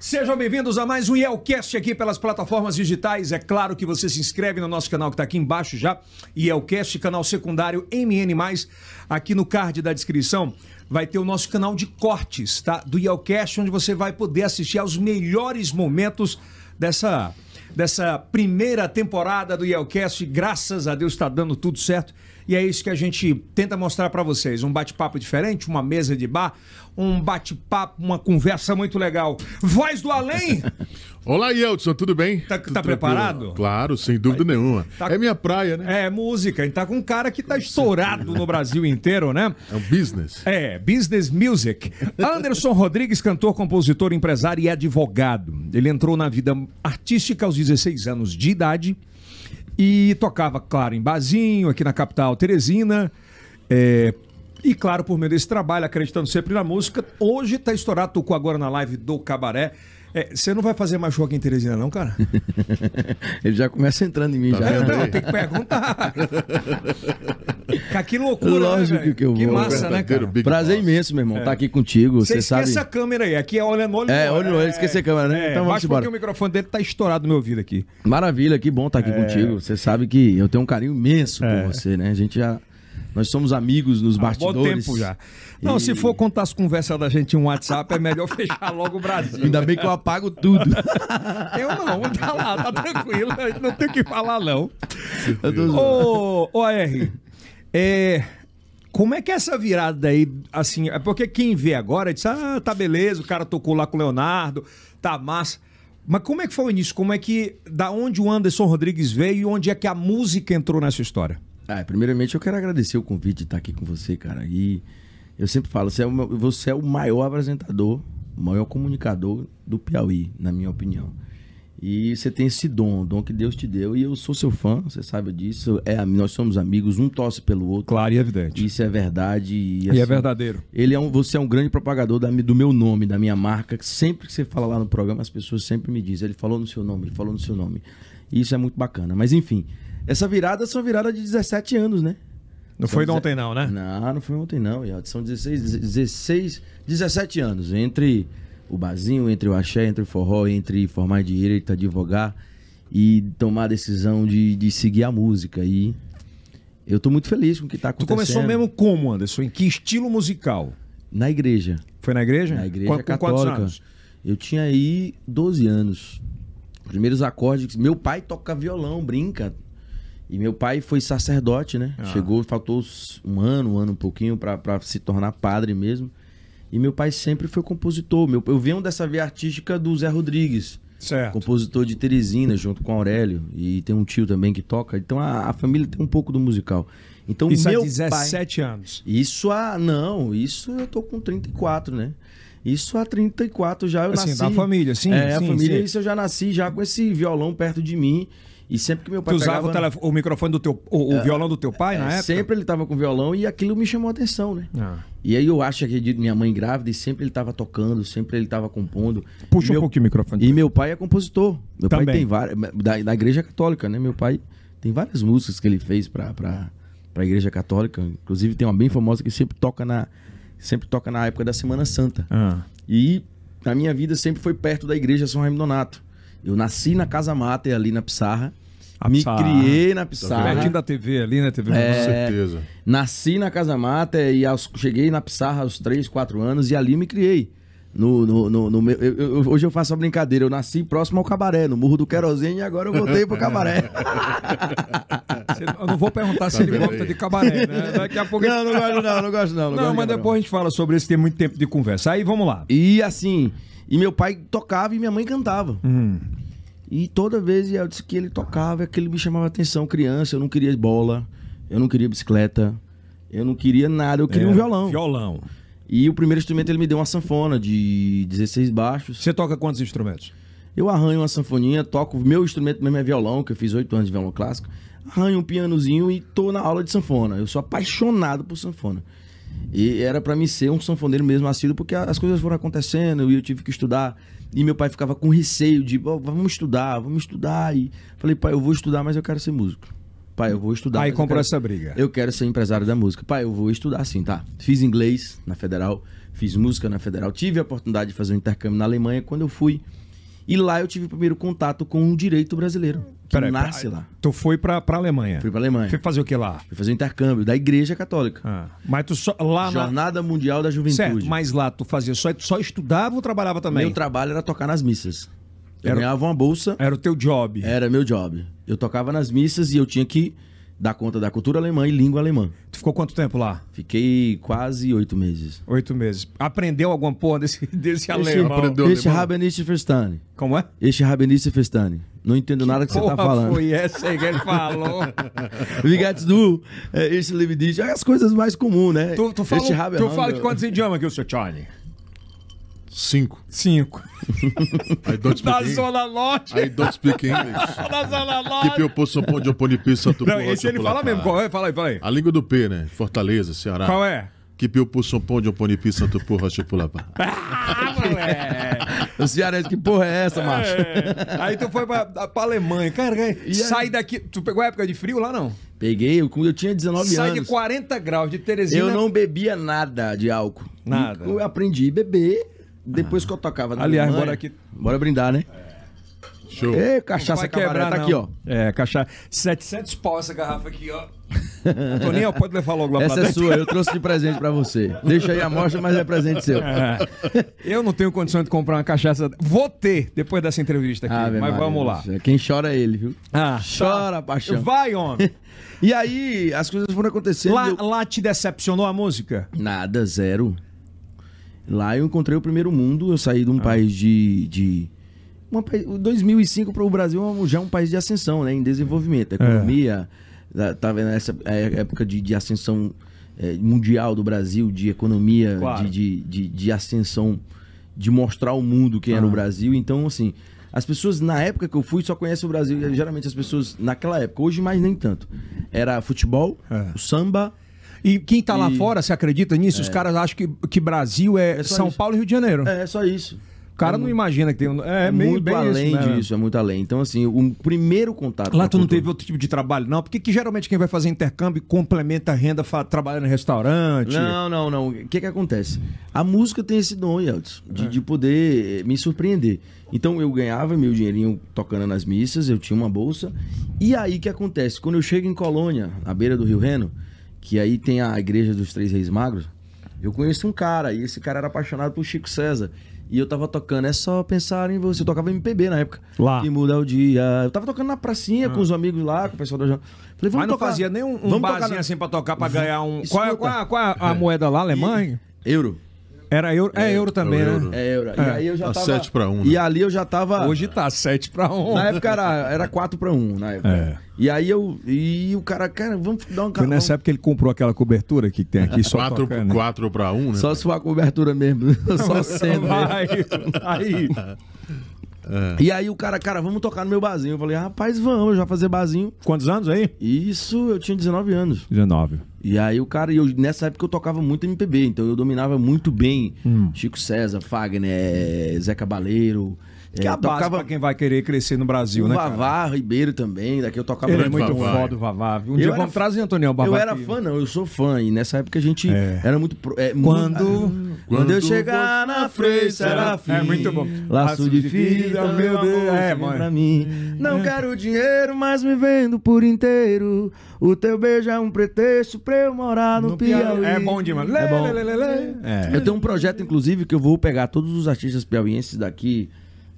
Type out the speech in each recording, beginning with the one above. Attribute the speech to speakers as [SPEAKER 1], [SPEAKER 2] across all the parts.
[SPEAKER 1] Sejam bem-vindos a mais um Yelcast aqui pelas plataformas digitais. É claro que você se inscreve no nosso canal que está aqui embaixo já, Yelcast, canal secundário MN+. Aqui no card da descrição vai ter o nosso canal de cortes, tá? Do Yelcast, onde você vai poder assistir aos melhores momentos dessa dessa primeira temporada do Yelcast. Graças a Deus está dando tudo certo. E é isso que a gente tenta mostrar para vocês. Um bate-papo diferente, uma mesa de bar, um bate-papo, uma conversa muito legal. Voz do Além!
[SPEAKER 2] Olá, Yeltsin, tudo bem?
[SPEAKER 1] Tá- tá
[SPEAKER 2] Tudo tranquilo?
[SPEAKER 1] preparado?
[SPEAKER 2] Claro, sem dúvida nenhuma.
[SPEAKER 1] Tá-
[SPEAKER 2] É minha praia, né?
[SPEAKER 1] É, música. E tá com um cara que tá estourado no Brasil inteiro, né?
[SPEAKER 2] É um business.
[SPEAKER 1] É, Business Music. Anderson Rodrigues, cantor, compositor, empresário e advogado. Ele entrou na vida artística aos 16 anos de idade e tocava, claro, em Bazinho, aqui na capital Teresina. É, e, claro, por meio desse trabalho, acreditando sempre na música, hoje tá estourado, tocou agora na live do Cabaré. É, Você não vai fazer mais show aqui em Teresina, não, cara?
[SPEAKER 3] Ele já começa entrando em mim já. né?
[SPEAKER 1] É,
[SPEAKER 2] vendo?
[SPEAKER 1] não, tem que perguntar. Cara, que loucura,
[SPEAKER 3] Lógico
[SPEAKER 1] né, velho?
[SPEAKER 3] que eu
[SPEAKER 1] Que
[SPEAKER 3] vou.
[SPEAKER 1] massa, né,
[SPEAKER 2] Verdadeiro
[SPEAKER 1] cara?
[SPEAKER 2] Big
[SPEAKER 3] Prazer
[SPEAKER 2] Boss.
[SPEAKER 3] imenso, meu irmão,
[SPEAKER 1] É.
[SPEAKER 3] estar tá aqui contigo.
[SPEAKER 1] Você
[SPEAKER 3] Você sabe.
[SPEAKER 1] esquece a câmera aí. Aqui é olhando olho.
[SPEAKER 3] É,
[SPEAKER 1] no
[SPEAKER 3] olho no olho, esquece a câmera, né?
[SPEAKER 1] É,
[SPEAKER 3] Então vamos
[SPEAKER 1] baixa
[SPEAKER 3] embora.
[SPEAKER 1] porque o microfone dele tá estourado no meu ouvido aqui.
[SPEAKER 3] Maravilha, que bom estar
[SPEAKER 1] É.
[SPEAKER 3] aqui contigo. Você sabe que eu tenho um carinho imenso por você, né? A gente já. Nós somos amigos nos
[SPEAKER 1] Há um bom
[SPEAKER 3] bastidores.
[SPEAKER 1] tempo já. Não,
[SPEAKER 3] E-
[SPEAKER 1] se for contar as conversas da gente em um WhatsApp, é melhor fechar logo o Brasil.
[SPEAKER 3] Ainda bem que eu apago tudo.
[SPEAKER 1] Eu não, tá lá, tá tranquilo. a gente Não tem o que falar, não.
[SPEAKER 3] Eu tô zoando.
[SPEAKER 1] Ô, ô R, é, como é que é essa virada aí, assim, é porque quem vê agora diz, ah, tá beleza, o cara tocou lá com o Leonardo, tá massa. Mas como é que foi o início? Como é que, da onde o Anderson Rodrigues veio e onde é que a música entrou nessa história?
[SPEAKER 3] Ah, primeiramente eu quero agradecer o convite de estar aqui com você, cara. E eu sempre falo, você é o, meu- você é o maior apresentador, o maior comunicador do Piauí, na minha opinião. E você tem esse dom, o dom que Deus te deu. E eu sou seu fã, você sabe disso. É, ami- nós somos amigos, um torce pelo outro.
[SPEAKER 1] Claro e evidente.
[SPEAKER 3] Isso é verdade. E,
[SPEAKER 1] E é
[SPEAKER 3] assim,
[SPEAKER 1] verdadeiro.
[SPEAKER 3] Ele é um, você é um grande propagador da mi- do meu nome, da minha marca. que Sempre que você fala lá no programa, as pessoas sempre me dizem. Ele falou no seu nome, ele falou no seu nome. E isso é muito bacana. Mas enfim, essa virada é só virada de 17 anos, né?
[SPEAKER 1] Não
[SPEAKER 3] São
[SPEAKER 1] foi de
[SPEAKER 3] deze-
[SPEAKER 1] ontem, não, né?
[SPEAKER 3] Não, não foi ontem não, Iod. São 16, 16, 17 anos. Entre o Bazinho, entre o Axé, entre o Forró, entre formar direito, advogar e tomar a decisão de, de seguir a música. E eu tô muito feliz com o que tá
[SPEAKER 1] Tu
[SPEAKER 3] acontecendo.
[SPEAKER 1] começou mesmo como, Anderson? Em que estilo musical?
[SPEAKER 3] Na igreja.
[SPEAKER 1] Foi na igreja?
[SPEAKER 3] Na igreja
[SPEAKER 1] Qua- É, com quantos
[SPEAKER 3] católica.
[SPEAKER 1] anos?
[SPEAKER 3] Eu tinha aí 12 anos. Primeiros acordes. Meu pai toca violão, brinca. E meu pai foi sacerdote,
[SPEAKER 1] Ah.
[SPEAKER 3] né? Chegou, faltou s- um ano, um ano um pouquinho pra- pra se tornar padre mesmo. E meu pai sempre foi compositor. Meu, eu venho dessa via artística do Zé Rodrigues,
[SPEAKER 1] Certo.
[SPEAKER 3] compositor de Teresina, junto com Aurélio. E tem um tio também que toca. Então a, a família tem um pouco do musical. Então
[SPEAKER 1] Isso
[SPEAKER 3] meu
[SPEAKER 1] há
[SPEAKER 3] pai...
[SPEAKER 1] 17 anos.
[SPEAKER 3] Isso há. Não, isso eu tô com 34, né? Isso há 34 já eu
[SPEAKER 1] Assim,
[SPEAKER 3] nasci.
[SPEAKER 1] da família, sim,
[SPEAKER 3] É, a
[SPEAKER 1] sim,
[SPEAKER 3] família,
[SPEAKER 1] sim.
[SPEAKER 3] isso eu já nasci já com esse violão perto de mim. E sempre que meu pai
[SPEAKER 1] Tu usava
[SPEAKER 3] pegava-
[SPEAKER 1] o, telefo- o microfone do teu... O, o violão do teu pai, na época?
[SPEAKER 3] É. Sempre ele tava com violão e aquilo me chamou a atenção, né?
[SPEAKER 1] Ah.
[SPEAKER 3] E aí eu acho que de minha mãe grávida e sempre ele tava tocando, sempre ele tava compondo.
[SPEAKER 1] Puxa
[SPEAKER 3] E
[SPEAKER 1] um
[SPEAKER 3] meu-
[SPEAKER 1] pouquinho o microfone.
[SPEAKER 3] E meu pai é compositor. Meu
[SPEAKER 1] Também.
[SPEAKER 3] pai tem várias. Da, da igreja católica, né? Meu pai tem várias músicas que ele fez pra, pra, pra igreja católica. Inclusive tem uma bem famosa que sempre toca na. Sempre toca na época da Semana Santa.
[SPEAKER 1] Ah.
[SPEAKER 3] E a minha vida sempre foi perto da igreja São Raimundo Donato. Eu nasci na Casa Mata e ali na Pissarra.
[SPEAKER 1] A
[SPEAKER 3] me
[SPEAKER 1] Pissarra.
[SPEAKER 3] criei na
[SPEAKER 1] Pertinho
[SPEAKER 3] Pissarra.
[SPEAKER 1] da TV ali, né? TV
[SPEAKER 2] Com
[SPEAKER 3] É.
[SPEAKER 2] certeza.
[SPEAKER 3] Nasci na Casa Mata e aos- cheguei na Pissarra aos 3, 4 anos e ali me criei. No, no, no, no meu- eu- eu- hoje eu faço a brincadeira, eu nasci próximo ao cabaré, no Morro do Querosene, e agora eu voltei pro cabaré.
[SPEAKER 1] Você- Eu não vou perguntar se ele
[SPEAKER 2] vendo
[SPEAKER 1] gosta
[SPEAKER 2] aí?
[SPEAKER 1] de cabaré, né? Daqui a pouco. ele-
[SPEAKER 3] Tá não, não gosto não,
[SPEAKER 1] Não,
[SPEAKER 3] não gosto não. Não, gosto de
[SPEAKER 1] mas
[SPEAKER 3] cabaré.
[SPEAKER 1] depois a gente fala sobre isso, tem muito tempo de conversa. Aí vamos lá.
[SPEAKER 3] E assim, e meu pai tocava e minha mãe cantava.
[SPEAKER 1] Hum.
[SPEAKER 3] E toda vez eu disse que ele tocava, aquilo me chamava atenção. Criança, eu não queria bola, eu não queria bicicleta, eu não queria nada, eu queria um
[SPEAKER 1] É,
[SPEAKER 3] violão.
[SPEAKER 1] Violão.
[SPEAKER 3] E o primeiro instrumento ele me deu uma sanfona de 16 baixos.
[SPEAKER 1] Você toca quantos instrumentos?
[SPEAKER 3] Eu arranho uma sanfoninha, toco. Meu instrumento mesmo é violão, que eu fiz 8 anos de violão clássico. Arranho um pianozinho e tô na aula de sanfona. Eu sou apaixonado por sanfona. E era pra mim ser um sanfoneiro mesmo assíduo, porque a- as coisas foram acontecendo e eu tive que estudar. E meu pai ficava com receio de, "Ó, vamos estudar, vamos estudar. E falei, pai, eu vou estudar, mas eu quero ser músico. Pai, eu vou estudar.
[SPEAKER 1] Aí
[SPEAKER 3] mas eu
[SPEAKER 1] comprou
[SPEAKER 3] quero-
[SPEAKER 1] essa briga.
[SPEAKER 3] Eu quero ser empresário da música. Pai, eu vou estudar sim, tá? Fiz inglês na Federal, fiz música na Federal, tive a oportunidade de fazer um intercâmbio na Alemanha quando eu fui. E lá eu tive o primeiro contato com o direito brasileiro, que
[SPEAKER 1] Peraí,
[SPEAKER 3] nasce
[SPEAKER 1] peraí.
[SPEAKER 3] lá.
[SPEAKER 1] Tu foi pra, pra Alemanha.
[SPEAKER 3] Fui pra Alemanha.
[SPEAKER 1] Fui fazer o que lá?
[SPEAKER 3] Fui fazer um intercâmbio da Igreja Católica.
[SPEAKER 1] Ah, Mas tu só. Lá na-
[SPEAKER 3] Jornada Mundial da Juventude.
[SPEAKER 1] Certo, mas lá tu fazia só, tu só estudava ou trabalhava também?
[SPEAKER 3] Meu trabalho era tocar nas missas. Eu
[SPEAKER 1] Era-
[SPEAKER 3] ganhava uma bolsa,
[SPEAKER 1] Era o teu job.
[SPEAKER 3] era meu job. Eu tocava nas missas e eu tinha que dar conta da cultura alemã e língua alemã.
[SPEAKER 1] Tu ficou quanto tempo lá?
[SPEAKER 3] Fiquei quase oito meses.
[SPEAKER 1] Oito meses. Aprendeu alguma porra desse, desse alemão?
[SPEAKER 2] aprendeu- Deu
[SPEAKER 3] Este
[SPEAKER 2] alemão?
[SPEAKER 3] Rabenice Verstani.
[SPEAKER 1] Como é?
[SPEAKER 3] Este Rabenice Verstani. Não entendo nada que você tá
[SPEAKER 1] Porra,
[SPEAKER 3] falando.
[SPEAKER 1] foi essa aí que ele falou.
[SPEAKER 3] Vigats du, é, este Levidich, é as coisas mais comuns, né?
[SPEAKER 1] tu, tu fala,
[SPEAKER 3] este Raben-
[SPEAKER 1] tu fala que quantos idiomas que o seu Johnny?
[SPEAKER 2] Cinco.
[SPEAKER 1] Cinco.
[SPEAKER 2] I don't
[SPEAKER 1] Da
[SPEAKER 2] speak English.
[SPEAKER 1] Zona Norte.
[SPEAKER 2] I don't speak English.
[SPEAKER 1] Da Zona
[SPEAKER 2] Keep
[SPEAKER 1] Norte.
[SPEAKER 2] your position, pode your pony piece, satu
[SPEAKER 1] Não,
[SPEAKER 2] porra,
[SPEAKER 1] esse ele
[SPEAKER 2] chocolate.
[SPEAKER 1] fala mesmo. Qual é? Fala aí, fala aí.
[SPEAKER 2] A língua do P, né? Fortaleza,
[SPEAKER 3] Ah.
[SPEAKER 2] Ceará.
[SPEAKER 1] Qual é?
[SPEAKER 2] Que piu por São Pão de Oponipi, Santo Porra, Chapulapá.
[SPEAKER 1] Ah, moleque.
[SPEAKER 3] O cearense, que porra é essa, macho?
[SPEAKER 1] É. Aí tu foi pra, pra Alemanha. Cara, cara, sai daqui. Tu pegou a época de frio lá, não?
[SPEAKER 3] Peguei, eu, eu tinha 19
[SPEAKER 1] Sai
[SPEAKER 3] anos.
[SPEAKER 1] de 40 graus de Teresina.
[SPEAKER 3] Eu não bebia nada de álcool.
[SPEAKER 1] Nada.
[SPEAKER 3] Eu aprendi a beber depois que eu tocava na
[SPEAKER 1] Aliás,
[SPEAKER 3] Alemanha.
[SPEAKER 1] bora aqui-
[SPEAKER 3] Bora brindar, né?
[SPEAKER 2] Show.
[SPEAKER 3] Ê,
[SPEAKER 1] Não
[SPEAKER 3] cachaça
[SPEAKER 1] vai
[SPEAKER 3] cabaré,
[SPEAKER 1] quebrar,
[SPEAKER 3] tá
[SPEAKER 1] não.
[SPEAKER 3] aqui, ó.
[SPEAKER 1] É, cachaça. 700 pau essa garrafa aqui, ó. Toninho, pode levar logo lá
[SPEAKER 3] Essa
[SPEAKER 1] pra
[SPEAKER 3] é
[SPEAKER 1] dentro.
[SPEAKER 3] sua, eu trouxe de presente pra você. Deixa aí a amostra, mas é presente seu.
[SPEAKER 1] É. Eu não tenho condição de comprar uma cachaça. Vou ter depois dessa entrevista aqui,
[SPEAKER 3] Ave
[SPEAKER 1] mas
[SPEAKER 3] Maria,
[SPEAKER 1] vamos lá.
[SPEAKER 3] Quem chora é ele, viu?
[SPEAKER 1] Ah,
[SPEAKER 3] Chora, paixão.
[SPEAKER 1] Vai, homem.
[SPEAKER 3] E aí, as coisas foram acontecendo.
[SPEAKER 1] Lá,
[SPEAKER 3] e eu-
[SPEAKER 1] lá te decepcionou a música?
[SPEAKER 3] Nada, zero. Lá eu encontrei o primeiro mundo. Eu saí de
[SPEAKER 1] Ah.
[SPEAKER 3] um país de. de uma, pa- o 2005 para o Brasil é um- já é um país de ascensão, né? Em
[SPEAKER 1] É.
[SPEAKER 3] desenvolvimento. A economia. tá- Tava nessa é, época de, de ascensão é, mundial do Brasil, de economia,
[SPEAKER 1] Claro.
[SPEAKER 3] de, de, de, de ascensão, de mostrar ao mundo quem era
[SPEAKER 1] Ah.
[SPEAKER 3] o Brasil. Então, assim. As pessoas, na época que eu fui, só conhecem o Brasil. E, Geralmente as pessoas, naquela época, hoje mais nem tanto. Era futebol,
[SPEAKER 1] É.
[SPEAKER 3] o samba,
[SPEAKER 1] E quem tá lá
[SPEAKER 3] E-
[SPEAKER 1] fora, você acredita nisso? Os caras acham que, que Brasil é,
[SPEAKER 3] É só
[SPEAKER 1] São
[SPEAKER 3] isso.
[SPEAKER 1] Paulo e Rio de Janeiro.
[SPEAKER 3] é só isso.
[SPEAKER 1] O cara não imagina que tem um. É, meio
[SPEAKER 3] muito
[SPEAKER 1] bem
[SPEAKER 3] além
[SPEAKER 1] isso, né?
[SPEAKER 3] disso, é muito além. Então, assim, o primeiro contato. com
[SPEAKER 1] Lá
[SPEAKER 3] a
[SPEAKER 1] tu não
[SPEAKER 3] cultura-
[SPEAKER 1] teve outro tipo de trabalho, não? Porque que geralmente quem vai fazer intercâmbio complementa a renda fa- trabalhando em restaurante.
[SPEAKER 3] Não, não, não. O que que acontece? A música tem esse dom, Yeltsin, de,
[SPEAKER 1] É.
[SPEAKER 3] de poder eh, me surpreender. Então, eu ganhava meu dinheirinho tocando nas missas, eu tinha uma bolsa. E aí, o que acontece? Quando eu chego em Colônia, à beira do Rio Reno, que aí tem a Igreja dos Três Reis Magros, eu conheço um cara, e esse cara era apaixonado por Chico César. E eu tava tocando, é só pensar em você. Eu tocava MPB na época.
[SPEAKER 1] Lá. Ah.
[SPEAKER 3] E muda o dia. Eu tava tocando na pracinha com os amigos lá, com o pessoal da. Falei, vamos
[SPEAKER 1] Mas não
[SPEAKER 3] tocar-
[SPEAKER 1] fazia nem um, um
[SPEAKER 3] vamos tocar
[SPEAKER 1] barzinho
[SPEAKER 3] na-
[SPEAKER 1] assim pra tocar pra ganhar um.
[SPEAKER 3] Escuta.
[SPEAKER 1] Qual, é- qual é- qual é a moeda lá, Alemanha?
[SPEAKER 3] Euro.
[SPEAKER 1] Era euro. É, euro também, né?
[SPEAKER 2] euro.
[SPEAKER 3] É, euro. E aí eu já
[SPEAKER 2] Tá
[SPEAKER 3] tava.
[SPEAKER 2] sete pra um, né?
[SPEAKER 3] E ali eu já tava.
[SPEAKER 1] Hoje tá 7 pra 1.
[SPEAKER 3] Na época era, era 4 pra 1, na época.
[SPEAKER 1] É.
[SPEAKER 3] E aí eu. E o cara, cara, vamos dar um
[SPEAKER 1] Foi
[SPEAKER 3] carro.
[SPEAKER 1] nessa época que ele comprou aquela cobertura que tem aqui, só
[SPEAKER 2] Quatro,
[SPEAKER 1] tocando.
[SPEAKER 2] quatro pra um, né?
[SPEAKER 3] Só se for a cobertura mesmo. Só sendo. mesmo.
[SPEAKER 1] Vai, aí.
[SPEAKER 3] E aí o cara, cara, vamos tocar no meu barzinho. Eu falei, rapaz, vamos, já fazer barzinho.
[SPEAKER 1] Quantos anos aí?
[SPEAKER 3] Isso eu tinha 19 anos.
[SPEAKER 1] 19.
[SPEAKER 3] E aí o cara, e eu, nessa época eu tocava muito MPB, então eu dominava muito bem
[SPEAKER 1] Hum.
[SPEAKER 3] Chico César, Fagner, Zé Cabaleiro.
[SPEAKER 1] Que é a base pra quem vai querer crescer no Brasil,
[SPEAKER 3] o
[SPEAKER 1] né, cara?
[SPEAKER 3] Vavá Ribeiro também, daqui eu tocava
[SPEAKER 1] Ele é
[SPEAKER 2] Grande
[SPEAKER 1] muito
[SPEAKER 2] Vavá.
[SPEAKER 1] foda, o Vavá. Um
[SPEAKER 3] Eu
[SPEAKER 1] dia
[SPEAKER 3] era
[SPEAKER 1] vamos
[SPEAKER 3] fã-
[SPEAKER 1] trazer Antônio Vavá.
[SPEAKER 3] eu era
[SPEAKER 1] aqui.
[SPEAKER 3] fã, não, eu sou fã. E nessa época a gente
[SPEAKER 1] É.
[SPEAKER 3] era muito. pro- é,
[SPEAKER 1] Quando-
[SPEAKER 3] mu- quando, eu chegar na frente, será fim.
[SPEAKER 1] É, muito bom.
[SPEAKER 3] Laço de fita, meu Deus.
[SPEAKER 1] é,
[SPEAKER 3] É,
[SPEAKER 1] mano.
[SPEAKER 3] pra mim. Não quero dinheiro, mas me vendo por inteiro. O teu beijo é um pretexto pra eu morar no,
[SPEAKER 1] No Piauí.
[SPEAKER 3] Piauí.
[SPEAKER 1] É bom demais. Lê,
[SPEAKER 3] É bom.
[SPEAKER 1] lê, lê, lê, lê. É.
[SPEAKER 3] Eu tenho um projeto, inclusive, que eu vou pegar todos os artistas piauienses daqui.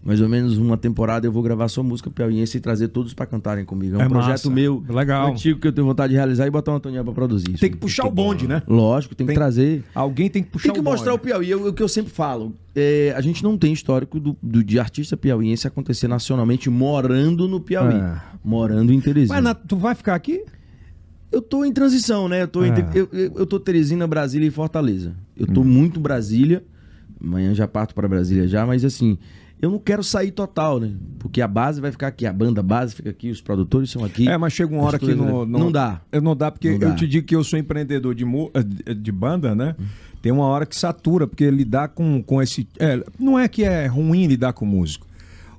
[SPEAKER 3] Mais ou menos uma temporada eu vou gravar só música piauiense e trazer todos pra cantarem comigo. É um
[SPEAKER 1] É
[SPEAKER 3] projeto
[SPEAKER 1] massa.
[SPEAKER 3] meu
[SPEAKER 1] Legal.
[SPEAKER 3] antigo que eu tenho vontade de realizar e botar o Antônio pra produzir.
[SPEAKER 1] Tem que puxar o bonde, né?
[SPEAKER 3] Lógico, tem,
[SPEAKER 1] Tem-
[SPEAKER 3] que trazer.
[SPEAKER 1] Alguém tem que puxar um
[SPEAKER 3] Tem que
[SPEAKER 1] o bonde.
[SPEAKER 3] mostrar o Piauí. É o que eu sempre falo. É, a gente não tem histórico do, do- de artista piauiense acontecer nacionalmente morando no Piauí.
[SPEAKER 1] É.
[SPEAKER 3] Morando em Teresina.
[SPEAKER 1] Mas Nath, tu vai ficar aqui?
[SPEAKER 3] Eu tô em transição, né? Eu tô, em-
[SPEAKER 1] É.
[SPEAKER 3] eu, eu, eu tô Teresina, Brasília e Fortaleza. Eu
[SPEAKER 1] Hum.
[SPEAKER 3] tô muito Brasília. Amanhã já parto pra Brasília já, mas assim, eu não quero sair total, né? Porque a base vai ficar aqui, a banda base fica aqui, os produtores são aqui.
[SPEAKER 1] É, mas chega uma hora
[SPEAKER 3] As
[SPEAKER 1] que
[SPEAKER 3] coisas,
[SPEAKER 1] não,
[SPEAKER 3] né? Não dá.
[SPEAKER 1] Eu não dá, porque
[SPEAKER 3] Não dá.
[SPEAKER 1] eu te digo que eu sou empreendedor de, mu- eh, de- de banda, né? Tem uma hora que satura, porque lidar com, com esse. é, não é que é ruim lidar com músico.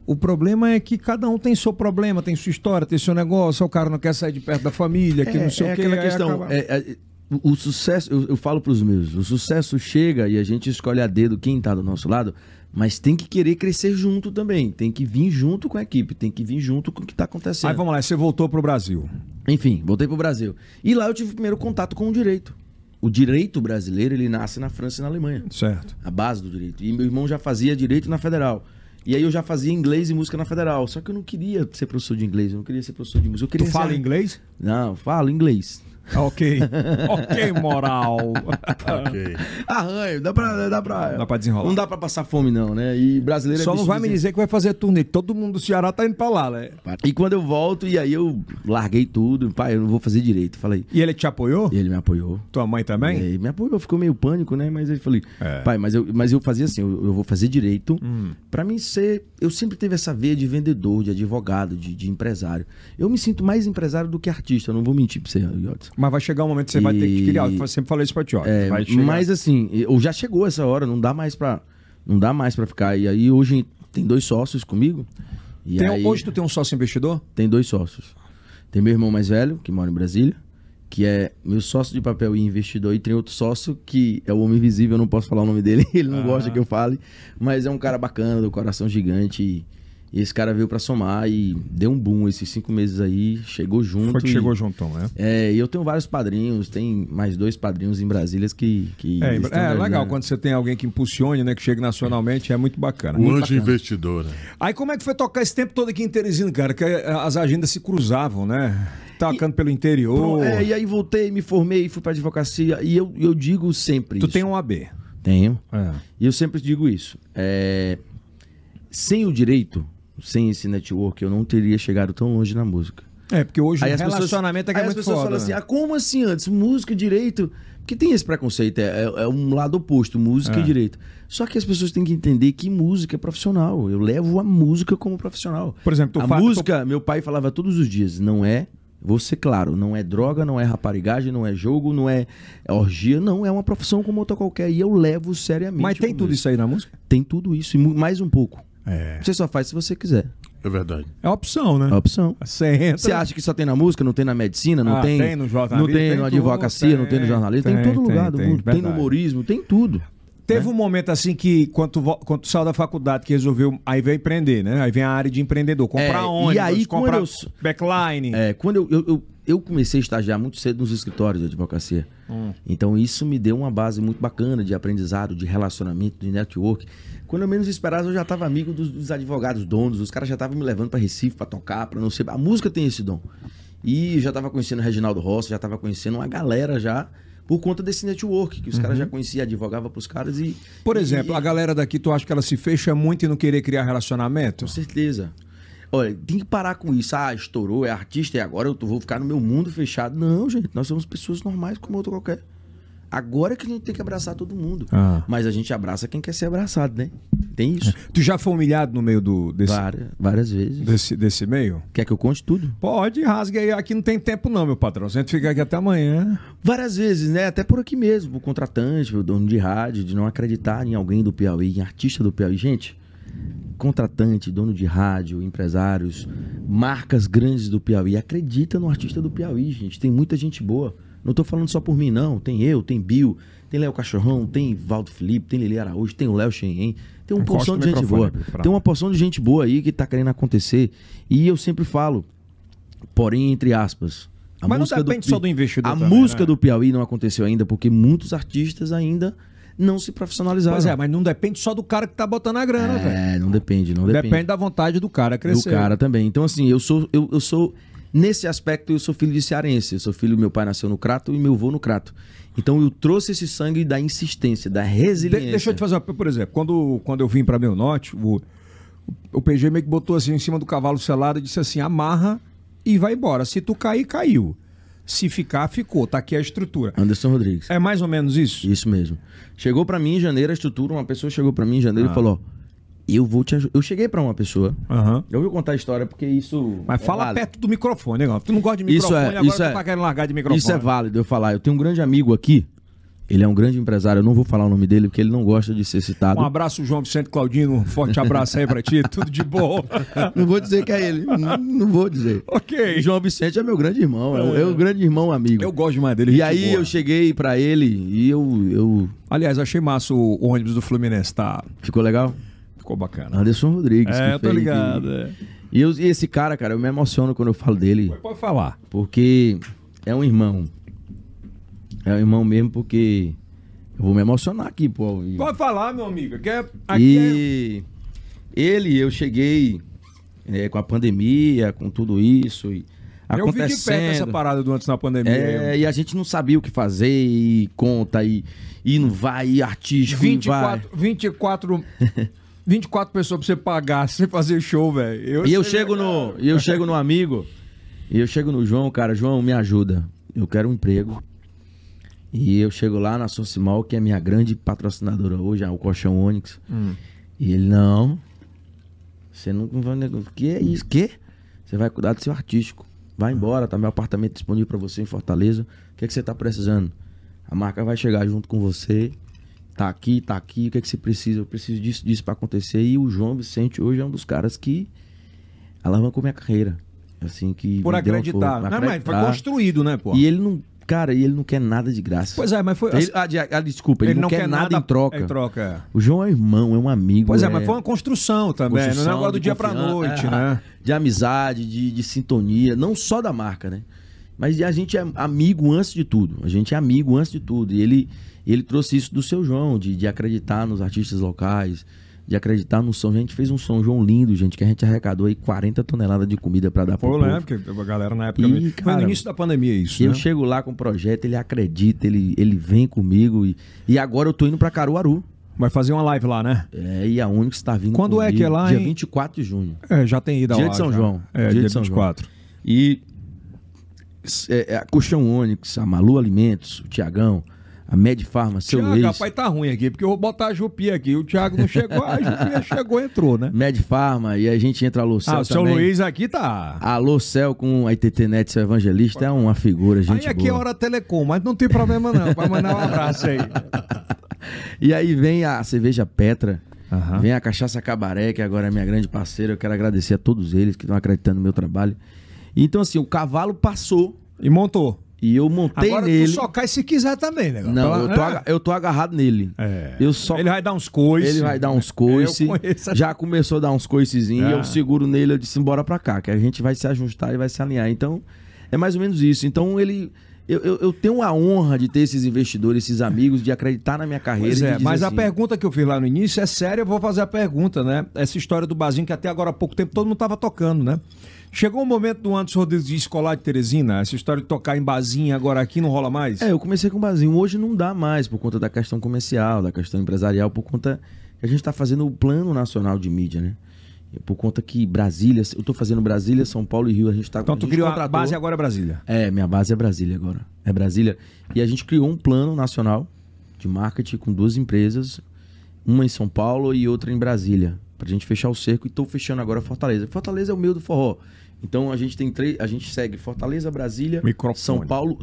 [SPEAKER 1] O- O problema é que cada um tem seu problema, tem sua história, tem seu negócio. O cara não quer sair de perto da família, que
[SPEAKER 3] é,
[SPEAKER 1] não sei
[SPEAKER 3] é
[SPEAKER 1] o que.
[SPEAKER 3] aquela
[SPEAKER 1] aí
[SPEAKER 3] questão.
[SPEAKER 1] acaba-
[SPEAKER 3] é, é, o o sucesso, eu, eu falo pros meus, o sucesso chega e a gente escolhe a dedo quem tá do nosso lado, mas tem que querer crescer junto também. Tem que vir junto com a equipe, tem que vir junto com o que tá acontecendo.
[SPEAKER 1] Aí vamos lá, você voltou pro Brasil.
[SPEAKER 3] Enfim, voltei pro Brasil. E lá eu tive o primeiro contato com o direito. O direito brasileiro, ele nasce na França e na Alemanha.
[SPEAKER 1] Certo.
[SPEAKER 3] A base do direito. E meu irmão já fazia direito na federal. E aí eu já fazia inglês e música na federal. Só que eu não queria ser professor de inglês, eu não queria ser professor de música. Eu queria
[SPEAKER 1] Tu fala
[SPEAKER 3] ser...
[SPEAKER 1] inglês?
[SPEAKER 3] Não, eu falo inglês.
[SPEAKER 1] Ah, Ok. ok, moral.
[SPEAKER 2] Ok.
[SPEAKER 3] Arranho, dá pra, dá pra.
[SPEAKER 1] Dá pra desenrolar.
[SPEAKER 3] Não dá pra passar fome, não, né? E brasileiro é
[SPEAKER 1] Só não
[SPEAKER 3] bicho
[SPEAKER 1] vai
[SPEAKER 3] de
[SPEAKER 1] me
[SPEAKER 3] desen-
[SPEAKER 1] dizer que vai fazer turnê. Todo mundo do Ceará tá indo pra lá, né?
[SPEAKER 3] E quando eu volto, e aí eu larguei tudo. Pai, eu não vou fazer direito. Falei.
[SPEAKER 1] E ele te apoiou?
[SPEAKER 3] E ele me apoiou.
[SPEAKER 1] Tua mãe
[SPEAKER 3] E
[SPEAKER 1] também?
[SPEAKER 3] aí me apoiou, ficou meio pânico, né? Mas eu falei,
[SPEAKER 1] É. Hum.
[SPEAKER 3] pai, mas eu, mas eu fazia assim, eu, eu vou fazer direito. Pra mim ser. Eu sempre teve essa veia de vendedor, de advogado, de, de empresário. Eu me sinto mais empresário do que artista, eu não vou mentir pra você, Yotz.
[SPEAKER 1] Mas vai chegar um momento que você vai ter que te criar.
[SPEAKER 3] E-
[SPEAKER 1] Eu sempre falei isso pra ti, ó.
[SPEAKER 3] É,
[SPEAKER 1] vai chegar.
[SPEAKER 3] mas assim, eu já chegou essa hora, não dá mais pra. Não dá mais para ficar. E aí hoje tem dois sócios comigo. E
[SPEAKER 1] Tem-
[SPEAKER 3] aí,
[SPEAKER 1] Hoje tu tem um sócio investidor?
[SPEAKER 3] Tem dois sócios. Tem meu irmão mais velho, que mora em Brasília, que é meu sócio de papel e investidor, e tem outro sócio que é o homem invisível, eu não posso falar o nome dele, ele não gosta
[SPEAKER 1] Ah.
[SPEAKER 3] que eu fale, mas é um cara bacana, do coração gigante. E, e esse cara veio pra somar e deu um boom esses cinco meses aí, chegou junto.
[SPEAKER 1] Foi que
[SPEAKER 3] e-
[SPEAKER 1] chegou juntão, né?
[SPEAKER 3] É, e eu tenho vários padrinhos, tem mais dois padrinhos em Brasília que. que
[SPEAKER 1] É,
[SPEAKER 3] estão
[SPEAKER 1] é,
[SPEAKER 3] me
[SPEAKER 1] legal
[SPEAKER 3] ajudando.
[SPEAKER 1] quando você tem alguém que impulsione, né? Que chegue nacionalmente, é muito bacana.
[SPEAKER 2] O anjo investidor, né?
[SPEAKER 1] Aí como é que foi tocar esse tempo todo aqui em Teresina, cara? Que eh, as agendas se cruzavam, né? Tocando pelo interior.
[SPEAKER 3] Pronto, é, e aí voltei, me formei, fui pra advocacia, e eu, eu digo sempre.
[SPEAKER 1] tu
[SPEAKER 3] isso.
[SPEAKER 1] tem um AB.
[SPEAKER 3] Tenho.
[SPEAKER 1] É.
[SPEAKER 3] E eu sempre digo isso. é, Sem o direito, sem esse network, eu não teria chegado tão longe na música.
[SPEAKER 1] É, porque hoje
[SPEAKER 3] Aí
[SPEAKER 1] o
[SPEAKER 3] as pessoas-
[SPEAKER 1] relacionamento é que
[SPEAKER 3] aí
[SPEAKER 1] é
[SPEAKER 3] as
[SPEAKER 1] muito
[SPEAKER 3] pessoas
[SPEAKER 1] foda.
[SPEAKER 3] falam assim,
[SPEAKER 1] né?
[SPEAKER 3] ah, como assim antes? Música e direito? Porque tem esse preconceito, é, é- é um lado oposto, música
[SPEAKER 1] É.
[SPEAKER 3] e direito. Só que as pessoas têm que entender que música é profissional. Eu levo a música como profissional.
[SPEAKER 1] Por exemplo, tu
[SPEAKER 3] "Ah, a
[SPEAKER 1] fa-
[SPEAKER 3] música, meu pai falava todos os dias, não é, vou ser claro, não é droga, não é raparigagem, não é jogo, não é orgia, não, é uma profissão como outra qualquer. E eu levo seriamente.
[SPEAKER 1] Mas tem
[SPEAKER 3] como
[SPEAKER 1] tudo
[SPEAKER 3] isso.
[SPEAKER 1] isso aí na música?
[SPEAKER 3] Tem tudo isso e mu- mais um pouco.
[SPEAKER 1] É.
[SPEAKER 3] Você só faz se você quiser.
[SPEAKER 2] É verdade.
[SPEAKER 1] É opção, né?
[SPEAKER 3] É a opção.
[SPEAKER 1] Você entra.
[SPEAKER 3] Você acha que só tem na música, não tem na medicina, não
[SPEAKER 1] Ah,
[SPEAKER 3] tem,
[SPEAKER 1] tem no jornalismo,
[SPEAKER 3] não tem,
[SPEAKER 1] tem
[SPEAKER 3] na
[SPEAKER 1] tudo,
[SPEAKER 3] advocacia, não tem no
[SPEAKER 1] tem,
[SPEAKER 3] jornalismo, tem, em
[SPEAKER 1] tem,
[SPEAKER 3] todo lugar
[SPEAKER 1] tem,
[SPEAKER 3] do
[SPEAKER 1] tem,
[SPEAKER 3] mundo, tem, no
[SPEAKER 1] verdade.
[SPEAKER 3] humorismo, tem tudo.
[SPEAKER 1] Teve
[SPEAKER 3] né?
[SPEAKER 1] um momento assim que, quando tu, vo- quando tu saiu da faculdade, que resolveu. Aí veio empreender, né? Aí vem a área de empreendedor. Comprar
[SPEAKER 3] É, e
[SPEAKER 1] ônibus,
[SPEAKER 3] aí,
[SPEAKER 1] comprar
[SPEAKER 3] quando eu-
[SPEAKER 1] backline.
[SPEAKER 3] É, quando eu, eu, eu, eu comecei a estagiar muito cedo nos escritórios de advocacia.
[SPEAKER 1] Hum.
[SPEAKER 3] Então isso me deu uma base muito bacana de aprendizado, de relacionamento, de network. Quando eu menos esperava, eu já estava amigo dos, dos advogados, donos, os caras já estavam me levando para Recife para tocar, para não sei. A música tem esse dom. E eu já estava conhecendo o Reginaldo Rossi, já estava conhecendo uma galera já por conta desse network que os caras já conheciam, advogava para os caras e
[SPEAKER 1] Uhum. Por
[SPEAKER 3] e-
[SPEAKER 1] exemplo, a galera daqui, tu acha que ela se fecha muito e não querer criar relacionamento?
[SPEAKER 3] com certeza. Olha, tem que parar com isso. Ah, estourou, é artista e agora eu tô- vou ficar no meu mundo fechado. Não, gente, nós somos pessoas normais como outra qualquer. Agora que a gente tem que abraçar todo mundo.
[SPEAKER 1] Ah.
[SPEAKER 3] Mas a gente abraça quem quer ser abraçado, né? Tem isso.
[SPEAKER 1] Tu já foi humilhado no meio do, desse,
[SPEAKER 3] Várias, várias vezes.
[SPEAKER 1] desse, desse meio?
[SPEAKER 3] Quer que eu conte tudo?
[SPEAKER 1] Pode, rasga aí. Aqui não tem tempo, não, meu patrão. Você fica aqui até amanhã.
[SPEAKER 3] Várias vezes, né? Até por aqui mesmo, o contratante, o dono de rádio, de não acreditar em alguém do Piauí, em artista do Piauí. Gente, contratante, dono de rádio, empresários, marcas grandes do Piauí, acredita no artista do Piauí, gente. Tem muita gente boa. Não tô falando só por mim, não. Tem eu, tem Bill, tem Léo Cachorrão, tem Valdo Felipe, tem Lili Araújo, tem o Léo Xenhen. Tem uma
[SPEAKER 1] Encosta
[SPEAKER 3] porção
[SPEAKER 1] o
[SPEAKER 3] de gente
[SPEAKER 1] microfone,
[SPEAKER 3] boa.
[SPEAKER 1] Bill, pra-
[SPEAKER 3] Tem uma porção de gente boa aí que tá querendo acontecer. E eu sempre falo, porém, entre aspas. A
[SPEAKER 1] Mas não tá
[SPEAKER 3] música
[SPEAKER 1] depende
[SPEAKER 3] Pi-
[SPEAKER 1] só do investidor
[SPEAKER 3] A
[SPEAKER 1] também,
[SPEAKER 3] música
[SPEAKER 1] né?
[SPEAKER 3] do Piauí não aconteceu ainda, porque muitos artistas ainda não se profissionalizaram.
[SPEAKER 1] Pois é, mas não depende só do cara que tá botando a grana, velho.
[SPEAKER 3] É, não depende, não depende.
[SPEAKER 1] Depende. da vontade do cara
[SPEAKER 3] do
[SPEAKER 1] crescer.
[SPEAKER 3] cara também. Então, assim, eu sou, eu, eu sou. Nesse aspecto, eu sou filho de cearense. Eu sou filho, meu pai nasceu no Crato e meu avô no Crato. Então eu trouxe esse sangue da insistência, da
[SPEAKER 1] De-
[SPEAKER 3] resiliência.
[SPEAKER 1] deixa eu te fazer uma. Por exemplo, quando, quando eu vim pra Meu Norte, o, o PG meio que botou assim em cima do cavalo selado e disse assim: amarra e vai embora. Se tu cair, caiu. Se ficar, ficou. Tá aqui a estrutura.
[SPEAKER 3] Anderson Rodrigues.
[SPEAKER 1] É mais ou menos isso?
[SPEAKER 3] Isso mesmo. Chegou pra mim em janeiro a estrutura, uma pessoa chegou pra mim em
[SPEAKER 1] Ah.
[SPEAKER 3] janeiro e falou: ó, "Eu vou te ajudar". Eu cheguei pra uma pessoa.
[SPEAKER 1] Aham.
[SPEAKER 3] Eu vou contar a história porque isso
[SPEAKER 1] Ah. Mas
[SPEAKER 3] é
[SPEAKER 1] fala
[SPEAKER 3] válido.
[SPEAKER 1] perto do microfone, negão. Tu não gosta de
[SPEAKER 3] Isso
[SPEAKER 1] microfone,
[SPEAKER 3] é,
[SPEAKER 1] agora tá
[SPEAKER 3] isso
[SPEAKER 1] tu
[SPEAKER 3] é.
[SPEAKER 1] tá querendo largar de microfone.
[SPEAKER 3] Isso é válido eu falar. Eu tenho um grande amigo aqui Ele é um grande empresário, eu não vou falar o nome dele porque ele não gosta de ser citado.
[SPEAKER 1] Um abraço, João Vicente Claudino. Um forte abraço aí pra ti. Tudo de bom.
[SPEAKER 3] Não vou dizer que é ele, não, não vou dizer.
[SPEAKER 1] ok.
[SPEAKER 3] João Vicente é meu grande irmão, é, o- é o grande irmão amigo.
[SPEAKER 1] Eu gosto demais dele.
[SPEAKER 3] e
[SPEAKER 1] gente
[SPEAKER 3] aí
[SPEAKER 1] boa.
[SPEAKER 3] eu cheguei pra ele e eu, eu
[SPEAKER 1] Aliás, achei massa o ônibus do Fluminense. Tá...
[SPEAKER 3] ficou legal.
[SPEAKER 1] Ficou bacana.
[SPEAKER 3] Anderson Rodrigues. Ah, que
[SPEAKER 1] É, eu tô
[SPEAKER 3] fez-
[SPEAKER 1] ligado. é.
[SPEAKER 3] E, eu- e esse cara, cara, eu me emociono quando eu falo dele,
[SPEAKER 1] Pode falar.
[SPEAKER 3] porque é um irmão. É um irmão mesmo, porque eu vou me emocionar aqui, pô. ao vivo.
[SPEAKER 1] Pode falar, meu amigo. Que é... aqui é-
[SPEAKER 3] E ele, eu cheguei né, com a pandemia, com tudo isso. E
[SPEAKER 1] é... Eu vi
[SPEAKER 3] acontecendo.
[SPEAKER 1] de perto essa parada do antes na pandemia.
[SPEAKER 3] É, e a gente não sabia o que fazer, e conta, e, e não vai, e artístico, e vai.
[SPEAKER 1] 24, 24, 24 pessoas pra você pagar, sem fazer show, velho.
[SPEAKER 3] E eu
[SPEAKER 1] sei-
[SPEAKER 3] chego no, e eu chego no amigo, e eu chego no João, cara, João, me ajuda. Eu quero um emprego. E eu chego lá na Socimal, que é minha grande patrocinadora hoje, é o Colchão Onix. E ele, não. Você não vai negócio. Que é isso? Que? Você vai cuidar do seu artístico. Vai embora, tá meu apartamento disponível pra você em Fortaleza. O que, é que você tá precisando? A marca vai chegar junto com você. Tá aqui, tá aqui. O que, é que você precisa? Eu preciso disso, disso pra acontecer. E o João Vicente hoje é um dos caras que alavancou minha carreira. Assim que.
[SPEAKER 1] Por
[SPEAKER 3] me deu uma
[SPEAKER 1] acreditar.
[SPEAKER 3] força,
[SPEAKER 1] Não, mas foi
[SPEAKER 3] acreditar.
[SPEAKER 1] construído, né, pô?
[SPEAKER 3] E ele não. Cara, e ele não quer nada de graça.
[SPEAKER 1] Pois é, mas foi.
[SPEAKER 3] Ele- ah, de- ah, desculpa, ele, não, quer, nada, em troca.
[SPEAKER 1] Em troca.
[SPEAKER 3] O João é irmão, é um amigo.
[SPEAKER 1] Pois é, mas foi uma construção também.
[SPEAKER 3] construção
[SPEAKER 1] não é um negócio do
[SPEAKER 3] de
[SPEAKER 1] dia pra
[SPEAKER 3] confiança,
[SPEAKER 1] noite,
[SPEAKER 3] é,
[SPEAKER 1] né?
[SPEAKER 3] De amizade, de, de sintonia, não só da marca, né? Mas a gente é amigo antes de tudo. A gente é amigo antes de tudo. E ele, ele trouxe isso do seu João, de, de acreditar nos artistas locais, de acreditar no som. A gente fez um São João lindo, gente, que a gente arrecadou aí 40 toneladas de comida pra dar pro
[SPEAKER 1] Foi,
[SPEAKER 3] povo.
[SPEAKER 1] né? Porque a galera na época.
[SPEAKER 3] Ih,
[SPEAKER 1] Mas
[SPEAKER 3] cara,
[SPEAKER 1] no início da pandemia, isso.
[SPEAKER 3] Eu
[SPEAKER 1] né?
[SPEAKER 3] chego lá com o projeto, ele acredita, ele, ele vem comigo. E, e agora eu tô indo pra Caruaru.
[SPEAKER 1] Vai fazer uma live lá, né?
[SPEAKER 3] É, e a Onix está vindo.
[SPEAKER 1] Quando é
[SPEAKER 3] comigo,
[SPEAKER 1] que é lá,
[SPEAKER 3] Dia
[SPEAKER 1] hein?
[SPEAKER 3] 24 de junho.
[SPEAKER 1] É, já tem ido
[SPEAKER 3] Dia
[SPEAKER 1] lá,
[SPEAKER 3] de São
[SPEAKER 1] já.
[SPEAKER 3] João.
[SPEAKER 1] É, dia,
[SPEAKER 3] Dia de
[SPEAKER 1] de
[SPEAKER 3] São João.
[SPEAKER 1] 24.
[SPEAKER 3] E é, é, a Colchão Onix, a Malu Alimentos, o Tiagão, a Med Farma, seu
[SPEAKER 1] Tiago,
[SPEAKER 3] Luiz.
[SPEAKER 1] rapaz, tá ruim aqui, porque eu vou botar a Jupia aqui. O Thiago não chegou, a Jupia chegou, entrou, né?
[SPEAKER 3] Med Farma, e a gente entra a Locel
[SPEAKER 1] Ah, o seu
[SPEAKER 3] também.
[SPEAKER 1] Luiz aqui tá.
[SPEAKER 3] A Locel com a ITT Net, seu evangelista, é uma figura, gente
[SPEAKER 1] aí aqui
[SPEAKER 3] boa.
[SPEAKER 1] é hora telecom, mas não tem problema não. Vai mandar um abraço aí.
[SPEAKER 3] E aí vem a cerveja Petra,
[SPEAKER 1] Aham.
[SPEAKER 3] vem a cachaça Cabaré, que agora é minha grande parceira. Eu quero agradecer a todos eles que estão acreditando no meu trabalho. Então, assim, o cavalo passou
[SPEAKER 1] E montou.
[SPEAKER 3] e eu montei
[SPEAKER 1] Agora
[SPEAKER 3] nele.
[SPEAKER 1] tu só cai se quiser também, né?
[SPEAKER 3] Não,
[SPEAKER 1] Pela-
[SPEAKER 3] eu tô,
[SPEAKER 1] É.
[SPEAKER 3] aga- eu tô agarrado nele.
[SPEAKER 1] É.
[SPEAKER 3] Eu só
[SPEAKER 1] Ele vai dar uns coices.
[SPEAKER 3] Ele vai dar uns coices.
[SPEAKER 1] Eu conheço a-
[SPEAKER 3] Já começou a dar uns coicezinhos.
[SPEAKER 1] Ah.
[SPEAKER 3] Eu seguro nele, eu disse, bora pra cá, que a gente vai se ajustar e vai se alinhar. Então, é mais ou menos isso. Então, ele. Eu, eu, eu tenho a honra de ter esses investidores, esses amigos, de acreditar na minha carreira.
[SPEAKER 1] Pois
[SPEAKER 3] e de
[SPEAKER 1] é,
[SPEAKER 3] dizer
[SPEAKER 1] mas a
[SPEAKER 3] assim,
[SPEAKER 1] pergunta que eu fiz lá no início é séria, eu vou fazer a pergunta, né? Essa história do barzinho que até agora há pouco tempo todo mundo tava tocando, né? Chegou o momento do Anderson Rodrigues de escolar de Teresina, essa história de tocar em barzinho agora aqui não rola mais?
[SPEAKER 3] É, eu comecei com o Bazinho. Hoje não dá mais por conta da questão comercial, da questão empresarial, por conta que a gente está fazendo o plano nacional de mídia, né? E Por conta que Brasília, eu tô fazendo Brasília, São Paulo e Rio, a gente tá
[SPEAKER 1] então
[SPEAKER 3] a
[SPEAKER 1] tu
[SPEAKER 3] gente
[SPEAKER 1] criou a
[SPEAKER 3] contratou-
[SPEAKER 1] base agora é Brasília.
[SPEAKER 3] É, minha base é Brasília agora. É Brasília. E a gente criou um plano nacional de marketing com duas empresas, uma em São Paulo e outra em Brasília, pra gente fechar o cerco e tô fechando agora Fortaleza. Fortaleza é o meio do forró. Então a gente tem três, a gente segue Fortaleza, Brasília,
[SPEAKER 1] Microfone.
[SPEAKER 3] São Paulo,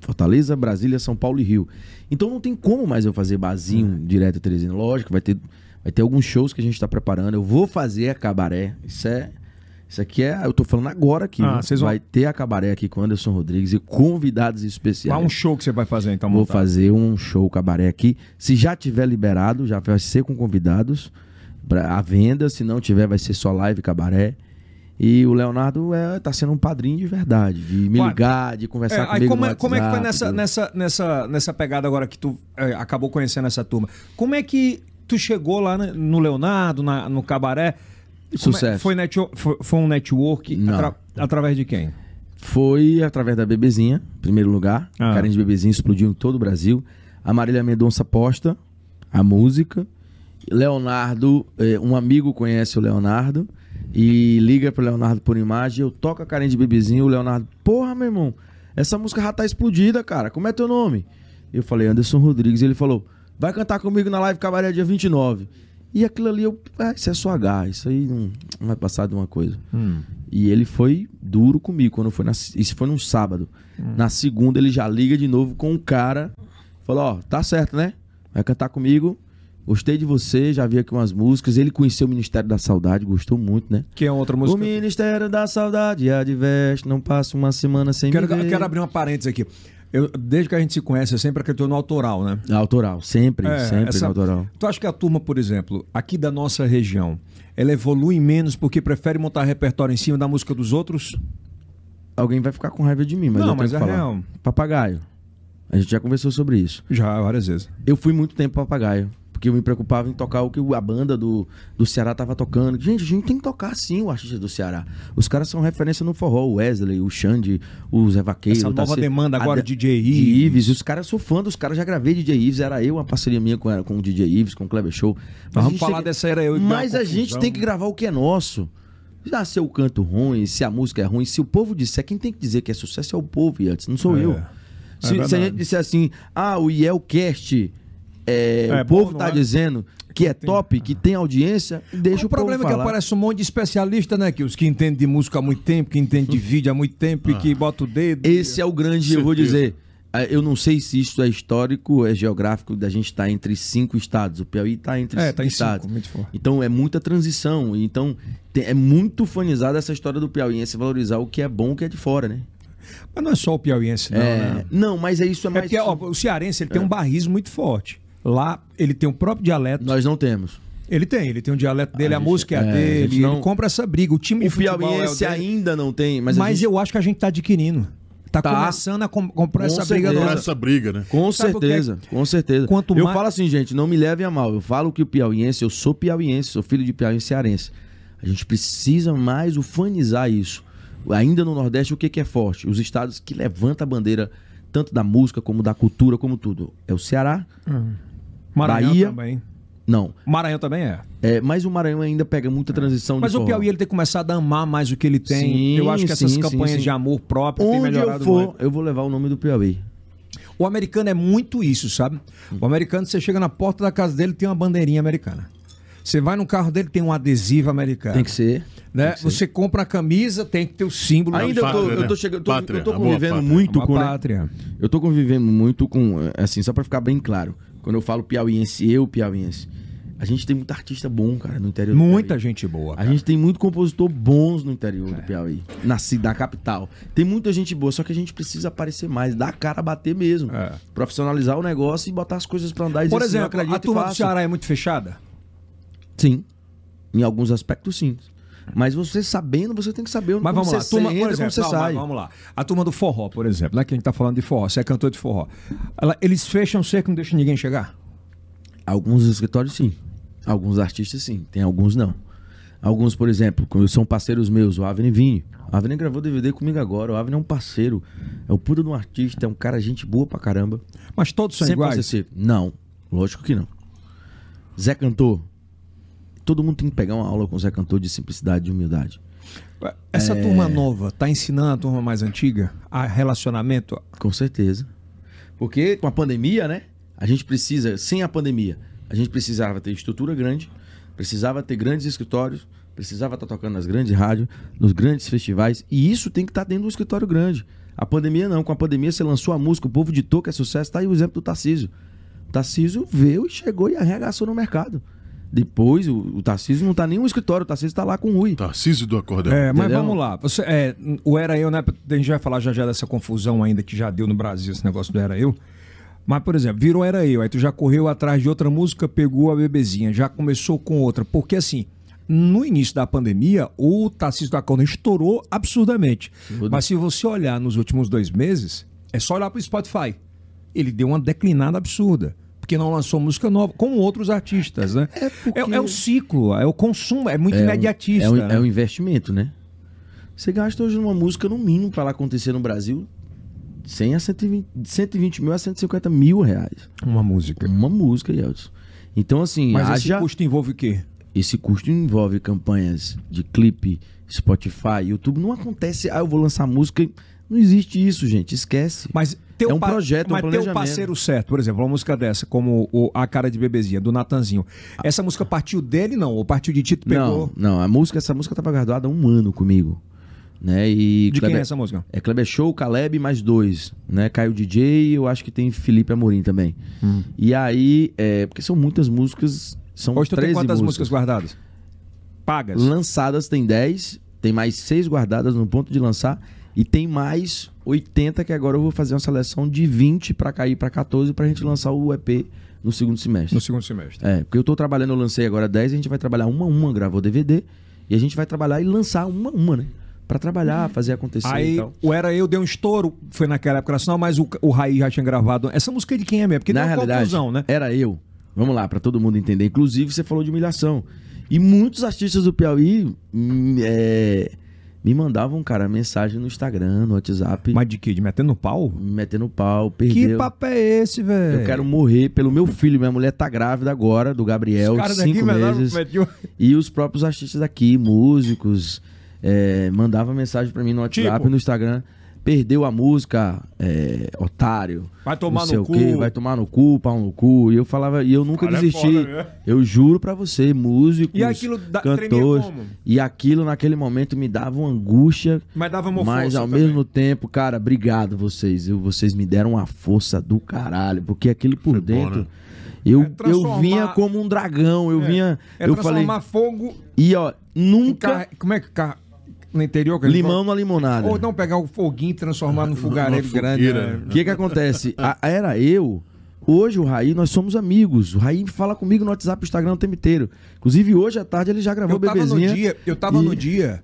[SPEAKER 3] Fortaleza, Brasília, São Paulo e Rio. Então não tem como mais eu fazer bazinho
[SPEAKER 1] É.
[SPEAKER 3] direto a Teresina. Lógico, vai ter vai ter alguns shows que a gente tá preparando. Eu vou fazer a cabaré. Isso é isso aqui é, eu tô falando agora aqui.
[SPEAKER 1] Ah,
[SPEAKER 3] viu?
[SPEAKER 1] vocês vão-
[SPEAKER 3] Vai ter a cabaré aqui com Anderson Rodrigues e convidados especiais.
[SPEAKER 1] Há um show que você vai fazer então,
[SPEAKER 3] Vou
[SPEAKER 1] montar.
[SPEAKER 3] fazer um show cabaré aqui. Se já tiver liberado, já vai ser com convidados pra, à venda. Se não tiver, vai ser só live cabaré. E o Leonardo é, tá sendo um padrinho de verdade, de me
[SPEAKER 1] Vai.
[SPEAKER 3] ligar, de
[SPEAKER 1] É,
[SPEAKER 3] conversar
[SPEAKER 1] aí
[SPEAKER 3] comigo.
[SPEAKER 1] como,
[SPEAKER 3] no
[SPEAKER 1] é, como é que foi
[SPEAKER 3] WhatsApp,
[SPEAKER 1] nessa, nessa,
[SPEAKER 3] tudo.
[SPEAKER 1] nessa, nessa pegada agora que tu é, acabou conhecendo essa turma? Como é que tu chegou lá né, no Leonardo, na- no Cabaré? Como É,
[SPEAKER 3] Sucesso.
[SPEAKER 1] foi, netwo- foi, foi um network
[SPEAKER 3] Não.
[SPEAKER 1] atra- através de quem?
[SPEAKER 3] Foi através da Bebezinha, em primeiro lugar.
[SPEAKER 1] Ah.
[SPEAKER 3] A Carinha de Bebezinha explodiu em todo o Brasil. A Marília Mendonça posta a música. Leonardo, eh, um amigo conhece o Leonardo e liga pro Leonardo por imagem. Eu toco a Carinha de Bebezinha. O Leonardo, porra, meu irmão, essa música já tá explodida, cara. Como é teu nome? Eu falei, Anderson Rodrigues. Ele falou, vai cantar comigo na live Cabaré dia 29. E aquilo ali, eu, ah, isso é só H, isso aí não, não vai passar de uma coisa.
[SPEAKER 1] Hum.
[SPEAKER 3] E ele foi duro
[SPEAKER 1] Hum.
[SPEAKER 3] comigo quando foi na- isso foi num sábado. Na segunda ele já liga de novo com um cara Falou, ó, tá certo, né? Vai cantar comigo. Gostei de você, já vi aqui umas músicas. Ele conheceu o Ministério da Saudade, gostou muito, né?
[SPEAKER 1] Que é outra
[SPEAKER 3] O
[SPEAKER 1] música.
[SPEAKER 3] Ministério da Saudade adverte, não passa uma semana sem
[SPEAKER 1] Quero,
[SPEAKER 3] me ver.
[SPEAKER 1] quero abrir uma parênteses aqui. Eu- desde que a gente se conhece, eu sempre acredito no autoral, né?
[SPEAKER 3] Autoral, sempre,
[SPEAKER 1] É,
[SPEAKER 3] sempre
[SPEAKER 1] essa-
[SPEAKER 3] no autoral.
[SPEAKER 1] Tu acha que a turma, por exemplo, aqui da nossa região, ela evolui menos porque prefere montar repertório em cima da música dos outros?
[SPEAKER 3] Alguém vai ficar com raiva de mim,
[SPEAKER 1] Não,
[SPEAKER 3] mas eu tenho
[SPEAKER 1] mas
[SPEAKER 3] que
[SPEAKER 1] é
[SPEAKER 3] falar.
[SPEAKER 1] real.
[SPEAKER 3] Papagaio. A gente já conversou sobre isso.
[SPEAKER 1] Já, várias vezes.
[SPEAKER 3] Eu fui muito tempo papagaio, porque eu me preocupava em tocar o que a banda do, do Ceará tava tocando. Gente, a gente tem que tocar sim o artista do Ceará. Os caras são referência no forró, o Wesley, o Xande, o Zé Vaqueiro.
[SPEAKER 1] Essa
[SPEAKER 3] o
[SPEAKER 1] nova
[SPEAKER 3] Tarcísio-
[SPEAKER 1] demanda
[SPEAKER 3] a
[SPEAKER 1] agora,
[SPEAKER 3] de-
[SPEAKER 1] DJ Ives.
[SPEAKER 3] de Ives. Os caras, sou fã dos caras, já gravei DJ Ives, era eu, uma parceria minha com, com o DJ Ives, com o Kleber Show. Mas a
[SPEAKER 1] vamos
[SPEAKER 3] gente
[SPEAKER 1] falar
[SPEAKER 3] tem que-
[SPEAKER 1] dessa era eu e deu uma
[SPEAKER 3] Mas a gente
[SPEAKER 1] confusão.
[SPEAKER 3] tem que gravar o que é nosso. Já se eu canto ruim, se a música é ruim, se o povo disser, quem tem que dizer que é sucesso é o povo, antes não sou
[SPEAKER 1] É.
[SPEAKER 3] eu.
[SPEAKER 1] É
[SPEAKER 3] Se, se a
[SPEAKER 1] verdade.
[SPEAKER 3] gente disser assim, ah, o Yelcast, é,
[SPEAKER 1] É
[SPEAKER 3] o povo
[SPEAKER 1] bom,
[SPEAKER 3] tá
[SPEAKER 1] não é?
[SPEAKER 3] dizendo que é top, que tem audiência, deixa o,
[SPEAKER 1] o problema é
[SPEAKER 3] povo
[SPEAKER 1] que
[SPEAKER 3] falar.
[SPEAKER 1] aparece um monte de especialista, né? Que os que entendem de música há muito tempo, que entendem de vídeo há muito tempo e que bota o dedo.
[SPEAKER 3] Ah. Esse é o grande, eu vou
[SPEAKER 2] Certeza.
[SPEAKER 3] dizer. Ah, Eu não sei se isso é histórico, é geográfico, da gente estar entre cinco estados. O Piauí está entre
[SPEAKER 1] É,
[SPEAKER 3] cinco
[SPEAKER 1] tá em
[SPEAKER 3] estados.
[SPEAKER 1] cinco, muito forte.
[SPEAKER 3] Então é muita transição. Então te- é muito fanizada essa história do piauiense valorizar o que é bom o que é de fora, né?
[SPEAKER 1] Mas não é só o piauiense, não,
[SPEAKER 3] É,
[SPEAKER 1] né?
[SPEAKER 3] Não, mas é isso é
[SPEAKER 1] É
[SPEAKER 3] mais.
[SPEAKER 1] porque ó, o cearense ele tem um barris muito forte. Lá ele tem o próprio dialeto.
[SPEAKER 3] Nós não temos.
[SPEAKER 1] Ele tem, ele tem o dialeto dele, a,
[SPEAKER 3] A gente-
[SPEAKER 1] música é a
[SPEAKER 3] é, a
[SPEAKER 1] dele,
[SPEAKER 3] gente não-
[SPEAKER 1] ele compra essa briga. O time
[SPEAKER 3] O
[SPEAKER 1] de futebol é o
[SPEAKER 3] piauiense
[SPEAKER 1] dele.
[SPEAKER 3] ainda não tem, mas,
[SPEAKER 1] Mas,
[SPEAKER 3] a gente-
[SPEAKER 1] eu acho que a gente tá adquirindo. Tá,
[SPEAKER 3] Tá.
[SPEAKER 1] começando a com- comprar
[SPEAKER 3] Com
[SPEAKER 1] essa briga
[SPEAKER 3] certeza.
[SPEAKER 2] Por
[SPEAKER 1] nossa.
[SPEAKER 2] essa briga, né?
[SPEAKER 3] Com
[SPEAKER 1] Sabe o que é-
[SPEAKER 3] certeza, com certeza.
[SPEAKER 1] Quanto
[SPEAKER 3] eu
[SPEAKER 1] mais-
[SPEAKER 3] falo assim, gente, não me levem a mal. Eu falo que o piauiense, eu sou piauiense, sou filho de piauiense cearense. A gente precisa mais ufanizar isso. Ainda no Nordeste, o que, que é forte? Os estados que levantam a bandeira, tanto da música, como da cultura, como tudo. É o Ceará?
[SPEAKER 1] Maranhão
[SPEAKER 3] Bahia.
[SPEAKER 1] também.
[SPEAKER 3] Não.
[SPEAKER 1] Maranhão também é.
[SPEAKER 3] É, mas o Maranhão ainda pega muita transição
[SPEAKER 1] Mas
[SPEAKER 3] de
[SPEAKER 1] o
[SPEAKER 3] forró.
[SPEAKER 1] Piauí é ele tem começado a amar mais o que ele tem.
[SPEAKER 3] Sim,
[SPEAKER 1] eu acho que essas
[SPEAKER 3] sim,
[SPEAKER 1] campanhas
[SPEAKER 3] sim, sim.
[SPEAKER 1] de amor próprio têm
[SPEAKER 3] Onde
[SPEAKER 1] melhorado
[SPEAKER 3] eu for,
[SPEAKER 1] muito.
[SPEAKER 3] eu vou levar o nome do Piauí.
[SPEAKER 1] O americano é muito isso, sabe? O americano, você chega na porta da casa dele, tem uma bandeirinha americana. Você vai no carro dele, tem um adesivo americano.
[SPEAKER 3] Tem que ser.
[SPEAKER 1] né? Você compra a camisa, tem que ter o símbolo.
[SPEAKER 3] Ainda eu tô,
[SPEAKER 2] pátria,
[SPEAKER 3] eu tô
[SPEAKER 2] né?
[SPEAKER 3] chegando, eu tô,
[SPEAKER 2] Pátria,
[SPEAKER 3] eu tô
[SPEAKER 2] amor à
[SPEAKER 3] convivendo
[SPEAKER 2] pátria.
[SPEAKER 1] Uma
[SPEAKER 3] muito com, né,
[SPEAKER 1] pátria.
[SPEAKER 3] Eu tô convivendo muito com, eh, assim, só pra ficar bem claro. Quando eu falo piauiense, eu piauiense, a gente tem muito artista bom, cara, no interior. do
[SPEAKER 1] Muita
[SPEAKER 3] Piauí.
[SPEAKER 1] gente boa. É.
[SPEAKER 3] A gente tem muito compositor bons no interior do Piauí, na cidade, na capital. Tem muita gente boa, só que a gente precisa aparecer mais, dar a cara a bater mesmo.
[SPEAKER 1] É.
[SPEAKER 3] Profissionalizar o negócio e botar as coisas pra andar.
[SPEAKER 1] Por
[SPEAKER 3] exercer,
[SPEAKER 1] exemplo,
[SPEAKER 3] eu acredito
[SPEAKER 1] a
[SPEAKER 3] e
[SPEAKER 1] turma do
[SPEAKER 3] faço.
[SPEAKER 1] Ceará é muito fechada?
[SPEAKER 3] Sim. Em alguns aspectos, sim. Mas você sabendo, você tem que saber
[SPEAKER 1] Mas
[SPEAKER 3] como
[SPEAKER 1] vamos
[SPEAKER 3] você
[SPEAKER 1] lá, a turma,
[SPEAKER 3] entra,
[SPEAKER 1] por exemplo,
[SPEAKER 3] como você
[SPEAKER 1] não, mas
[SPEAKER 3] sai.
[SPEAKER 1] vamos lá. A turma do forró, por exemplo, né, que a gente tá falando de forró, você é cantor de forró. Ela- eles fecham o cerco e não deixam ninguém chegar?
[SPEAKER 3] Alguns escritórios sim. Alguns artistas sim. Tem alguns não. Alguns, por exemplo, como são parceiros meus, o Avni Vini. O Avni gravou DVD comigo agora. O Avni é um parceiro. É o puta de um artista, é um cara gente boa pra caramba.
[SPEAKER 1] Mas todos são
[SPEAKER 3] Sempre vai
[SPEAKER 1] iguais.
[SPEAKER 3] ser seco. Não, lógico que não. Zé Cantor. Todo mundo tem que pegar uma aula com o Zé Cantor de simplicidade e humildade.
[SPEAKER 1] Essa
[SPEAKER 3] É.
[SPEAKER 1] turma nova tá ensinando a turma mais antiga a relacionamento?
[SPEAKER 3] Com certeza. Porque com a pandemia, né? A gente precisa, sem a pandemia, a gente precisava ter estrutura grande, precisava ter grandes escritórios, precisava estar tocando nas grandes rádios, nos grandes festivais, e isso tem que estar dentro de um escritório grande. A pandemia não, com a pandemia você lançou a música, o povo ditou que é sucesso, tá aí o exemplo do Tarcísio. O Tarcísio veio e chegou e arregaçou no mercado. Depois, o, o Tarcísio não tá nem no escritório, o Tarcísio tá lá com o Rui.
[SPEAKER 2] Tarcísio do acordeão.
[SPEAKER 1] É, mas
[SPEAKER 3] Entendeu?
[SPEAKER 1] vamos lá. Você, é, o Era Eu, né? A gente vai falar já já dessa confusão ainda que já deu no Brasil, esse negócio do Era Eu. Mas, por exemplo, virou Era Eu, aí tu já correu atrás de outra música, pegou a bebezinha, já começou com outra. Porque assim, no início da pandemia, o Tarcísio da Corda estourou absurdamente. Mas se você olhar nos últimos dois meses, é só olhar pro Spotify. Ele deu uma declinada absurda. Porque não lançou música nova, como outros artistas, né? É,
[SPEAKER 3] porque-
[SPEAKER 1] é o ciclo, é o consumo, é muito imediatista.
[SPEAKER 3] É um,
[SPEAKER 1] né?
[SPEAKER 3] é um investimento, né? Você gasta hoje numa música, no mínimo, pra ela acontecer no Brasil, 100 a 120, de 120 mil a 150 mil reais.
[SPEAKER 1] Uma música.
[SPEAKER 3] Uma música, Yeltsin. Então, assim,
[SPEAKER 1] Mas
[SPEAKER 3] haja-
[SPEAKER 1] esse custo envolve o quê?
[SPEAKER 3] esse custo envolve campanhas de clipe, Spotify, YouTube. Não acontece, ah, eu vou lançar música. e- Não existe isso, gente. Esquece.
[SPEAKER 1] Mas ter
[SPEAKER 3] É um
[SPEAKER 1] pa-
[SPEAKER 3] projeto, é um
[SPEAKER 1] mas ter o
[SPEAKER 3] planejamento.
[SPEAKER 1] parceiro certo, por exemplo, uma música dessa, como o A Cara de Bebezinha, do Natanzinho. Essa música partiu dele, não? Ou partiu de Tito, pegou?
[SPEAKER 3] Não, não. A música, essa música tava guardada há um ano comigo. Né? E
[SPEAKER 1] De quem
[SPEAKER 3] Kleber-
[SPEAKER 1] é essa música?
[SPEAKER 3] é Kleber Show, Caleb mais dois, né? Caio DJ e eu acho que tem Felipe Amorim também.
[SPEAKER 1] Hum.
[SPEAKER 3] E aí, é, porque são muitas músicas, são
[SPEAKER 1] Hoje tu
[SPEAKER 3] 13
[SPEAKER 1] tem quantas músicas
[SPEAKER 3] músicas.
[SPEAKER 1] guardadas? Pagas.
[SPEAKER 3] Lançadas tem 10, tem mais 6 guardadas no ponto de lançar e tem mais 80 que agora eu vou fazer uma seleção de 20 pra cair pra 14 pra gente lançar o EP no segundo semestre.
[SPEAKER 1] No segundo semestre.
[SPEAKER 3] É, porque eu tô trabalhando, eu lancei agora 10, a gente vai trabalhar uma a uma, gravar o DVD e a gente vai trabalhar e lançar uma a uma, né? Pra trabalhar, fazer acontecer e
[SPEAKER 1] Uhum. Aí
[SPEAKER 3] tal.
[SPEAKER 1] o Era Eu deu um estouro, foi naquela época nacional, mas o, o Raí já tinha gravado. Essa música é de quem é mesmo? Porque deu uma confusão, né?
[SPEAKER 3] Era eu. Vamos lá, pra todo mundo entender. Inclusive, você falou de humilhação. E muitos artistas do Piauí hum, é, me mandavam, cara, mensagem no Instagram, no WhatsApp,
[SPEAKER 1] Mas de quê? De metendo no pau?
[SPEAKER 3] me metendo pau,
[SPEAKER 1] Que
[SPEAKER 3] perdeu.
[SPEAKER 1] papo é esse, velho?
[SPEAKER 3] Eu quero morrer pelo meu filho. Minha mulher tá grávida agora, do Gabriel,
[SPEAKER 1] Os caras
[SPEAKER 3] cinco
[SPEAKER 1] mandaram-
[SPEAKER 3] meses.
[SPEAKER 1] metiam-
[SPEAKER 3] E os próprios artistas daqui, músicos, é, mandavam mensagem pra mim no WhatsApp,
[SPEAKER 1] Tipo?
[SPEAKER 3] no Instagram. Perdeu a música, é, otário.
[SPEAKER 1] Vai tomar
[SPEAKER 3] não sei
[SPEAKER 1] no
[SPEAKER 3] o
[SPEAKER 1] cu.
[SPEAKER 3] quê, vai tomar no cu, pau no cu. E eu falava, e eu nunca
[SPEAKER 1] Cara, é
[SPEAKER 3] desisti.
[SPEAKER 1] foda, né?
[SPEAKER 3] eu juro pra você, músicos,
[SPEAKER 1] E aquilo da- tremia
[SPEAKER 3] cantores.
[SPEAKER 1] como?
[SPEAKER 3] E aquilo naquele momento me dava uma angústia.
[SPEAKER 1] Mas dava uma
[SPEAKER 3] Mas
[SPEAKER 1] força
[SPEAKER 3] ao
[SPEAKER 1] também.
[SPEAKER 3] mesmo tempo, cara, obrigado vocês. Eu- vocês me deram uma força do caralho. Porque aquilo por
[SPEAKER 2] Foi bom,
[SPEAKER 3] dentro.
[SPEAKER 2] né?
[SPEAKER 3] Eu,
[SPEAKER 1] É transformar-
[SPEAKER 3] eu vinha como um dragão. Eu vinha.
[SPEAKER 1] É
[SPEAKER 3] eu falei.
[SPEAKER 1] transformar fogo
[SPEAKER 3] E ó,
[SPEAKER 1] em
[SPEAKER 3] nunca.
[SPEAKER 1] carro. Como é que carro. No interior? que ele
[SPEAKER 3] Então, Limão na limonada.
[SPEAKER 1] fala? Ou não pegar o foguinho e transformar num fogareiro
[SPEAKER 2] fogueira,
[SPEAKER 1] grande.
[SPEAKER 2] né?
[SPEAKER 1] né?
[SPEAKER 3] O que que acontece? A- era eu. Hoje o Raí, nós somos amigos. O Raí fala comigo no WhatsApp, no Instagram o tempo inteiro. Inclusive hoje à tarde ele já gravou
[SPEAKER 1] Eu tava
[SPEAKER 3] bebezinha.
[SPEAKER 1] no dia, eu tava
[SPEAKER 3] e-
[SPEAKER 1] no dia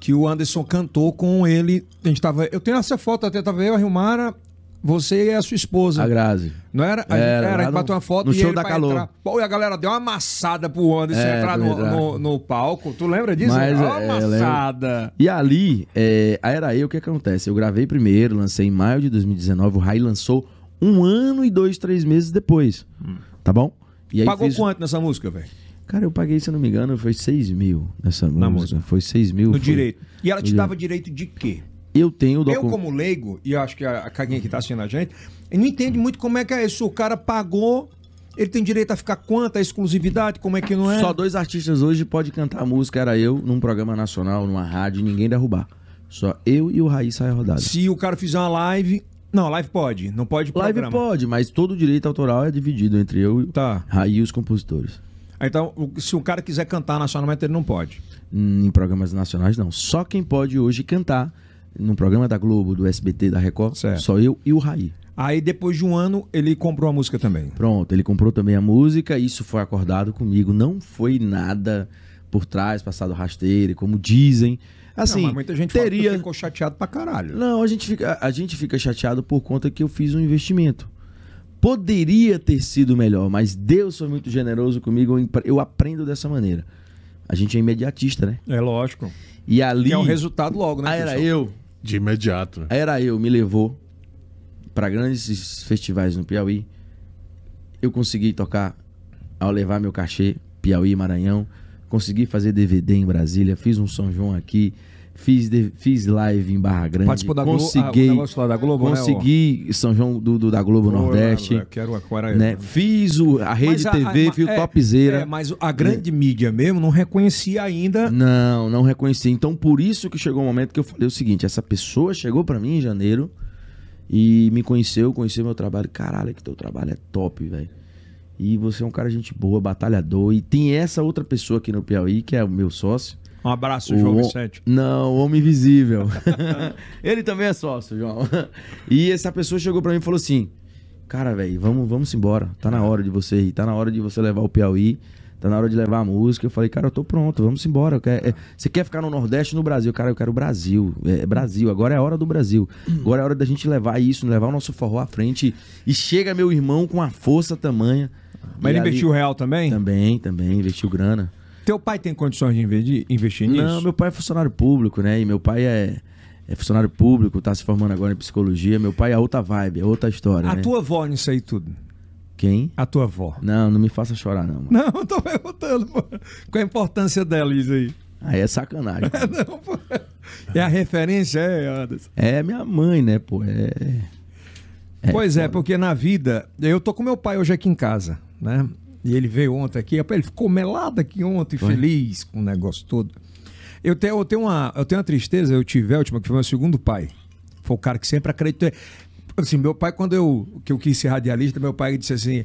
[SPEAKER 1] que o Anderson cantou com ele. A gente tava, eu tenho essa foto até, tava eu, a Rilmara, você e a sua esposa.
[SPEAKER 3] A Grazi.
[SPEAKER 1] Não era? A gente, era,
[SPEAKER 3] Era, lá
[SPEAKER 1] a gente
[SPEAKER 3] no-
[SPEAKER 1] bateu uma foto
[SPEAKER 3] no
[SPEAKER 1] e
[SPEAKER 3] show
[SPEAKER 1] ele
[SPEAKER 3] da
[SPEAKER 1] pra
[SPEAKER 3] Calor.
[SPEAKER 1] entrar. Pô, e a galera deu uma amassada pro Anderson
[SPEAKER 3] É,
[SPEAKER 1] entrar
[SPEAKER 3] pro
[SPEAKER 1] no,
[SPEAKER 3] entrar.
[SPEAKER 1] no, no palco. Tu lembra disso?
[SPEAKER 3] Mas,
[SPEAKER 1] Uma
[SPEAKER 3] é, eu lembro.
[SPEAKER 1] amassada.
[SPEAKER 3] E ali, é, a era eu, o que acontece? Eu gravei primeiro, lancei em maio de 2019, o Rai lançou um ano e dois, três meses depois. Tá bom? E aí
[SPEAKER 1] Hum. Pagou
[SPEAKER 3] fiz-
[SPEAKER 1] quanto nessa música, velho?
[SPEAKER 3] Cara, eu paguei, se eu não me engano, foi 6 mil nessa música.
[SPEAKER 1] música.
[SPEAKER 3] Foi 6 mil.
[SPEAKER 1] No
[SPEAKER 3] foi-
[SPEAKER 1] direito. E ela te
[SPEAKER 3] no
[SPEAKER 1] dava direito de quê?
[SPEAKER 3] Eu tenho o
[SPEAKER 1] Eu,
[SPEAKER 3] docu-
[SPEAKER 1] como leigo, e eu acho que a a Caguinha que tá assistindo a gente, não entende muito como é que é isso. O cara pagou, ele tem direito a ficar quanto? A exclusividade? Como é que não é?
[SPEAKER 3] Só dois artistas hoje podem cantar a música, era eu, num programa nacional, numa rádio, e ninguém derrubar. Só eu e o Raí saia rodada.
[SPEAKER 1] Se o cara fizer uma live. Não, live pode. Não pode
[SPEAKER 3] Live
[SPEAKER 1] programa.
[SPEAKER 3] pode, mas todo o direito autoral é dividido entre eu e
[SPEAKER 1] Tá.
[SPEAKER 3] Raí e os compositores.
[SPEAKER 1] Então, o- se o cara quiser cantar nacionalmente, ele não pode.
[SPEAKER 3] Hum, Em programas nacionais, não. Só quem pode hoje cantar num programa da Globo, do SBT, da Record,
[SPEAKER 1] Certo.
[SPEAKER 3] só eu e o Raí.
[SPEAKER 1] Aí, depois de um ano, ele comprou a música também.
[SPEAKER 3] Pronto, ele comprou também a música, isso foi acordado comigo. Não foi nada por trás, passado rasteiro, como dizem. Assim,
[SPEAKER 1] não, mas muita gente fala que tu
[SPEAKER 3] teria.
[SPEAKER 1] ficou chateado pra caralho.
[SPEAKER 3] Não, a gente, fica, a gente fica chateado por conta que eu fiz um investimento. Poderia ter sido melhor, mas Deus foi muito generoso comigo. eu impre- Eu aprendo dessa maneira. A gente é imediatista, né?
[SPEAKER 1] É lógico.
[SPEAKER 3] E ali.
[SPEAKER 1] E é o resultado logo, né?
[SPEAKER 3] Ah, era
[SPEAKER 1] pessoal?
[SPEAKER 3] eu.
[SPEAKER 2] De imediato, né?
[SPEAKER 3] A Era Eu me levou para grandes festivais no Piauí. Eu consegui tocar ao levar meu cachê Piauí e Maranhão. Consegui fazer DVD em Brasília, fiz um São João aqui, fiz, de- fiz live em Barra Grande.
[SPEAKER 1] Participou da Globo. ah, o
[SPEAKER 3] né, consegui,
[SPEAKER 1] negócio lá da Globo, né,
[SPEAKER 3] consegui São João do, do- da Globo
[SPEAKER 1] ó.
[SPEAKER 3] Nordeste.
[SPEAKER 1] Eu Quero agora.
[SPEAKER 3] né? Fiz o, a
[SPEAKER 1] é. Mas
[SPEAKER 3] Rede
[SPEAKER 1] a-
[SPEAKER 3] TV,
[SPEAKER 1] a-
[SPEAKER 3] fiz o
[SPEAKER 1] é,
[SPEAKER 3] Topzera. Hum.
[SPEAKER 1] É, mas a grande mídia mesmo não reconhecia ainda.
[SPEAKER 3] Não, não reconheci. Então, por isso que chegou o momento que eu falei o seguinte: essa pessoa chegou pra mim em janeiro e me conheceu, conheceu meu trabalho. Caralho, que teu trabalho é top, velho. E você é um cara gente boa, batalhador. E tem essa outra pessoa aqui no Piauí, que é o meu sócio.
[SPEAKER 1] Um abraço, João
[SPEAKER 3] O-
[SPEAKER 1] Vicente.
[SPEAKER 3] Não, o Homem Invisível. Ele também é sócio, João. E essa pessoa chegou pra mim e falou assim: Cara, velho, vamos, vamos embora. Tá na hora de você ir, tá na hora de você levar o Piauí, tá na hora de levar a música. Eu falei, cara, eu tô pronto, vamos embora. Eu quero- é, você quer ficar no Nordeste ou no Brasil? Cara, eu quero o Brasil. É, é Brasil, agora é a hora do Brasil. Agora é a hora da gente levar isso, levar o nosso forró à frente. E chega meu irmão com uma força tamanha.
[SPEAKER 1] Mas
[SPEAKER 3] E
[SPEAKER 1] ele
[SPEAKER 3] ali-
[SPEAKER 1] investiu real também?
[SPEAKER 3] Também, também, investiu grana.
[SPEAKER 1] Teu pai tem condições de investir, investir nisso?
[SPEAKER 3] Não, meu pai é funcionário público, né? E meu pai é, é funcionário público, tá se formando agora em psicologia. Meu pai é outra vibe, é outra história,
[SPEAKER 1] A
[SPEAKER 3] né?
[SPEAKER 1] tua avó nisso aí tudo.
[SPEAKER 3] Quem?
[SPEAKER 1] A tua avó.
[SPEAKER 3] Não, não me faça chorar, não. mano.
[SPEAKER 1] Não, eu tô perguntando, pô. Qual a importância dela, isso aí?
[SPEAKER 3] Aí é sacanagem.
[SPEAKER 1] Não, pô. É a referência, é, Anderson.
[SPEAKER 3] é minha mãe, né, pô? É...
[SPEAKER 1] pois é, porque na vida, eu tô com meu pai hoje aqui em casa, né? E ele veio ontem aqui, rapaz, ele ficou melado aqui ontem, feliz com o negócio todo. Eu tenho, eu tenho uma, eu tenho uma tristeza, eu tive a última, que foi meu segundo pai. Foi o cara que sempre acreditou. Assim, meu pai, quando eu, que eu quis ser radialista, meu pai disse assim: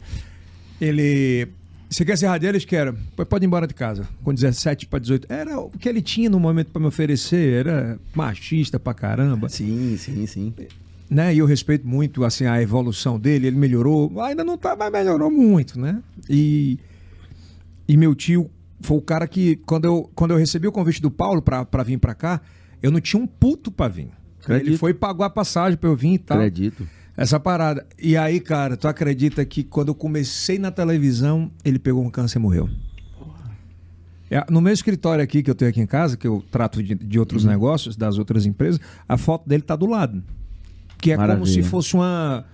[SPEAKER 1] ele. Você quer ser radialista? Quero. Pois pode ir embora de casa. Com 17 para 18. Era o que ele tinha no momento para me oferecer. Era machista pra caramba
[SPEAKER 3] Sim, sim, sim.
[SPEAKER 1] né? E eu respeito muito assim a evolução dele, ele melhorou, ainda não tá, mas melhorou muito, né? E e meu tio foi o cara que quando eu quando eu recebi o convite do Paulo pra pra vir pra cá, eu não tinha um puto pra vir. Ele
[SPEAKER 3] Acredito.
[SPEAKER 1] foi e pagou a passagem pra eu vir e tal.
[SPEAKER 3] Acredito.
[SPEAKER 1] Essa parada. E aí, cara, tu acredita que quando eu comecei na televisão, ele pegou um câncer e morreu. É, no meu escritório aqui, que eu tenho aqui em casa, que eu trato de, de outros
[SPEAKER 3] Uhum.
[SPEAKER 1] negócios, das outras empresas, a foto dele tá do lado. Que é como se
[SPEAKER 3] Maravilha.
[SPEAKER 1] fosse uma.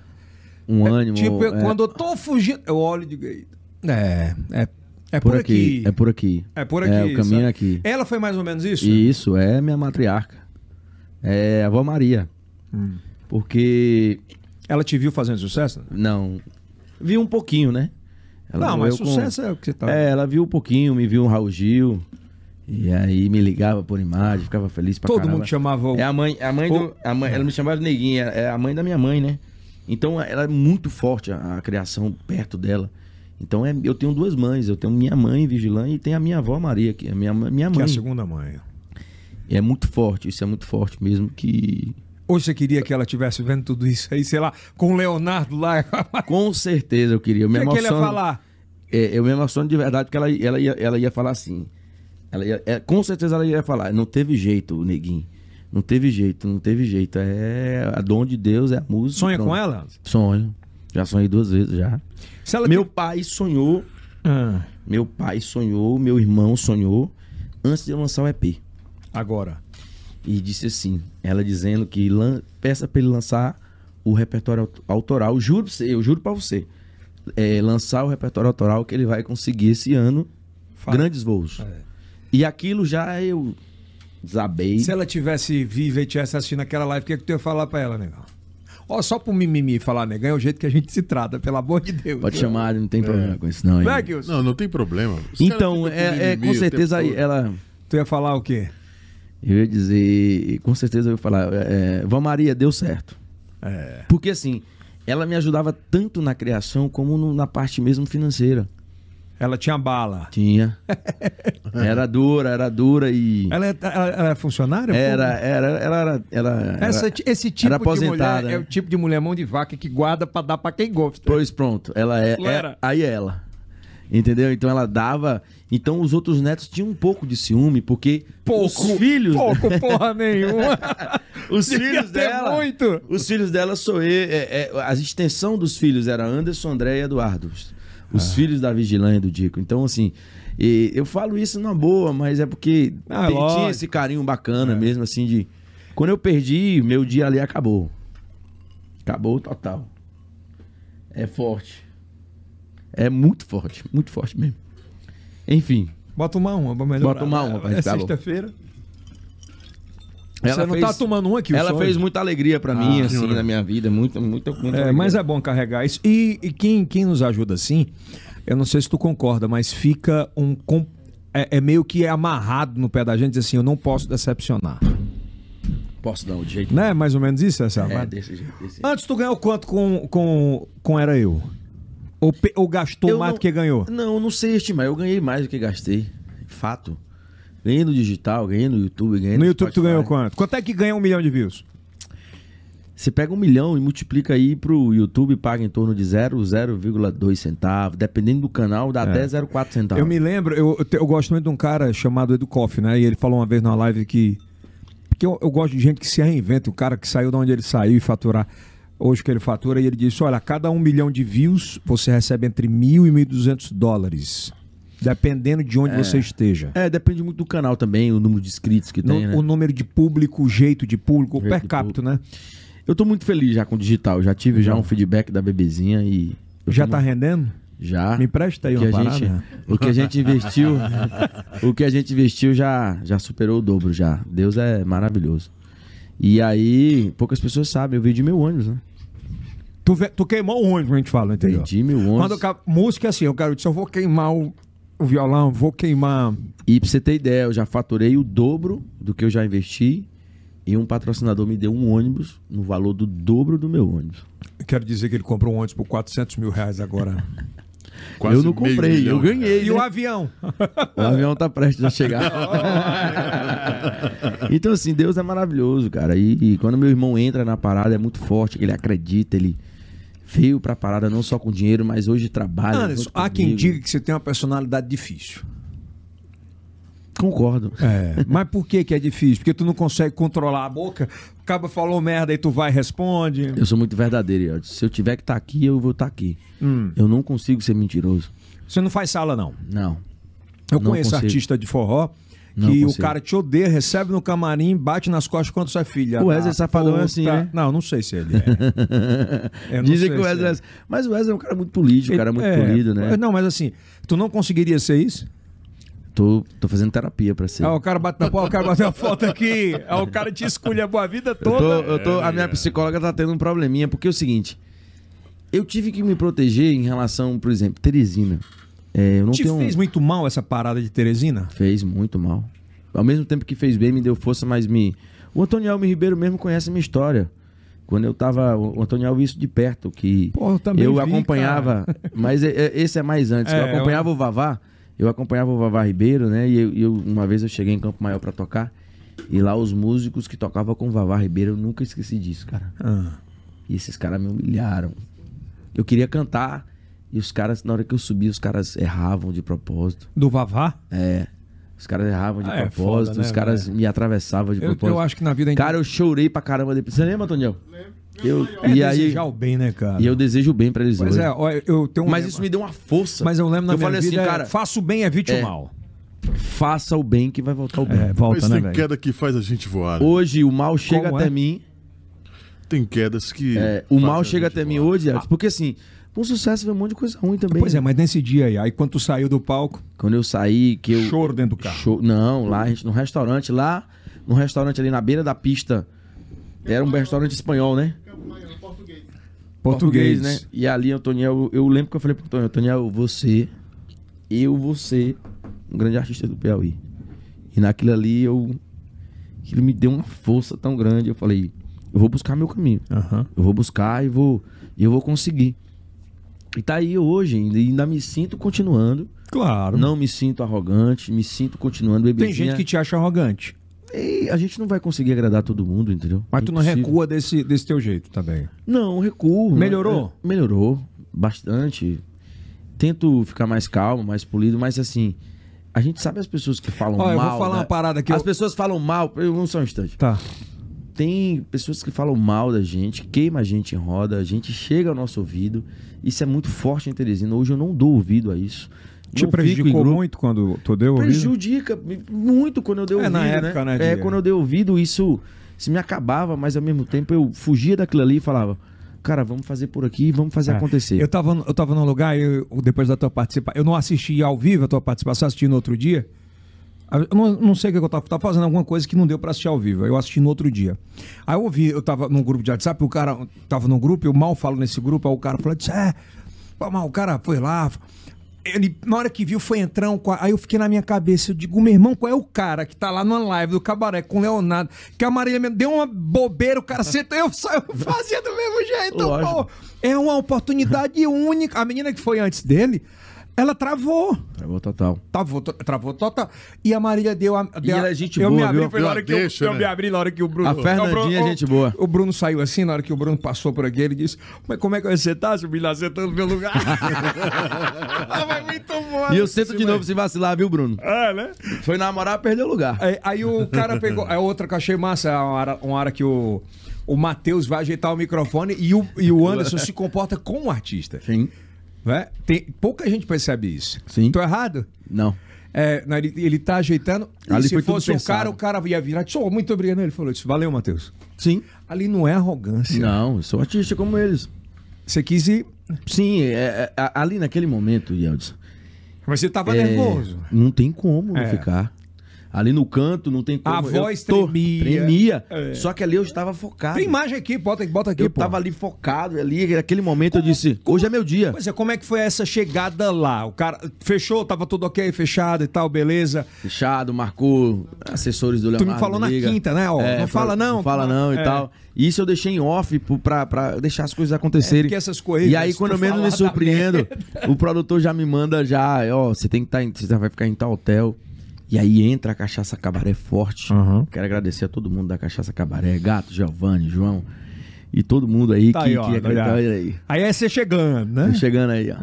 [SPEAKER 3] Um ânimo.
[SPEAKER 1] tipo, eu-
[SPEAKER 3] é,
[SPEAKER 1] quando eu tô fugindo. Eu olho e digo. "Eita, É, é, é por, aqui.
[SPEAKER 3] É por aqui.
[SPEAKER 1] É por aqui.
[SPEAKER 3] É, o caminho
[SPEAKER 1] sabe?
[SPEAKER 3] é aqui.
[SPEAKER 1] Ela foi mais ou menos isso?
[SPEAKER 3] E isso é minha matriarca. É a avó Maria.
[SPEAKER 1] Hum.
[SPEAKER 3] Porque.
[SPEAKER 1] Ela te viu fazendo sucesso?
[SPEAKER 3] Não. Vi um pouquinho, né?
[SPEAKER 1] não, mas
[SPEAKER 3] morreu com-
[SPEAKER 1] sucesso é o que você tá.
[SPEAKER 3] É, ela viu um pouquinho, me viu um Raul Gil. E aí me ligava por imagem, ficava feliz pra
[SPEAKER 1] Todo
[SPEAKER 3] caramba.
[SPEAKER 1] mundo chamava o-
[SPEAKER 3] É a mãe, a mãe do. a mãe- ela me chamava de neguinha, é a mãe da minha mãe, né? Então ela é muito forte, a, a criação perto dela. Então é- eu tenho duas mães, eu tenho minha mãe, Vigilante, e tenho a minha avó Maria, que é minha, mãe- minha
[SPEAKER 1] que é
[SPEAKER 3] mãe.
[SPEAKER 1] a segunda mãe.
[SPEAKER 3] É muito forte, isso é muito forte mesmo que.
[SPEAKER 1] Ou você queria que ela estivesse vendo tudo isso aí, sei lá, com o Leonardo lá. O
[SPEAKER 3] Com certeza eu queria. Eu me
[SPEAKER 1] Ah. que, é que ele ia
[SPEAKER 3] emociono-
[SPEAKER 1] falar?
[SPEAKER 3] É, eu me emociono de verdade porque ela, ela, ia, ela ia falar assim. Ela ia- é, com certeza ela ia falar. Não teve jeito, neguinho. Não teve jeito, não teve jeito. É a dom de Deus, é a música.
[SPEAKER 1] Sonha
[SPEAKER 3] pronto.
[SPEAKER 1] com ela?
[SPEAKER 3] Sonho. Já sonhei duas vezes já.
[SPEAKER 1] Se ela
[SPEAKER 3] Meu
[SPEAKER 1] tem-
[SPEAKER 3] pai sonhou,
[SPEAKER 1] Ah,
[SPEAKER 3] meu pai sonhou, meu irmão sonhou antes de eu lançar o EP.
[SPEAKER 1] agora.
[SPEAKER 3] E disse assim, ela dizendo que lan- peça pra ele lançar o repertório aut- autoral. Juro pra você, eu juro pra você. É, lançar o repertório autoral que ele vai conseguir esse ano
[SPEAKER 1] Fala.
[SPEAKER 3] grandes voos.
[SPEAKER 1] É.
[SPEAKER 3] E aquilo já eu desabei.
[SPEAKER 1] Se ela tivesse viva e tivesse assistindo aquela live, o que, é que tu ia falar pra ela, negão? Ó, só pro mimimi falar, negão, é o jeito que a gente se trata, pelo amor de Deus.
[SPEAKER 3] Pode chamar, não tem problema com isso não. hein?
[SPEAKER 1] Né, Gilson?
[SPEAKER 2] Não, não tem problema. Os
[SPEAKER 3] Então,
[SPEAKER 2] caras ficam um
[SPEAKER 3] é,
[SPEAKER 2] mimimi
[SPEAKER 3] é, com
[SPEAKER 2] o tempo
[SPEAKER 3] certeza aí
[SPEAKER 2] todo.
[SPEAKER 3] ela...
[SPEAKER 1] Tu ia falar o quê?
[SPEAKER 3] Eu ia dizer... Com certeza eu ia falar... É, é, Vó Maria, deu certo.
[SPEAKER 1] É.
[SPEAKER 3] Porque assim, ela me ajudava tanto na criação como no- na parte mesmo financeira.
[SPEAKER 1] Ela tinha bala.
[SPEAKER 3] Tinha. Era dura, era dura e.
[SPEAKER 1] Ela, é- ela, ela é funcionária?
[SPEAKER 3] Era, era, ela era. Ela,
[SPEAKER 1] Essa-
[SPEAKER 3] era-
[SPEAKER 1] esse tipo
[SPEAKER 3] era
[SPEAKER 1] de mulher
[SPEAKER 3] aposentada. né?
[SPEAKER 1] é o tipo de mulher mão de vaca que guarda pra dar pra quem gosta.
[SPEAKER 3] Pois pronto, ela é,
[SPEAKER 1] Não era?
[SPEAKER 3] é. Aí é ela. Entendeu? Então ela dava. Então os outros netos tinham um pouco de ciúme, porque os filhos.
[SPEAKER 1] Pouco, porra nenhuma.
[SPEAKER 3] Os
[SPEAKER 1] Devia
[SPEAKER 3] filhos
[SPEAKER 1] ter
[SPEAKER 3] dela.
[SPEAKER 1] muito.
[SPEAKER 3] Os filhos dela sou eu. É, é, a extensão dos filhos era Anderson, André e Eduardo. Os,
[SPEAKER 1] Ah.
[SPEAKER 3] os filhos da Vigilância e do Dico. Então, assim, e eu falo isso na boa, mas é porque
[SPEAKER 1] Ah,
[SPEAKER 3] tem-
[SPEAKER 1] lógico. É.
[SPEAKER 3] tinha esse carinho bacana mesmo, assim, de. Quando eu perdi, meu dia ali acabou. Acabou total. É forte. É muito forte, muito forte mesmo. Enfim,
[SPEAKER 1] Bota tomar uma pra melhorar.
[SPEAKER 3] Bota uma, uma pra
[SPEAKER 1] É
[SPEAKER 3] ficar bom.
[SPEAKER 1] sexta-feira.
[SPEAKER 3] ela
[SPEAKER 1] Você não tá tomando uma aqui, o
[SPEAKER 3] Ela
[SPEAKER 1] sonho?
[SPEAKER 3] fez muita alegria pra mim, assim,
[SPEAKER 2] senhora.
[SPEAKER 3] na minha vida. Muita, muita,
[SPEAKER 1] É,
[SPEAKER 3] muita alegria.
[SPEAKER 1] mas é bom carregar isso. E, e quem, quem nos ajuda assim, eu não sei se tu concorda, mas fica um. com- É, é meio que é amarrado no pé da gente, diz assim, eu não posso decepcionar.
[SPEAKER 3] Posso dar um jeito?
[SPEAKER 1] Né? Mais ou menos isso, essa
[SPEAKER 3] É,
[SPEAKER 1] amada?
[SPEAKER 3] desse jeito. Desse jeito.
[SPEAKER 1] Antes tu ganhou quanto com, com, com Era Eu? Ou, pe- ou gastou
[SPEAKER 3] Eu
[SPEAKER 1] mais
[SPEAKER 3] não-
[SPEAKER 1] do que ganhou?
[SPEAKER 3] Não, não sei estimar. Eu ganhei mais do que gastei. Fato. Ganhei no digital, ganhei no YouTube, ganhei
[SPEAKER 1] No YouTube tu
[SPEAKER 3] Spotify.
[SPEAKER 1] ganhou quanto? Quanto é que ganha um milhão de views?
[SPEAKER 3] Você pega um milhão e multiplica aí pro YouTube, paga em torno de 0, 0,2 centavos. Dependendo do canal, dá até 0,4 centavos.
[SPEAKER 1] É. Eu me lembro, eu, eu te- eu gosto muito de um cara chamado Edu Koff, né? E ele falou uma vez numa live que. Porque eu, eu gosto de gente que se reinventa, o cara que saiu de onde ele saiu e faturar hoje que ele fatura. E ele disse: olha, a cada um milhão de views você recebe entre mil e mil duzentos dólares. Dependendo de onde você esteja.
[SPEAKER 3] É, depende muito do canal também, o número de inscritos que
[SPEAKER 1] No-
[SPEAKER 3] tem, né?
[SPEAKER 1] O número de público, o jeito de público, o
[SPEAKER 3] Jeito
[SPEAKER 1] per
[SPEAKER 3] de
[SPEAKER 1] capita, né?
[SPEAKER 3] Eu tô muito feliz já com o digital. Já tive já um feedback da bebezinha e... eu
[SPEAKER 1] Já
[SPEAKER 3] tô
[SPEAKER 1] tá rendendo?
[SPEAKER 3] Já.
[SPEAKER 1] Me empresta aí
[SPEAKER 3] que
[SPEAKER 1] uma
[SPEAKER 3] a
[SPEAKER 1] parada.
[SPEAKER 3] gente, o que a gente investiu, o que a gente investiu já já superou o dobro já. Deus é maravilhoso. E aí, poucas pessoas sabem, eu vendi meu ônibus, né?
[SPEAKER 1] Tu, ve- tu queimou o ônibus, a gente fala, entendeu?
[SPEAKER 3] Vendi meu
[SPEAKER 1] Quando
[SPEAKER 3] ônibus.
[SPEAKER 1] eu ca- música é assim, eu quero eu disse, eu vou queimar o, o violão, vou queimar
[SPEAKER 3] E pra você ter ideia, eu já faturei o dobro do que eu já investi. E um patrocinador me deu um ônibus no valor do dobro do meu ônibus.
[SPEAKER 1] Quero dizer que ele comprou um ônibus por 400 mil reais agora.
[SPEAKER 2] Quase
[SPEAKER 3] eu não
[SPEAKER 2] meio
[SPEAKER 3] comprei,
[SPEAKER 2] milhão.
[SPEAKER 3] eu ganhei.
[SPEAKER 1] E
[SPEAKER 3] né?
[SPEAKER 1] o avião?
[SPEAKER 3] O
[SPEAKER 1] Ah.
[SPEAKER 3] avião tá prestes a chegar. então, assim, Deus é maravilhoso, cara. E, e quando meu irmão entra na parada, é muito forte, ele acredita, ele veio pra parada não só com dinheiro, mas hoje trabalha.
[SPEAKER 1] Anderson,
[SPEAKER 3] junto
[SPEAKER 1] há quem
[SPEAKER 3] comigo.
[SPEAKER 1] diga que você tem uma personalidade difícil.
[SPEAKER 3] Concordo.
[SPEAKER 1] É, mas por que que é difícil? Porque tu não consegue controlar a boca, acaba falou merda e tu vai e responde.
[SPEAKER 3] Eu sou muito verdadeiro, Elton. Se eu tiver que estar aqui, eu vou estar aqui.
[SPEAKER 1] Hum.
[SPEAKER 3] Eu não consigo ser mentiroso.
[SPEAKER 1] Você não faz sala, não.
[SPEAKER 3] Não.
[SPEAKER 1] Eu
[SPEAKER 3] Não
[SPEAKER 1] conheço
[SPEAKER 3] consigo.
[SPEAKER 1] artista de forró
[SPEAKER 3] Não
[SPEAKER 1] que o
[SPEAKER 3] consigo.
[SPEAKER 1] cara te odeia, recebe no camarim, bate nas costas quando sai filha.
[SPEAKER 3] O Wesley
[SPEAKER 1] da
[SPEAKER 3] Safadão é
[SPEAKER 1] puta.
[SPEAKER 3] assim, né?
[SPEAKER 1] Não, não sei se ele é. Eu não sei
[SPEAKER 3] Dizem que o
[SPEAKER 1] se
[SPEAKER 3] Wesley.
[SPEAKER 1] é.
[SPEAKER 3] é- Mas o Wesley é um cara muito político, um cara muito polido, né?
[SPEAKER 1] Não, mas assim, tu não conseguiria ser isso?
[SPEAKER 3] Tô, tô fazendo terapia pra ser.
[SPEAKER 1] Ah, o cara bate na porta, o cara bate na foto aqui. Ah, o cara te escolhe a boa vida
[SPEAKER 3] Eu tô,
[SPEAKER 1] toda.
[SPEAKER 3] eu tô- a minha psicóloga tá tendo um probleminha, porque é o seguinte. Eu tive que me proteger em relação, por exemplo, Teresina. É, eu não
[SPEAKER 1] Te
[SPEAKER 3] tenho.
[SPEAKER 1] fez muito mal essa parada de Teresina?
[SPEAKER 3] Fez muito mal. Ao mesmo tempo que fez bem, me deu força, mas me. O Antônio Alves Ribeiro mesmo conhece a minha história. Quando eu tava. O Antônio Alves isso de perto, que
[SPEAKER 1] Pô, eu também vi,
[SPEAKER 3] acompanhava. Mas é- é- esse é mais antes.
[SPEAKER 1] É,
[SPEAKER 3] eu acompanhava o Vavá, eu acompanhava o Vavá Ribeiro, né? E eu, e eu- uma vez eu cheguei em Campo Maior pra tocar. E lá os músicos que tocavam com o Vavá Ribeiro, eu nunca esqueci disso, cara.
[SPEAKER 1] Ah.
[SPEAKER 3] E esses caras me humilharam. Eu queria cantar. E os caras, na hora que eu subi, os caras erravam de propósito.
[SPEAKER 1] Do Vavá?
[SPEAKER 3] É. Os caras erravam de
[SPEAKER 1] Ah, é
[SPEAKER 3] propósito,
[SPEAKER 1] foda, né,
[SPEAKER 3] os caras me atravessavam de
[SPEAKER 1] Eu,
[SPEAKER 3] propósito.
[SPEAKER 1] eu acho que na vida a gente
[SPEAKER 3] Cara, eu chorei pra caramba depois. Você lembra, Antoniel? Eu,
[SPEAKER 1] é
[SPEAKER 3] e aí,
[SPEAKER 1] desejar o bem, né, cara?
[SPEAKER 3] e eu desejo bem pra eles
[SPEAKER 1] Pois
[SPEAKER 3] hoje.
[SPEAKER 1] é, ó, eu tenho um
[SPEAKER 3] Mas
[SPEAKER 1] lema.
[SPEAKER 3] isso me deu uma força.
[SPEAKER 1] Mas eu lembro na
[SPEAKER 3] eu
[SPEAKER 1] minha
[SPEAKER 3] falei
[SPEAKER 1] vida,
[SPEAKER 3] assim,
[SPEAKER 1] é,
[SPEAKER 3] cara,
[SPEAKER 1] faço o bem, evite o
[SPEAKER 3] é.
[SPEAKER 1] mal.
[SPEAKER 3] faça o bem que vai voltar o bem.
[SPEAKER 1] É, volta,
[SPEAKER 2] Mas
[SPEAKER 1] né,
[SPEAKER 2] tem
[SPEAKER 1] velho?
[SPEAKER 2] queda que faz a gente voar. né?
[SPEAKER 3] Hoje o mal chega
[SPEAKER 1] Como
[SPEAKER 3] até
[SPEAKER 1] é?
[SPEAKER 3] mim.
[SPEAKER 2] Tem quedas que.
[SPEAKER 3] é, o mal
[SPEAKER 2] fazem a
[SPEAKER 3] chega
[SPEAKER 2] gente
[SPEAKER 3] até mim
[SPEAKER 2] voar.
[SPEAKER 3] hoje, Elton, porque assim, um sucesso vem um monte de coisa ruim também.
[SPEAKER 1] Pois é, mas nesse dia aí, aí quando tu saiu do palco,
[SPEAKER 3] Quando eu saí, que eu.
[SPEAKER 1] choro dentro do carro.
[SPEAKER 3] Show- Não, lá a gente, no restaurante, lá, no restaurante ali na beira da pista. Era um restaurante espanhol, né?
[SPEAKER 1] Português, né?
[SPEAKER 3] E ali, Antoniel, eu lembro que eu falei pro Antoniel, Antoniel, você, eu vou ser um grande artista do Piauí. E naquilo ali, eu, aquilo me deu uma força tão grande, eu falei, eu vou buscar meu caminho.
[SPEAKER 1] Aham.
[SPEAKER 3] Eu vou buscar e vou, e eu vou conseguir. E tá aí hoje, ainda, ainda me sinto continuando,
[SPEAKER 1] Claro.
[SPEAKER 3] não me sinto arrogante, me sinto continuando,
[SPEAKER 1] Tem
[SPEAKER 3] bebezinha.
[SPEAKER 1] gente que te acha arrogante,
[SPEAKER 3] E a gente não vai conseguir agradar todo mundo, entendeu?
[SPEAKER 1] mas tu não
[SPEAKER 3] Impossível.
[SPEAKER 1] recua desse, desse teu jeito também.
[SPEAKER 3] Não, recuo.
[SPEAKER 1] Melhorou?
[SPEAKER 3] É, melhorou bastante. Tento ficar mais calmo, mais polido, mas assim, a gente sabe as pessoas que falam
[SPEAKER 1] Ó, eu
[SPEAKER 3] mal.
[SPEAKER 1] vou falar
[SPEAKER 3] né?
[SPEAKER 1] uma parada aqui,
[SPEAKER 3] As
[SPEAKER 1] eu-
[SPEAKER 3] pessoas falam mal, eu- vamos só um instante.
[SPEAKER 1] Tá.
[SPEAKER 3] Tem pessoas que falam mal da gente, queima a gente em roda, a gente chega ao nosso ouvido. Isso é muito forte em Teresina. Hoje eu não dou ouvido a isso.
[SPEAKER 1] Te
[SPEAKER 3] não fico em
[SPEAKER 1] prejudicou
[SPEAKER 3] grupo.
[SPEAKER 1] muito quando tu deu ouvido?
[SPEAKER 3] Prejudica me- muito quando eu dei
[SPEAKER 1] É,
[SPEAKER 3] ouvido,
[SPEAKER 1] na
[SPEAKER 3] né?
[SPEAKER 1] época, né,
[SPEAKER 3] É,
[SPEAKER 1] Diego?
[SPEAKER 3] quando eu dei ouvido, isso se me acabava, mas ao mesmo tempo eu fugia daquilo ali e falava, cara, vamos fazer por aqui, vamos fazer acontecer.
[SPEAKER 1] É. Eu tava, eu tava num lugar, eu, depois da tua participação, eu não assisti ao vivo a tua participação, assisti no outro dia. Eu não, não sei o que eu tava, tava fazendo alguma coisa que não deu pra assistir ao vivo. Eu assisti no outro dia. Aí eu ouvi, eu tava num grupo de WhatsApp, o cara tava num grupo, eu mal falo nesse grupo, aí o cara falou, disse, é, pô, mas o cara foi lá. Ele, na hora que viu, foi entrão. com a- Aí eu fiquei na minha cabeça, eu digo, meu irmão, qual é o cara que tá lá numa live do cabaré com o Leonardo, que a Marília Mendonça deu uma bobeira, o cara senta, eu saio fazia do mesmo jeito,
[SPEAKER 3] Lógico.
[SPEAKER 1] pô. É uma oportunidade única. A menina que foi antes dele, ela travou.
[SPEAKER 3] Travou total.
[SPEAKER 1] Travou, to- travou total. E a Marília deu a. deu
[SPEAKER 3] ela
[SPEAKER 1] a-
[SPEAKER 3] é gente
[SPEAKER 1] eu
[SPEAKER 3] boa,
[SPEAKER 1] me abri,
[SPEAKER 3] viu?
[SPEAKER 1] foi na
[SPEAKER 2] Ela
[SPEAKER 1] hora que eu-
[SPEAKER 2] deixa,
[SPEAKER 1] eu,
[SPEAKER 2] né?
[SPEAKER 1] me abri na hora que o Bruno.
[SPEAKER 3] A
[SPEAKER 1] o Bruno-
[SPEAKER 3] Fernandinha é
[SPEAKER 1] o-
[SPEAKER 3] gente boa.
[SPEAKER 1] O Bruno saiu assim, na hora que o Bruno passou por aqui, ele disse: Mas como é que eu ia sentar se o Bilhar sentou no meu lugar? Ah, Mas muito bom.
[SPEAKER 3] E eu sento de novo se vacilar, viu, Bruno?
[SPEAKER 1] É, né?
[SPEAKER 3] Foi namorar, perdeu o lugar.
[SPEAKER 1] Aí, aí o cara pegou. É outra que eu achei massa, é uma hora, uma hora que o, o Matheus vai ajeitar o microfone e o, e o Anderson se comporta como um artista.
[SPEAKER 3] Sim.
[SPEAKER 1] né? Tem, pouca gente percebe isso.
[SPEAKER 3] Sim.
[SPEAKER 1] Tô errado?
[SPEAKER 3] Não.
[SPEAKER 1] É, não, ele, ele tá ajeitando.
[SPEAKER 3] Ali
[SPEAKER 1] e se
[SPEAKER 3] foi tudo
[SPEAKER 1] fosse o
[SPEAKER 3] pensado.
[SPEAKER 1] cara, o cara ia virar. Disse, "Ô, muito obrigado. Ele falou isso. Valeu, Matheus.
[SPEAKER 3] Sim.
[SPEAKER 1] Ali não é arrogância.
[SPEAKER 3] Não, eu sou artista como eles.
[SPEAKER 1] Você quis ir.
[SPEAKER 3] Sim, é- é- a- ali naquele momento, Yeldson,
[SPEAKER 1] Mas você tava
[SPEAKER 3] É,
[SPEAKER 1] Tá nervoso.
[SPEAKER 3] Não tem como não
[SPEAKER 1] É.
[SPEAKER 3] ficar. Ali no canto, não tem como.
[SPEAKER 1] A
[SPEAKER 3] eu
[SPEAKER 1] voz
[SPEAKER 3] tô-
[SPEAKER 1] tremia.
[SPEAKER 3] tremia.
[SPEAKER 1] É.
[SPEAKER 3] Só que ali eu estava focado.
[SPEAKER 1] Tem imagem aqui, bota, bota aqui,
[SPEAKER 3] eu
[SPEAKER 1] pô.
[SPEAKER 3] estava ali focado, ali, naquele momento eu disse, hoje é meu dia.
[SPEAKER 1] Pois é, como é que foi essa chegada lá? O cara fechou, tava tudo ok, fechado e tal, beleza.
[SPEAKER 3] Fechado, marcou assessores do
[SPEAKER 1] me
[SPEAKER 3] Leonardo.
[SPEAKER 1] falou na quinta, né, ó, não fala não,
[SPEAKER 3] Não fala não e
[SPEAKER 1] é.
[SPEAKER 3] tal. E isso eu deixei em off pro- pra, pra deixar as coisas acontecerem.
[SPEAKER 1] É, porque essas corridas,
[SPEAKER 3] e aí,
[SPEAKER 1] tu
[SPEAKER 3] quando eu menos
[SPEAKER 1] fala
[SPEAKER 3] me
[SPEAKER 1] da
[SPEAKER 3] surpreendo, o produtor já me manda já, ó, você tem que estar. você vai ficar em tal hotel. E aí entra a Cachaça Cabaré forte. Quero agradecer a todo mundo da Cachaça Cabaré, Gato, Giovanni, João. E todo mundo aí
[SPEAKER 1] Tá
[SPEAKER 3] que,
[SPEAKER 1] aí, ó,
[SPEAKER 3] que acreditou.
[SPEAKER 1] olha.
[SPEAKER 3] Olha aí.
[SPEAKER 1] Aí é você chegando, né?
[SPEAKER 3] Tá Chegando aí, ó.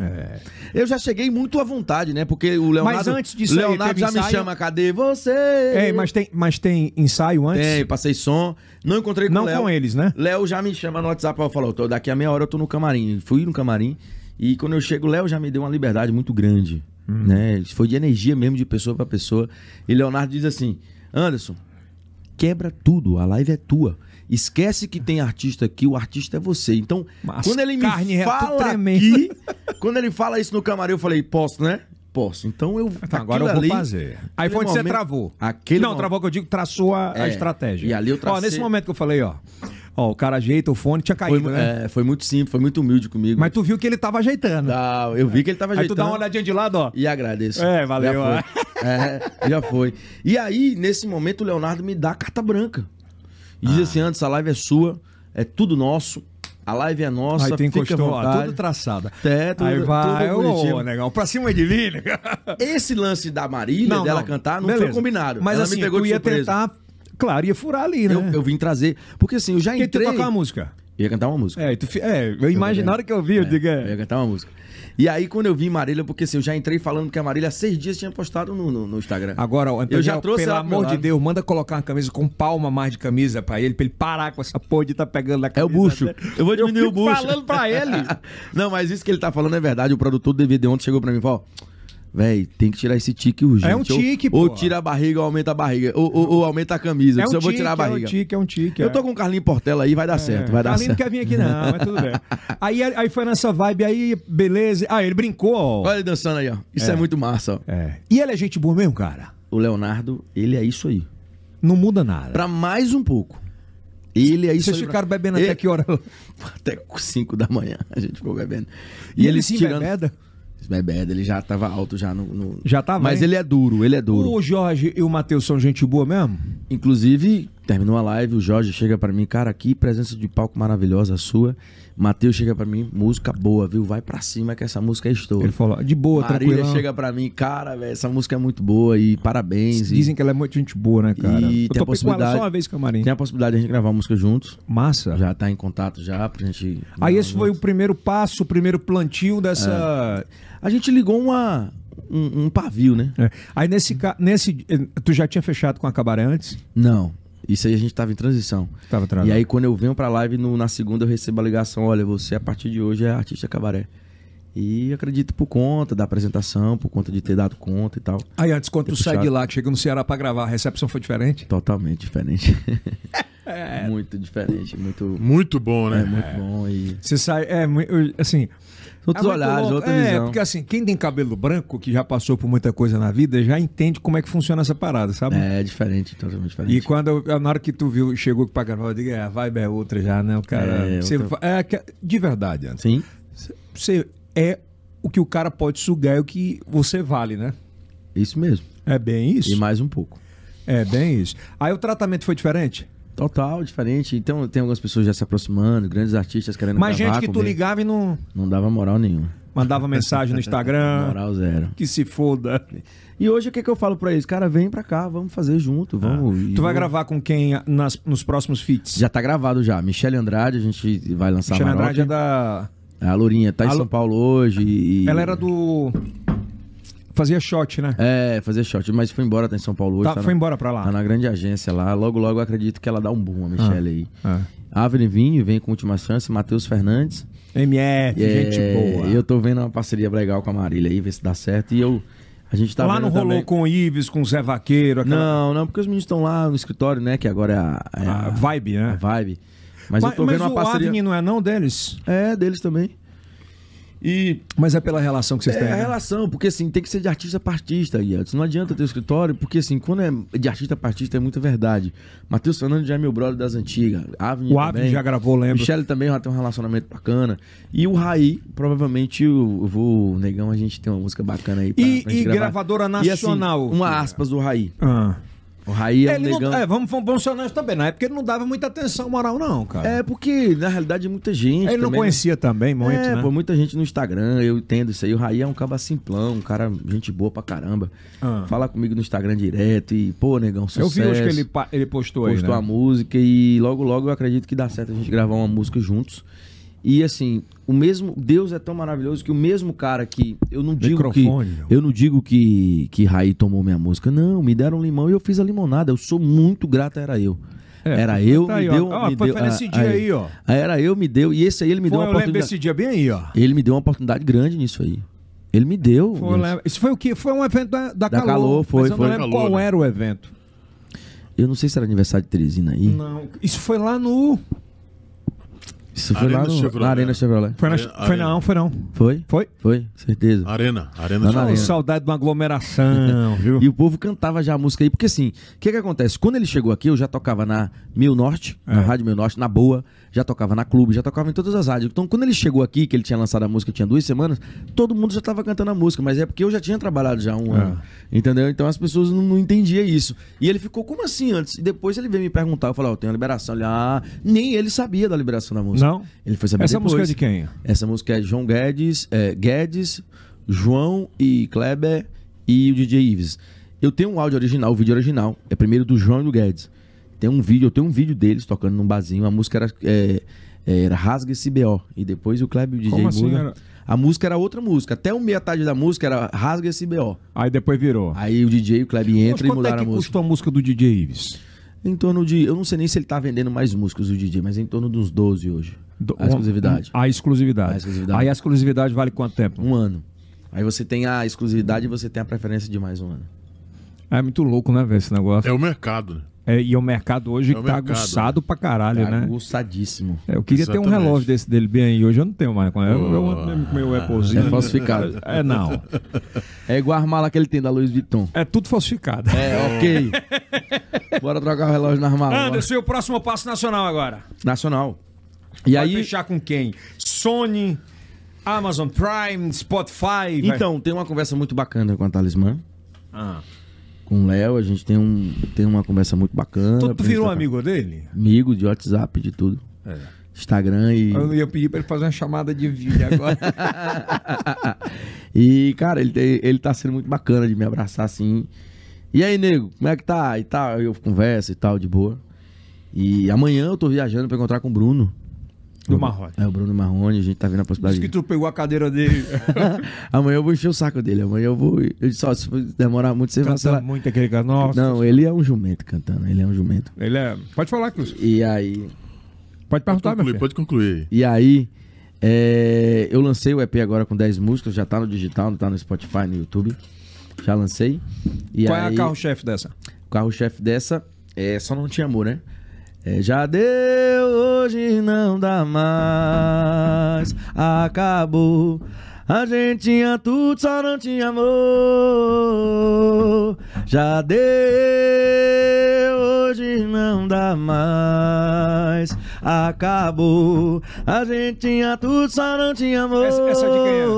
[SPEAKER 3] Eu já cheguei muito à vontade, né? Porque o Leonardo.
[SPEAKER 1] Mas antes disso aí,
[SPEAKER 3] Leonardo
[SPEAKER 1] teve
[SPEAKER 3] já me
[SPEAKER 1] ensaio?
[SPEAKER 3] chama, cadê você?
[SPEAKER 1] É, mas tem, mas tem ensaio antes?
[SPEAKER 3] Tem, passei som. Não encontrei com
[SPEAKER 1] Não
[SPEAKER 3] o Léo.
[SPEAKER 1] com eles, né?
[SPEAKER 3] Léo já me chama no WhatsApp pra falar, tô daqui a meia hora eu tô no camarim. Fui no camarim e quando eu chego, o Léo já me deu uma liberdade muito grande.
[SPEAKER 1] Uhum.
[SPEAKER 3] Né? Isso Foi de energia mesmo, de pessoa pra pessoa. E Leonardo diz assim: Anderson, quebra tudo, a live é tua. Esquece que tem artista aqui, o artista é você. Então,
[SPEAKER 1] Mas
[SPEAKER 3] quando ele
[SPEAKER 1] carne
[SPEAKER 3] me
[SPEAKER 1] é tudo
[SPEAKER 3] fala
[SPEAKER 1] tremendo.
[SPEAKER 3] aqui, quando ele fala isso no camarim, eu falei, posso, né? Posso. Então eu.
[SPEAKER 1] Tá, agora eu
[SPEAKER 3] aquilo
[SPEAKER 1] vou
[SPEAKER 3] ali-
[SPEAKER 1] fazer. Aí
[SPEAKER 3] aquele
[SPEAKER 1] foi onde você
[SPEAKER 3] momento-
[SPEAKER 1] travou.
[SPEAKER 3] Aquele
[SPEAKER 1] não,
[SPEAKER 3] momento-
[SPEAKER 1] travou que eu digo, traçou a, a
[SPEAKER 3] É,
[SPEAKER 1] estratégia.
[SPEAKER 3] e ali eu
[SPEAKER 1] Ó,
[SPEAKER 3] tracei-
[SPEAKER 1] nesse momento que eu falei, ó. Ó, o cara ajeita o fone, tinha
[SPEAKER 3] Foi,
[SPEAKER 1] caído, né?
[SPEAKER 3] é, foi muito simples, foi muito humilde comigo.
[SPEAKER 1] Mas tu viu que ele tava ajeitando.
[SPEAKER 3] Tá, eu vi que ele tava
[SPEAKER 1] Aí tu
[SPEAKER 3] ajeitando.
[SPEAKER 1] dá uma olhadinha de lado, ó.
[SPEAKER 3] E agradeço.
[SPEAKER 1] É, valeu.
[SPEAKER 3] Já foi. É, já foi. E aí, nesse momento, o Leonardo me dá a carta branca. E
[SPEAKER 1] Ah.
[SPEAKER 3] diz assim, antes, a live é sua, é tudo nosso, a live é nossa,
[SPEAKER 1] aí tu
[SPEAKER 3] fica à
[SPEAKER 1] encostou, ó,
[SPEAKER 3] vontade.
[SPEAKER 1] tudo traçado.
[SPEAKER 3] É, tudo-
[SPEAKER 1] aí vai,
[SPEAKER 3] tudo bonitinho.
[SPEAKER 1] ô, negão, pra cima de mim, negão.
[SPEAKER 3] Esse lance da Marília, dela cantar, não
[SPEAKER 1] Beleza.
[SPEAKER 3] foi combinado.
[SPEAKER 1] Mas
[SPEAKER 3] Ela
[SPEAKER 1] assim,
[SPEAKER 3] me pegou
[SPEAKER 1] tu
[SPEAKER 3] de
[SPEAKER 1] ia
[SPEAKER 3] surpresa.
[SPEAKER 1] tentar, claro, ia furar ali, né?
[SPEAKER 3] Eu, eu vim trazer, porque assim, eu já
[SPEAKER 1] Porque tu
[SPEAKER 3] entrei...
[SPEAKER 1] tocar uma música.
[SPEAKER 3] Ia cantar uma música.
[SPEAKER 1] É, e tu, fi- é eu imagino, na hora que eu vi, eu digo,
[SPEAKER 3] Eu ia
[SPEAKER 1] é.
[SPEAKER 3] cantar uma música. E aí, quando eu vi Marília, porque assim, eu já entrei falando que a Marília há seis dias tinha postado no, no, no Instagram.
[SPEAKER 1] Agora, ó, Antônio,
[SPEAKER 3] Eu já trouxe
[SPEAKER 1] pelo
[SPEAKER 3] ela pro
[SPEAKER 1] amor
[SPEAKER 3] meu
[SPEAKER 1] de
[SPEAKER 3] lado.
[SPEAKER 1] Deus, manda colocar uma camisa com palma mais de camisa pra ele, pra ele parar com essa porra de tá pegando na
[SPEAKER 3] É
[SPEAKER 1] camisa.
[SPEAKER 3] o bucho.
[SPEAKER 1] dele.
[SPEAKER 3] Eu vou diminuir
[SPEAKER 1] eu
[SPEAKER 3] o bucho.
[SPEAKER 1] falando pra ele. É
[SPEAKER 3] Não, mas isso que ele tá falando é verdade. O produtor do DVD ontem chegou pra mim e falou: "Ó, Véi, tem que tirar esse tique urgente.
[SPEAKER 1] É um tique,
[SPEAKER 3] ou, ou
[SPEAKER 1] pô.
[SPEAKER 3] tira a barriga ou aumenta a barriga. Ou, ou- ou aumenta a camisa.
[SPEAKER 1] É um
[SPEAKER 3] porque eu vou
[SPEAKER 1] tique,
[SPEAKER 3] tirar a
[SPEAKER 1] É
[SPEAKER 3] barriga.
[SPEAKER 1] um tique, é um tique.
[SPEAKER 3] eu
[SPEAKER 1] é.
[SPEAKER 3] tô com o Carlinho Portela aí, vai dar certo. Vai dar
[SPEAKER 1] Carlinho não quer
[SPEAKER 3] certo.
[SPEAKER 1] vir aqui não, mas tudo bem. Aí, aí foi nessa vibe aí, beleza. Ah, ele brincou, ó.
[SPEAKER 3] Olha ele dançando aí, ó. Isso é, muito massa, ó.
[SPEAKER 1] É. E ele é gente boa mesmo, cara?
[SPEAKER 3] O Leonardo, ele é isso aí.
[SPEAKER 1] Não muda nada.
[SPEAKER 3] Pra mais um pouco. Ele é isso
[SPEAKER 1] Vocês
[SPEAKER 3] aí. pra-
[SPEAKER 1] ficaram bebendo
[SPEAKER 3] Ele-
[SPEAKER 1] até que hora?
[SPEAKER 3] Até 5 da manhã a gente ficou bebendo. E,
[SPEAKER 1] E
[SPEAKER 3] ele
[SPEAKER 1] se
[SPEAKER 3] tirando.
[SPEAKER 1] embebeda?
[SPEAKER 3] Bebeda, é ele já tava alto já no. no-
[SPEAKER 1] Já tava,
[SPEAKER 3] Mas
[SPEAKER 1] hein?
[SPEAKER 3] ele é duro, ele é duro.
[SPEAKER 1] O Jorge e o Matheus são gente boa mesmo?
[SPEAKER 3] Inclusive, terminou a live, o Jorge chega pra mim, cara, que presença de palco maravilhosa a sua. Matheus chega pra mim, música boa, viu? Vai pra cima que essa música é estouro.
[SPEAKER 1] Ele falou, de boa,
[SPEAKER 3] Marília
[SPEAKER 1] tranquilo.
[SPEAKER 3] chega pra mim, cara, velho, essa música é muito boa e parabéns. e-
[SPEAKER 1] Dizem que ela é muito gente boa, né, cara?
[SPEAKER 3] E
[SPEAKER 1] Eu
[SPEAKER 3] tem a
[SPEAKER 1] topei com ela
[SPEAKER 3] possibilidade-
[SPEAKER 1] só uma vez, camarim.
[SPEAKER 3] tem a possibilidade de a gente gravar música juntos.
[SPEAKER 1] Massa.
[SPEAKER 3] Já tá em contato já pra gente.
[SPEAKER 1] Aí esse foi o primeiro passo, o primeiro plantio dessa...
[SPEAKER 3] A gente ligou uma, um, um pavio, né?
[SPEAKER 1] É. Aí nesse, ca- nesse... eh, Tu já tinha fechado com a Cabaré antes?
[SPEAKER 3] Não. Isso aí a gente tava em transição.
[SPEAKER 1] Tava atrás.
[SPEAKER 3] E aí, quando eu venho pra live, no- na segunda eu recebo a ligação: olha, você a partir de hoje é artista cabaré. E acredito por conta da apresentação, por conta de ter dado conta e tal.
[SPEAKER 1] Aí antes, quando tu sai
[SPEAKER 3] puxado.
[SPEAKER 1] de lá, que chega no Ceará pra gravar, a recepção foi diferente?
[SPEAKER 3] Totalmente diferente.
[SPEAKER 1] É.
[SPEAKER 3] Muito diferente, muito.
[SPEAKER 2] Muito bom,
[SPEAKER 3] É
[SPEAKER 2] né?
[SPEAKER 3] muito bom. E...
[SPEAKER 1] Você sai... É, mu- eu- assim...
[SPEAKER 3] Outros
[SPEAKER 1] é muito
[SPEAKER 3] olhares,
[SPEAKER 1] louco.
[SPEAKER 3] outra
[SPEAKER 1] é,
[SPEAKER 3] visão.
[SPEAKER 1] porque assim, quem tem cabelo branco, que já passou por muita coisa na vida, já entende como é que funciona essa parada, sabe?
[SPEAKER 3] É diferente, totalmente diferente.
[SPEAKER 1] Tá E quando eu- na hora que tu viu, chegou pra gravar, eu digo, é, a vibe é outra já, né? O cara.
[SPEAKER 3] É,
[SPEAKER 1] você
[SPEAKER 3] outra-
[SPEAKER 1] va- é que- de verdade, Anderson.
[SPEAKER 3] Sim.
[SPEAKER 1] Você é o que o cara pode sugar, é o que você vale, né?
[SPEAKER 3] Isso mesmo.
[SPEAKER 1] É bem
[SPEAKER 3] E
[SPEAKER 1] isso.
[SPEAKER 3] mais um pouco.
[SPEAKER 1] É bem isso. Aí o tratamento foi diferente?
[SPEAKER 3] Total, diferente. Então tem algumas pessoas já se aproximando, grandes artistas querendo
[SPEAKER 1] Mas
[SPEAKER 3] gravar
[SPEAKER 1] gente que tu
[SPEAKER 3] comigo.
[SPEAKER 1] ligava e não
[SPEAKER 3] Não dava moral nenhuma.
[SPEAKER 1] mandava mensagem no Instagram.
[SPEAKER 3] Moral zero.
[SPEAKER 1] que se foda.
[SPEAKER 3] E hoje o que, que eu falo pra eles? Cara, vem pra cá, vamos fazer junto, vamos. E
[SPEAKER 1] Tu vai
[SPEAKER 3] vamos-
[SPEAKER 1] gravar com quem nas, nos próximos feats?
[SPEAKER 3] Já tá gravado já. Michele Andrade, a gente vai lançar
[SPEAKER 1] Cristiana
[SPEAKER 3] Maroc.
[SPEAKER 1] Andrade é da.
[SPEAKER 3] A Lourinha tá em
[SPEAKER 1] A Lu-
[SPEAKER 3] São Paulo hoje e...
[SPEAKER 1] Ela era do. Fazia shot, né?
[SPEAKER 3] É, fazer shot, mas foi embora, tá em São Paulo hoje.
[SPEAKER 1] Tá,
[SPEAKER 3] tá na-
[SPEAKER 1] foi embora pra lá.
[SPEAKER 3] Tá na grande agência lá. Logo, logo eu acredito que ela dá um boom, a Michelle aí.
[SPEAKER 1] É.
[SPEAKER 3] Avril Vini vem com última chance, Matheus Fernandes.
[SPEAKER 1] MF,
[SPEAKER 3] É,
[SPEAKER 1] gente boa.
[SPEAKER 3] Eu tô vendo uma parceria legal com a Marília aí, ver se dá certo. E eu. A gente tá
[SPEAKER 1] lá
[SPEAKER 3] vendo
[SPEAKER 1] não rolou
[SPEAKER 3] também...
[SPEAKER 1] com o Ives, com o Zé Vaqueiro, aquela
[SPEAKER 3] Não, não, porque os meninos estão lá no escritório, né? Que agora é a, é
[SPEAKER 1] a
[SPEAKER 3] a-
[SPEAKER 1] vibe,
[SPEAKER 3] a
[SPEAKER 1] né?
[SPEAKER 3] vibe. Mas, eu tô vendo
[SPEAKER 1] o
[SPEAKER 3] uma parceria.
[SPEAKER 1] Avni não é não deles?
[SPEAKER 3] É, deles também. E
[SPEAKER 1] Mas é pela relação que vocês têm.
[SPEAKER 3] é a
[SPEAKER 1] né?
[SPEAKER 3] relação, porque assim, tem que ser de artista pra artista, Guia. Não adianta ter um escritório, porque assim, quando é de artista pra artista é muita verdade. Matheus Fernandes já é meu brother das antigas. Avni
[SPEAKER 1] O
[SPEAKER 3] também.
[SPEAKER 1] Abner já gravou, lembro.
[SPEAKER 3] Michele também já tem um relacionamento bacana. E o Raí, provavelmente eu eu vou. o Negão, a gente tem uma música bacana aí pra,
[SPEAKER 1] E-
[SPEAKER 3] pra gente
[SPEAKER 1] e
[SPEAKER 3] gravar.
[SPEAKER 1] gravadora
[SPEAKER 3] E, assim,
[SPEAKER 1] nacional.
[SPEAKER 3] uma aspas do Raí.
[SPEAKER 1] Ah.
[SPEAKER 3] O Raí é,
[SPEAKER 1] É,
[SPEAKER 3] um
[SPEAKER 1] ele não-
[SPEAKER 3] negão.
[SPEAKER 1] é, vamos, vamos funcionar também. Na época ele não dava muita atenção moral, não, cara.
[SPEAKER 3] É, porque na realidade muita gente.
[SPEAKER 1] ele não
[SPEAKER 3] também né?
[SPEAKER 1] conhecia também muito,
[SPEAKER 3] é,
[SPEAKER 1] né?
[SPEAKER 3] pô, muita gente no Instagram, eu entendo isso aí. O Raí é um caba simplão, um cara, gente boa pra caramba.
[SPEAKER 1] Ah.
[SPEAKER 3] Fala comigo no Instagram direto e, pô, negão, sucesso.
[SPEAKER 1] Eu vi hoje que ele, pa- ele postou,
[SPEAKER 3] postou
[SPEAKER 1] aí.
[SPEAKER 3] a
[SPEAKER 1] né?
[SPEAKER 3] música e logo, logo eu acredito que dá certo a gente gravar uma música juntos. E assim, o mesmo. Deus é tão maravilhoso que o mesmo cara que. Eu não digo
[SPEAKER 1] Microfone.
[SPEAKER 3] que. Eu não digo que, que Raí tomou minha música. Não, me deram um limão e eu fiz a limonada. Eu sou muito grato, era eu.
[SPEAKER 1] É,
[SPEAKER 3] era
[SPEAKER 1] tá
[SPEAKER 3] eu,
[SPEAKER 1] aí,
[SPEAKER 3] me
[SPEAKER 1] ó.
[SPEAKER 3] deu.
[SPEAKER 1] Ó,
[SPEAKER 3] me
[SPEAKER 1] foi-
[SPEAKER 3] deu-
[SPEAKER 1] foi nesse dia aí, ó.
[SPEAKER 3] Era eu, me deu. E esse aí ele me
[SPEAKER 1] Foi,
[SPEAKER 3] deu uma
[SPEAKER 1] eu lembro
[SPEAKER 3] oportunidade.
[SPEAKER 1] desse dia bem aí, ó.
[SPEAKER 3] Ele me deu uma oportunidade grande nisso aí. Ele me deu.
[SPEAKER 1] Foi, eu
[SPEAKER 3] Vinícius.
[SPEAKER 1] lembro- Isso foi o quê? Foi um evento da, da,
[SPEAKER 3] Da Calor, foi,
[SPEAKER 1] mas eu
[SPEAKER 3] foi.
[SPEAKER 1] não lembro
[SPEAKER 2] Calor,
[SPEAKER 1] qual
[SPEAKER 2] né?
[SPEAKER 1] era o evento.
[SPEAKER 3] Eu não sei se era aniversário de Teresina aí.
[SPEAKER 1] Não, isso foi lá no...
[SPEAKER 3] Isso foi
[SPEAKER 2] Arena
[SPEAKER 3] lá no,
[SPEAKER 2] Chevrolet.
[SPEAKER 3] na Arena Chevrolet.
[SPEAKER 1] Foi, na-
[SPEAKER 2] Aí- aí-
[SPEAKER 1] foi não, foi não.
[SPEAKER 3] Foi?
[SPEAKER 1] Foi?
[SPEAKER 3] Foi, certeza.
[SPEAKER 2] Arena, Arena
[SPEAKER 3] Não,
[SPEAKER 2] de
[SPEAKER 3] não,
[SPEAKER 1] Ô,
[SPEAKER 3] Arena.
[SPEAKER 1] saudade de uma aglomeração, viu?
[SPEAKER 3] E o povo cantava já a música aí, porque assim, o que que acontece? Quando ele chegou aqui, eu já tocava na Mil Norte, na
[SPEAKER 1] É.
[SPEAKER 3] Rádio Mil Norte, na Boa, já tocava na Clube, já tocava em todas as rádios. Então, quando ele chegou aqui, que ele tinha lançado a música, tinha duas semanas, todo mundo já tava cantando a música, mas é porque eu já tinha trabalhado já
[SPEAKER 1] É.
[SPEAKER 3] um ano, entendeu? Então, as pessoas não, não entendiam isso. E ele ficou, como assim antes? E depois ele veio me perguntar, eu falei, ó, tem a liberação. Ele, ah, nem ele sabia da liberação da música.
[SPEAKER 1] Não?
[SPEAKER 3] Ele foi saber
[SPEAKER 1] Essa
[SPEAKER 3] depois.
[SPEAKER 1] música é de quem?
[SPEAKER 3] Essa música é João Guedes, é, Guedes, João e Kleber e o DJ Ives. Eu tenho um áudio original, o vídeo original. É primeiro do João e do Guedes. Tem um vídeo, eu tenho um vídeo deles tocando num barzinho. A música era, é, é, era Rasga esse BO. E depois o Kleber e o DJ
[SPEAKER 1] Como assim
[SPEAKER 3] muda.
[SPEAKER 1] era?
[SPEAKER 3] A música era outra música. Até o meia-tarde da música era Rasga esse BO.
[SPEAKER 1] Aí depois virou.
[SPEAKER 3] Aí o DJ e o Kleber
[SPEAKER 1] Mas
[SPEAKER 3] entram e
[SPEAKER 1] quanto é
[SPEAKER 3] mudaram
[SPEAKER 1] que
[SPEAKER 3] a música.
[SPEAKER 1] custou a música do DJ Ives?
[SPEAKER 3] Em torno de. Eu não sei nem se ele tá vendendo mais músicas, o DJ, mas em torno de uns 12 hoje.
[SPEAKER 1] Do-
[SPEAKER 3] a exclusividade.
[SPEAKER 1] A exclusividade.
[SPEAKER 3] A exclusividade.
[SPEAKER 1] Aí a exclusividade vale quanto tempo?
[SPEAKER 3] um ano. Aí você tem a exclusividade e você tem a preferência de mais um ano.
[SPEAKER 1] É muito louco, né, ver esse negócio.
[SPEAKER 2] É o mercado, né?
[SPEAKER 1] É, e o mercado hoje
[SPEAKER 2] É o
[SPEAKER 1] tá
[SPEAKER 2] mercado, Tá
[SPEAKER 1] aguçado pra caralho, né?
[SPEAKER 3] Aguçadíssimo.
[SPEAKER 1] É, eu queria ter um
[SPEAKER 2] Exatamente.
[SPEAKER 1] relógio desse dele bem aí. Hoje eu não tenho mais. Eu, eu ando mesmo com meu Applezinho.
[SPEAKER 3] É falsificado.
[SPEAKER 1] É, não.
[SPEAKER 3] É igual a mala que ele tem da Louis Vuitton.
[SPEAKER 1] É tudo falsificado.
[SPEAKER 3] É, ok. Bora trocar o relógio na mala. bora.
[SPEAKER 1] Anderson, e o próximo passo nacional agora?
[SPEAKER 3] Nacional. E
[SPEAKER 1] Vai
[SPEAKER 3] aí.
[SPEAKER 1] fechar com quem? Sony, Amazon Prime, Spotify. vai-
[SPEAKER 3] Então, tem uma conversa muito bacana com a Talismã.
[SPEAKER 1] Ah.
[SPEAKER 3] Com o Léo, a gente tem, um, tem uma conversa muito bacana.
[SPEAKER 1] Tu, tu
[SPEAKER 3] pra gente
[SPEAKER 1] virou
[SPEAKER 3] trocar.
[SPEAKER 1] amigo É. dele?
[SPEAKER 3] Amigo de WhatsApp, de tudo. Instagram e.
[SPEAKER 1] Eu ia pedir pra ele fazer uma chamada de vídeo agora.
[SPEAKER 3] E, cara, ele, tem- ele tá sendo muito bacana de me abraçar assim. E aí, nego, como é que tá? E tal, eu converso e tal, de boa. E amanhã eu tô viajando pra encontrar com o Bruno.
[SPEAKER 1] Do Marrone.
[SPEAKER 3] É, o Bruno Marrone, a gente tá vendo a
[SPEAKER 1] Diz
[SPEAKER 3] possibilidade.
[SPEAKER 1] que tu pegou a cadeira dele.
[SPEAKER 3] amanhã eu vou encher o saco dele. Amanhã eu vou. Eu disse, ó, se for demorar muito, você vai
[SPEAKER 1] Canta
[SPEAKER 3] lá.
[SPEAKER 1] muito aquele cara. Nossa.
[SPEAKER 3] Não, ele é um jumento cantando, ele é um jumento.
[SPEAKER 1] Ele é. Pode falar, Cruz.
[SPEAKER 3] E aí.
[SPEAKER 1] Pode
[SPEAKER 3] Tá,
[SPEAKER 1] perguntar, meu
[SPEAKER 2] Conclui,
[SPEAKER 1] filho.
[SPEAKER 2] pode concluir.
[SPEAKER 3] E aí, é, eu lancei o EP agora com 10 músicas, já tá no digital, não tá no Spotify, no YouTube. Já lancei. E
[SPEAKER 1] Qual é
[SPEAKER 3] aí,
[SPEAKER 1] a carro-chefe dessa?
[SPEAKER 3] O carro-chefe dessa é Só Não Te Amor, né? É, já deu, hoje não dá mais, acabou. A gente tinha tudo, só não tinha amor. Já deu, hoje não dá mais, acabou. A gente tinha tudo, só não tinha amor.
[SPEAKER 1] Essa- essa de quem é?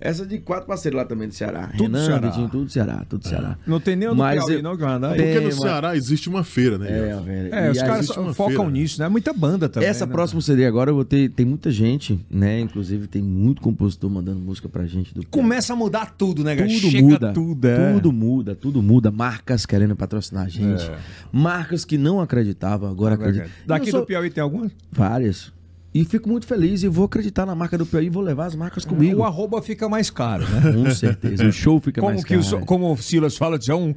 [SPEAKER 3] Essa de quatro parceiros lá também do Ceará.
[SPEAKER 1] Tudo
[SPEAKER 3] Renan,
[SPEAKER 1] Ceará.
[SPEAKER 3] Vitinho, tudo Ceará, tudo Ceará.
[SPEAKER 1] Não tem nem o do
[SPEAKER 3] Mas
[SPEAKER 1] Piauí,
[SPEAKER 3] eu-
[SPEAKER 1] não, que é vai andar.
[SPEAKER 3] Tem,
[SPEAKER 2] Porque no
[SPEAKER 3] É, mas-
[SPEAKER 2] Ceará existe uma feira, né?
[SPEAKER 3] É,
[SPEAKER 2] Guilherme?
[SPEAKER 3] velho.
[SPEAKER 1] É,
[SPEAKER 3] E
[SPEAKER 1] os
[SPEAKER 3] aí-
[SPEAKER 1] caras
[SPEAKER 2] existe uma
[SPEAKER 1] focam
[SPEAKER 2] feira, né?
[SPEAKER 1] nisso, né? Muita banda também.
[SPEAKER 3] Essa
[SPEAKER 1] né?
[SPEAKER 3] próxima CD agora eu vou ter. Tem muita gente, né? Inclusive tem muito compositor mandando música pra gente. Do
[SPEAKER 1] Começa a mudar tudo, né, cara?
[SPEAKER 3] tudo
[SPEAKER 1] Chega
[SPEAKER 3] muda,
[SPEAKER 1] tudo, é.
[SPEAKER 3] tudo muda, tudo muda. Marcas querendo patrocinar a gente, marcas que não acreditavam agora acreditam.
[SPEAKER 1] É. Daqui
[SPEAKER 3] Eu sou-
[SPEAKER 1] do Piauí tem alguma?
[SPEAKER 3] várias. E fico muito feliz e vou acreditar na marca do Piauí e vou levar as marcas comigo.
[SPEAKER 1] É O arroba fica mais caro, né?
[SPEAKER 3] Com certeza. O show fica
[SPEAKER 1] Como,
[SPEAKER 3] mais
[SPEAKER 1] que
[SPEAKER 3] caro.
[SPEAKER 1] o, como o Silas fala, diz, é um.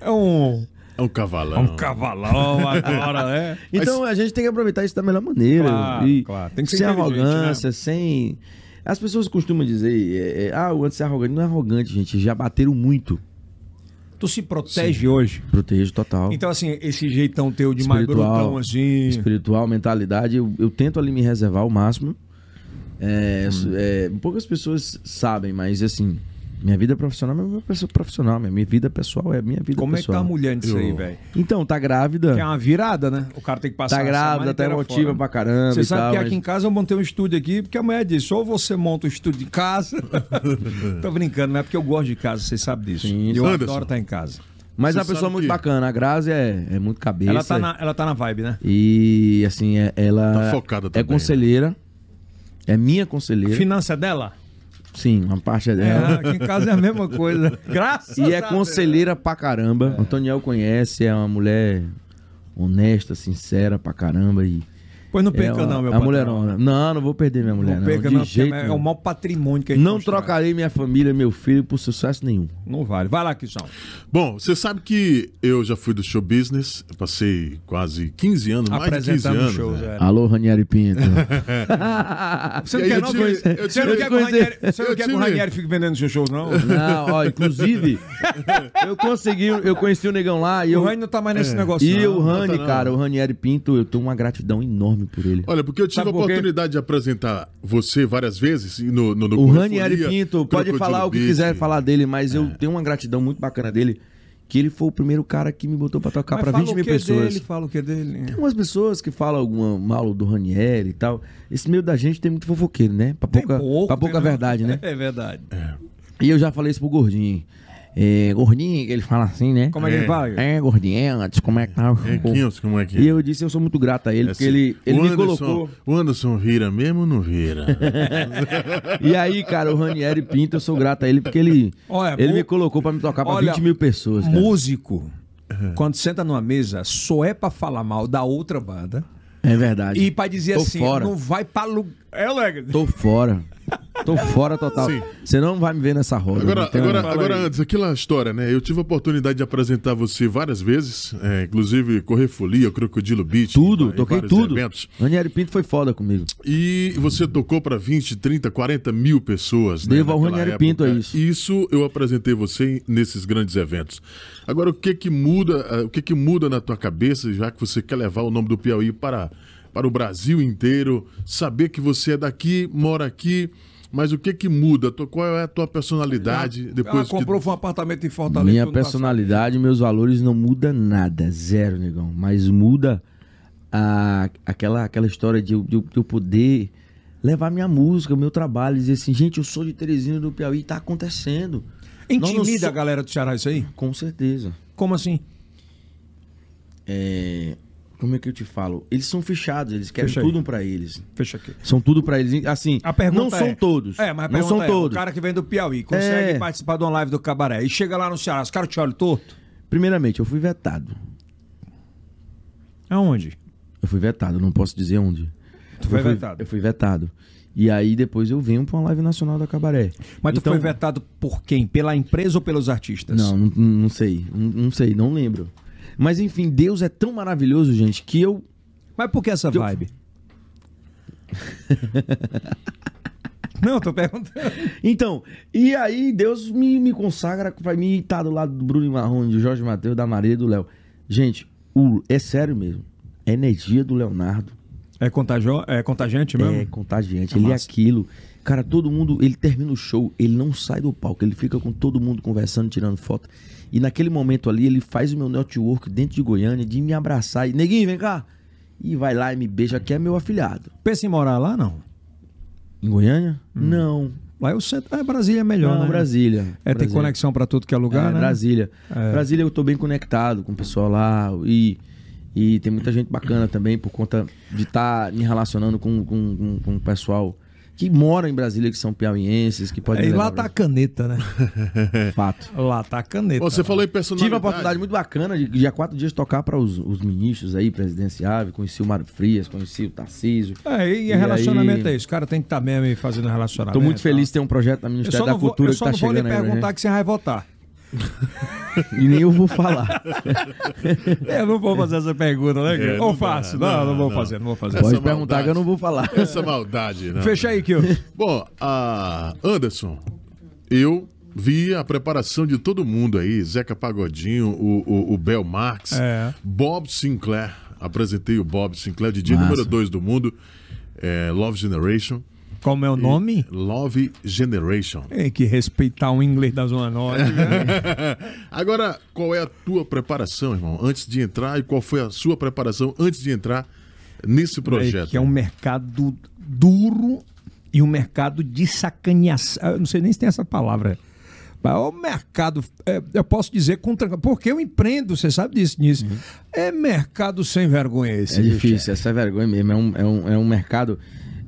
[SPEAKER 1] É um.
[SPEAKER 2] É um
[SPEAKER 1] É
[SPEAKER 2] cavalão.
[SPEAKER 1] um cavalão agora, né?
[SPEAKER 3] Então a gente tem que aproveitar isso da melhor maneira.
[SPEAKER 1] Claro,
[SPEAKER 3] e
[SPEAKER 1] claro. Tem que ser
[SPEAKER 3] sem
[SPEAKER 1] inteligente, né?
[SPEAKER 3] arrogância, sem. As pessoas costumam dizer, é, é, ah, o antes é arrogante. Não é arrogante, gente. Já bateram muito.
[SPEAKER 1] Tu se protege hoje.
[SPEAKER 3] Protejo total.
[SPEAKER 1] Então, assim, esse jeitão teu de mais brutão, assim.
[SPEAKER 3] espiritual, mentalidade, eu, eu tento ali me reservar ao máximo. É,
[SPEAKER 1] Hum.
[SPEAKER 3] é, poucas pessoas sabem, mas assim, minha vida profissional é minha vida profissional, minha minha vida pessoal é minha vida
[SPEAKER 1] Como é que
[SPEAKER 3] pessoal.
[SPEAKER 1] tá a mulher nisso aí,
[SPEAKER 2] Eu-
[SPEAKER 1] velho?
[SPEAKER 3] Então, tá grávida.
[SPEAKER 1] Que é uma virada, né? O cara tem que passar
[SPEAKER 3] Tá
[SPEAKER 1] a
[SPEAKER 3] grávida,
[SPEAKER 1] semana
[SPEAKER 3] tá
[SPEAKER 1] inteira
[SPEAKER 3] emotiva
[SPEAKER 1] fora.
[SPEAKER 3] pra caramba.
[SPEAKER 1] é Você
[SPEAKER 3] e
[SPEAKER 1] sabe
[SPEAKER 3] tal,
[SPEAKER 1] que
[SPEAKER 3] mas-
[SPEAKER 1] aqui em casa eu montei um estúdio aqui, porque a mulher disse, ou você monta um estúdio em casa. Tô brincando, mas é porque eu gosto de casa, vocês sabem disso.
[SPEAKER 3] Sim,
[SPEAKER 1] E eu
[SPEAKER 2] Anderson.
[SPEAKER 1] adoro estar em casa.
[SPEAKER 3] Mas
[SPEAKER 2] Você
[SPEAKER 3] é uma pessoa
[SPEAKER 2] sabe
[SPEAKER 3] muito
[SPEAKER 2] que-
[SPEAKER 3] bacana. A Grazi é, é muito cabeça.
[SPEAKER 1] Ela tá, na, ela tá na vibe, né?
[SPEAKER 3] E, assim, é- ela
[SPEAKER 2] Tá focada
[SPEAKER 3] é
[SPEAKER 2] também,
[SPEAKER 3] conselheira. É minha conselheira.
[SPEAKER 1] Finança dela?
[SPEAKER 3] Sim, uma parte é
[SPEAKER 1] É, né?
[SPEAKER 3] dela.
[SPEAKER 1] aqui em casa é a mesma coisa. Graças
[SPEAKER 3] E é
[SPEAKER 1] a Deus.
[SPEAKER 3] conselheira pra caramba.
[SPEAKER 1] É.
[SPEAKER 3] Antoniel conhece, é uma mulher honesta, sincera pra caramba. E
[SPEAKER 1] Pois não
[SPEAKER 3] é
[SPEAKER 1] perca
[SPEAKER 3] uma-
[SPEAKER 1] não, meu
[SPEAKER 3] A
[SPEAKER 1] patrão.
[SPEAKER 3] mulherona. Não, não vou perder minha mulher.
[SPEAKER 1] Não
[SPEAKER 3] Não,
[SPEAKER 1] perca
[SPEAKER 3] de
[SPEAKER 1] não, porque
[SPEAKER 3] jeito
[SPEAKER 1] é
[SPEAKER 3] nenhum.
[SPEAKER 1] o maior patrimônio que a gente
[SPEAKER 3] Não
[SPEAKER 1] constrói.
[SPEAKER 3] trocarei minha família, meu filho, por sucesso nenhum.
[SPEAKER 1] Não vale. Vai lá, Kishão.
[SPEAKER 2] Bom, você sabe que eu já fui do show business, eu passei quase 15 anos, mais de 15
[SPEAKER 1] Apresentando
[SPEAKER 2] anos.
[SPEAKER 1] shows.
[SPEAKER 2] né?
[SPEAKER 1] é.
[SPEAKER 3] Alô, Ranieri Pinto.
[SPEAKER 1] Você
[SPEAKER 2] E
[SPEAKER 1] não
[SPEAKER 2] aí
[SPEAKER 1] quer
[SPEAKER 2] eu
[SPEAKER 1] não,
[SPEAKER 2] tive-
[SPEAKER 1] Dois?
[SPEAKER 2] eu
[SPEAKER 1] Você não
[SPEAKER 2] tive-
[SPEAKER 1] quer que o
[SPEAKER 3] eu
[SPEAKER 1] Ranieri- você não
[SPEAKER 2] eu
[SPEAKER 1] quer que o
[SPEAKER 2] tive-
[SPEAKER 1] Ranieri fique vendendo seus shows, não?
[SPEAKER 3] Não, ó, inclusive, eu consegui, eu conheci o negão lá e
[SPEAKER 1] E o
[SPEAKER 3] eu. É.
[SPEAKER 1] Rani não tá mais nesse negócio,
[SPEAKER 3] E
[SPEAKER 1] não.
[SPEAKER 3] o Rani,
[SPEAKER 2] não tá não.
[SPEAKER 3] cara, o Ranieri Pinto, eu tenho uma gratidão enorme é. por ele.
[SPEAKER 2] Olha, porque eu tive
[SPEAKER 1] Sabe
[SPEAKER 2] a
[SPEAKER 1] por quê?
[SPEAKER 2] oportunidade de apresentar você várias vezes e no, no, no
[SPEAKER 3] O
[SPEAKER 2] Corefolia,
[SPEAKER 3] Ranieri Pinto, pode
[SPEAKER 2] Crocodilo
[SPEAKER 3] falar o que
[SPEAKER 2] Beat.
[SPEAKER 3] quiser falar dele, mas
[SPEAKER 1] É.
[SPEAKER 3] eu tenho uma gratidão muito bacana dele, que ele foi o primeiro cara que me botou pra tocar
[SPEAKER 1] Mas
[SPEAKER 3] pra
[SPEAKER 1] fala
[SPEAKER 3] 20
[SPEAKER 1] o
[SPEAKER 3] mil
[SPEAKER 1] que
[SPEAKER 3] pessoas.
[SPEAKER 1] Dele, fala o que dele.
[SPEAKER 3] Tem umas pessoas que falam alguma mal do Ranieri e tal. Esse meio da gente tem muito fofoqueiro, né? Pra pouca, pra
[SPEAKER 1] tem
[SPEAKER 3] pouca
[SPEAKER 1] não.
[SPEAKER 3] verdade, né?
[SPEAKER 1] É verdade.
[SPEAKER 3] E eu já falei isso pro Gordinho. É, gordinho, que ele fala assim, né?
[SPEAKER 1] Como é que ele
[SPEAKER 2] É.
[SPEAKER 1] fala?
[SPEAKER 3] É, Gordinho, antes, como é que tá?
[SPEAKER 2] É, Quinhos, como é que é?
[SPEAKER 3] E eu disse, eu sou muito grato a ele,
[SPEAKER 1] É
[SPEAKER 3] porque
[SPEAKER 1] assim,
[SPEAKER 3] ele, ele
[SPEAKER 2] o
[SPEAKER 3] me
[SPEAKER 2] Anderson-
[SPEAKER 3] colocou.
[SPEAKER 2] O Anderson vira mesmo ou não vira?
[SPEAKER 3] E aí, cara, o Ranieri Pinto, eu sou grato a ele, porque ele,
[SPEAKER 1] Olha,
[SPEAKER 3] ele
[SPEAKER 1] mu-
[SPEAKER 3] me colocou pra me tocar pra
[SPEAKER 1] Olha,
[SPEAKER 3] 20 mil pessoas. cara.
[SPEAKER 1] Músico, quando senta numa mesa, só é pra falar mal da outra banda
[SPEAKER 3] É verdade.
[SPEAKER 1] e pra dizer
[SPEAKER 3] Tô
[SPEAKER 1] assim,
[SPEAKER 3] fora.
[SPEAKER 1] não vai pra lugar. É, Lega.
[SPEAKER 3] Tô fora. Tô fora total.
[SPEAKER 2] Sim.
[SPEAKER 3] Você não vai me ver nessa roda.
[SPEAKER 2] Agora,
[SPEAKER 3] não tem-
[SPEAKER 2] agora,
[SPEAKER 1] Então, Fala
[SPEAKER 2] agora
[SPEAKER 1] aí.
[SPEAKER 2] antes, aquela história, né? Eu tive a oportunidade de apresentar você várias vezes, é, inclusive Correr Folia, Crocodilo Beach. em
[SPEAKER 3] Tudo,
[SPEAKER 2] va- em
[SPEAKER 3] toquei
[SPEAKER 2] vários
[SPEAKER 3] tudo.
[SPEAKER 2] eventos.
[SPEAKER 3] Ranieri Pinto foi foda comigo.
[SPEAKER 2] E você tocou para 20, 30, 40 mil pessoas. né,
[SPEAKER 3] Devo ao
[SPEAKER 2] naquela
[SPEAKER 3] Ranieri
[SPEAKER 2] época.
[SPEAKER 3] Pinto, é isso.
[SPEAKER 2] Isso eu apresentei você nesses grandes eventos. Agora, o que que muda, ah, o que que muda na tua cabeça, já que você quer levar o nome do Piauí para, para o Brasil inteiro, saber que você é daqui, mora aqui, mas o que que muda? Tu- Qual é a tua personalidade
[SPEAKER 1] Ela
[SPEAKER 2] depois que...
[SPEAKER 1] comprou foi um apartamento em Fortaleza. tá
[SPEAKER 3] Minha
[SPEAKER 1] ano passado.
[SPEAKER 3] personalidade, meus valores não muda nada, zero, negão. Mas muda a, aquela, aquela história de, eu- de eu- de eu poder levar minha música, meu trabalho, dizer assim, gente, eu sou de Teresina do Piauí, tá acontecendo. Nós não
[SPEAKER 1] Intimida a
[SPEAKER 3] so-
[SPEAKER 1] galera do Ceará isso aí?
[SPEAKER 3] Com certeza.
[SPEAKER 1] Como assim?
[SPEAKER 3] É, como é que eu te falo? Eles são fechados, eles querem
[SPEAKER 1] Fecha aí.
[SPEAKER 3] tudo pra eles.
[SPEAKER 1] Fecha aqui.
[SPEAKER 3] São tudo pra eles. Assim,
[SPEAKER 1] A pergunta
[SPEAKER 3] não são
[SPEAKER 1] é-
[SPEAKER 3] todos.
[SPEAKER 1] É, mas a
[SPEAKER 3] não
[SPEAKER 1] pergunta
[SPEAKER 3] são
[SPEAKER 1] é,
[SPEAKER 3] todos.
[SPEAKER 1] o cara que vem do Piauí consegue
[SPEAKER 3] É.
[SPEAKER 1] participar de uma live do Cabaré e chega lá no Ceará, os caras te olham torto?
[SPEAKER 3] Primeiramente, eu fui vetado.
[SPEAKER 1] Aonde?
[SPEAKER 3] Eu fui vetado, não posso dizer onde.
[SPEAKER 1] Tu foi
[SPEAKER 3] eu fui,
[SPEAKER 1] vetado.
[SPEAKER 3] Eu fui vetado. E aí depois eu venho pra uma live nacional da Cabaré.
[SPEAKER 1] Mas tu
[SPEAKER 3] Então-
[SPEAKER 1] foi vetado por quem? Pela empresa ou pelos artistas?
[SPEAKER 3] Não, não, não sei. Não, não sei, não lembro. Mas enfim, Deus é tão maravilhoso, gente, que eu.
[SPEAKER 1] Mas por que essa
[SPEAKER 3] Eu-
[SPEAKER 1] vibe? Não, tô perguntando.
[SPEAKER 3] Então, e aí Deus me, me consagra pra mim tá do lado do Bruno e Marrone, do Jorge Matheus, da Maria e do Léo. Gente, o, é sério mesmo. A energia do Leonardo
[SPEAKER 1] É, contagio... é contagiante
[SPEAKER 3] É
[SPEAKER 1] mesmo?
[SPEAKER 3] contagiante,
[SPEAKER 1] É
[SPEAKER 3] ele é
[SPEAKER 1] massa.
[SPEAKER 3] aquilo. Cara, todo mundo, ele termina o show, ele não sai do palco, ele fica com todo mundo conversando, tirando foto. E naquele momento ali, ele faz o meu network dentro de Goiânia, de me abraçar e, neguinho, vem cá. E vai lá e me beija, que é meu afilhado.
[SPEAKER 1] Pensa em morar lá, não.
[SPEAKER 3] Em Goiânia? Não.
[SPEAKER 1] Lá é o centro. É, Brasília é melhor,
[SPEAKER 3] não,
[SPEAKER 1] né?
[SPEAKER 3] Brasília.
[SPEAKER 1] É, tem
[SPEAKER 3] Brasília.
[SPEAKER 1] conexão pra tudo que é lugar,
[SPEAKER 3] É,
[SPEAKER 1] né?
[SPEAKER 3] Brasília.
[SPEAKER 1] É.
[SPEAKER 3] Brasília eu tô bem conectado com o pessoal lá e, e tem muita gente bacana também por conta de estar me relacionando com, com, com, com o pessoal que mora em Brasília, que são piauienses, que podem...
[SPEAKER 1] É, e
[SPEAKER 3] me
[SPEAKER 1] lá tá
[SPEAKER 3] levar
[SPEAKER 1] a caneta, né?
[SPEAKER 3] pra- Fato.
[SPEAKER 1] Lá tá a caneta.
[SPEAKER 2] Você falou em personalidade.
[SPEAKER 3] Tive a oportunidade muito bacana de, de há quatro dias, tocar para os, os ministros aí, presidenciáveis, conheci o Mário Frias, conheci o Tarcísio.
[SPEAKER 1] É, e,
[SPEAKER 3] E
[SPEAKER 1] relacionamento
[SPEAKER 3] aí-
[SPEAKER 1] é isso. O cara tem que estar mesmo aí fazendo relacionamento.
[SPEAKER 3] Estou muito
[SPEAKER 1] e
[SPEAKER 3] feliz de
[SPEAKER 1] tal.
[SPEAKER 3] ter um projeto da
[SPEAKER 1] tá. Eu
[SPEAKER 3] Ministério
[SPEAKER 1] só
[SPEAKER 3] da
[SPEAKER 1] não vou, eu
[SPEAKER 3] Cultura
[SPEAKER 1] só
[SPEAKER 3] que
[SPEAKER 1] não
[SPEAKER 3] tá
[SPEAKER 1] vou lhe
[SPEAKER 3] chegando aí. pra
[SPEAKER 1] perguntar
[SPEAKER 3] gente.
[SPEAKER 1] que você vai votar.
[SPEAKER 3] E nem eu vou falar.
[SPEAKER 1] É, Eu não vou fazer essa pergunta, né? cara?
[SPEAKER 2] É,
[SPEAKER 1] Ou
[SPEAKER 2] não dá,
[SPEAKER 1] faço. Não, não,
[SPEAKER 2] não,
[SPEAKER 1] vou
[SPEAKER 2] não.
[SPEAKER 1] fazer, não vou fazer.
[SPEAKER 3] Pode
[SPEAKER 2] maldade.
[SPEAKER 3] perguntar que eu não vou falar.
[SPEAKER 2] Essa maldade, né?
[SPEAKER 1] Fecha aí, Kio.
[SPEAKER 2] Bom, a Anderson, eu vi a preparação de todo mundo aí, Zeca Pagodinho, o, o, o Bel Marx,
[SPEAKER 1] É.
[SPEAKER 2] Bob Sinclair, apresentei o Bob Sinclair, DJ
[SPEAKER 3] Massa.
[SPEAKER 2] número 2 do mundo, é, Love Generation.
[SPEAKER 1] Como é o nome?
[SPEAKER 2] Love Generation.
[SPEAKER 1] Tem que respeitar o inglês da Zona
[SPEAKER 3] É,
[SPEAKER 1] Norte. né?
[SPEAKER 2] Agora, qual é a tua preparação, irmão, antes de entrar e qual foi a sua preparação antes de entrar nesse
[SPEAKER 1] É,
[SPEAKER 2] projeto?
[SPEAKER 3] tá.
[SPEAKER 1] que é um mercado duro e um mercado de sacaneação. Eu não sei nem se tem essa palavra. Mas é um mercado, é, eu posso dizer, contra, porque eu empreendo, você sabe disso, nisso. É mercado sem vergonha esse.
[SPEAKER 3] Uhum. É
[SPEAKER 1] bicho.
[SPEAKER 3] difícil, essa é vergonha mesmo. É um, é, um, é um mercado.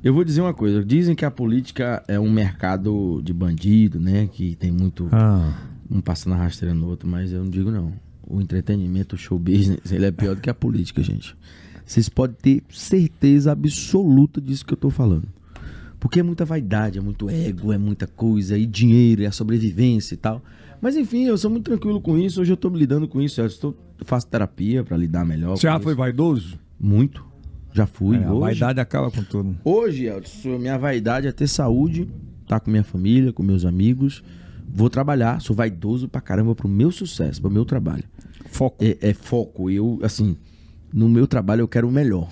[SPEAKER 3] Eu vou dizer uma coisa: dizem que a política é um mercado de bandido, né? Que tem muito.
[SPEAKER 1] Ah,
[SPEAKER 3] Um passando a rasteira no outro, mas eu não digo não. O entretenimento, o show business, ele é pior do que a política, gente. Vocês podem ter certeza absoluta disso que eu tô falando. Porque é muita vaidade, é muito ego, é muita coisa, e dinheiro, é a sobrevivência e tal. Mas enfim, eu sou muito tranquilo com isso, hoje eu tô me lidando com isso. Eu, estou, eu faço terapia pra lidar melhor.
[SPEAKER 1] você
[SPEAKER 3] com
[SPEAKER 1] já
[SPEAKER 3] isso.
[SPEAKER 1] foi vaidoso?
[SPEAKER 3] Muito. Já fui.
[SPEAKER 1] É, a
[SPEAKER 3] hoje.
[SPEAKER 1] vaidade acaba com tudo.
[SPEAKER 3] Hoje, Elton, minha vaidade é ter saúde, estar com minha família, com meus amigos. Vou trabalhar, sou vaidoso pra caramba pro meu sucesso, pro meu trabalho.
[SPEAKER 1] Foco.
[SPEAKER 3] É, é foco. Eu, assim, no meu trabalho eu quero o melhor.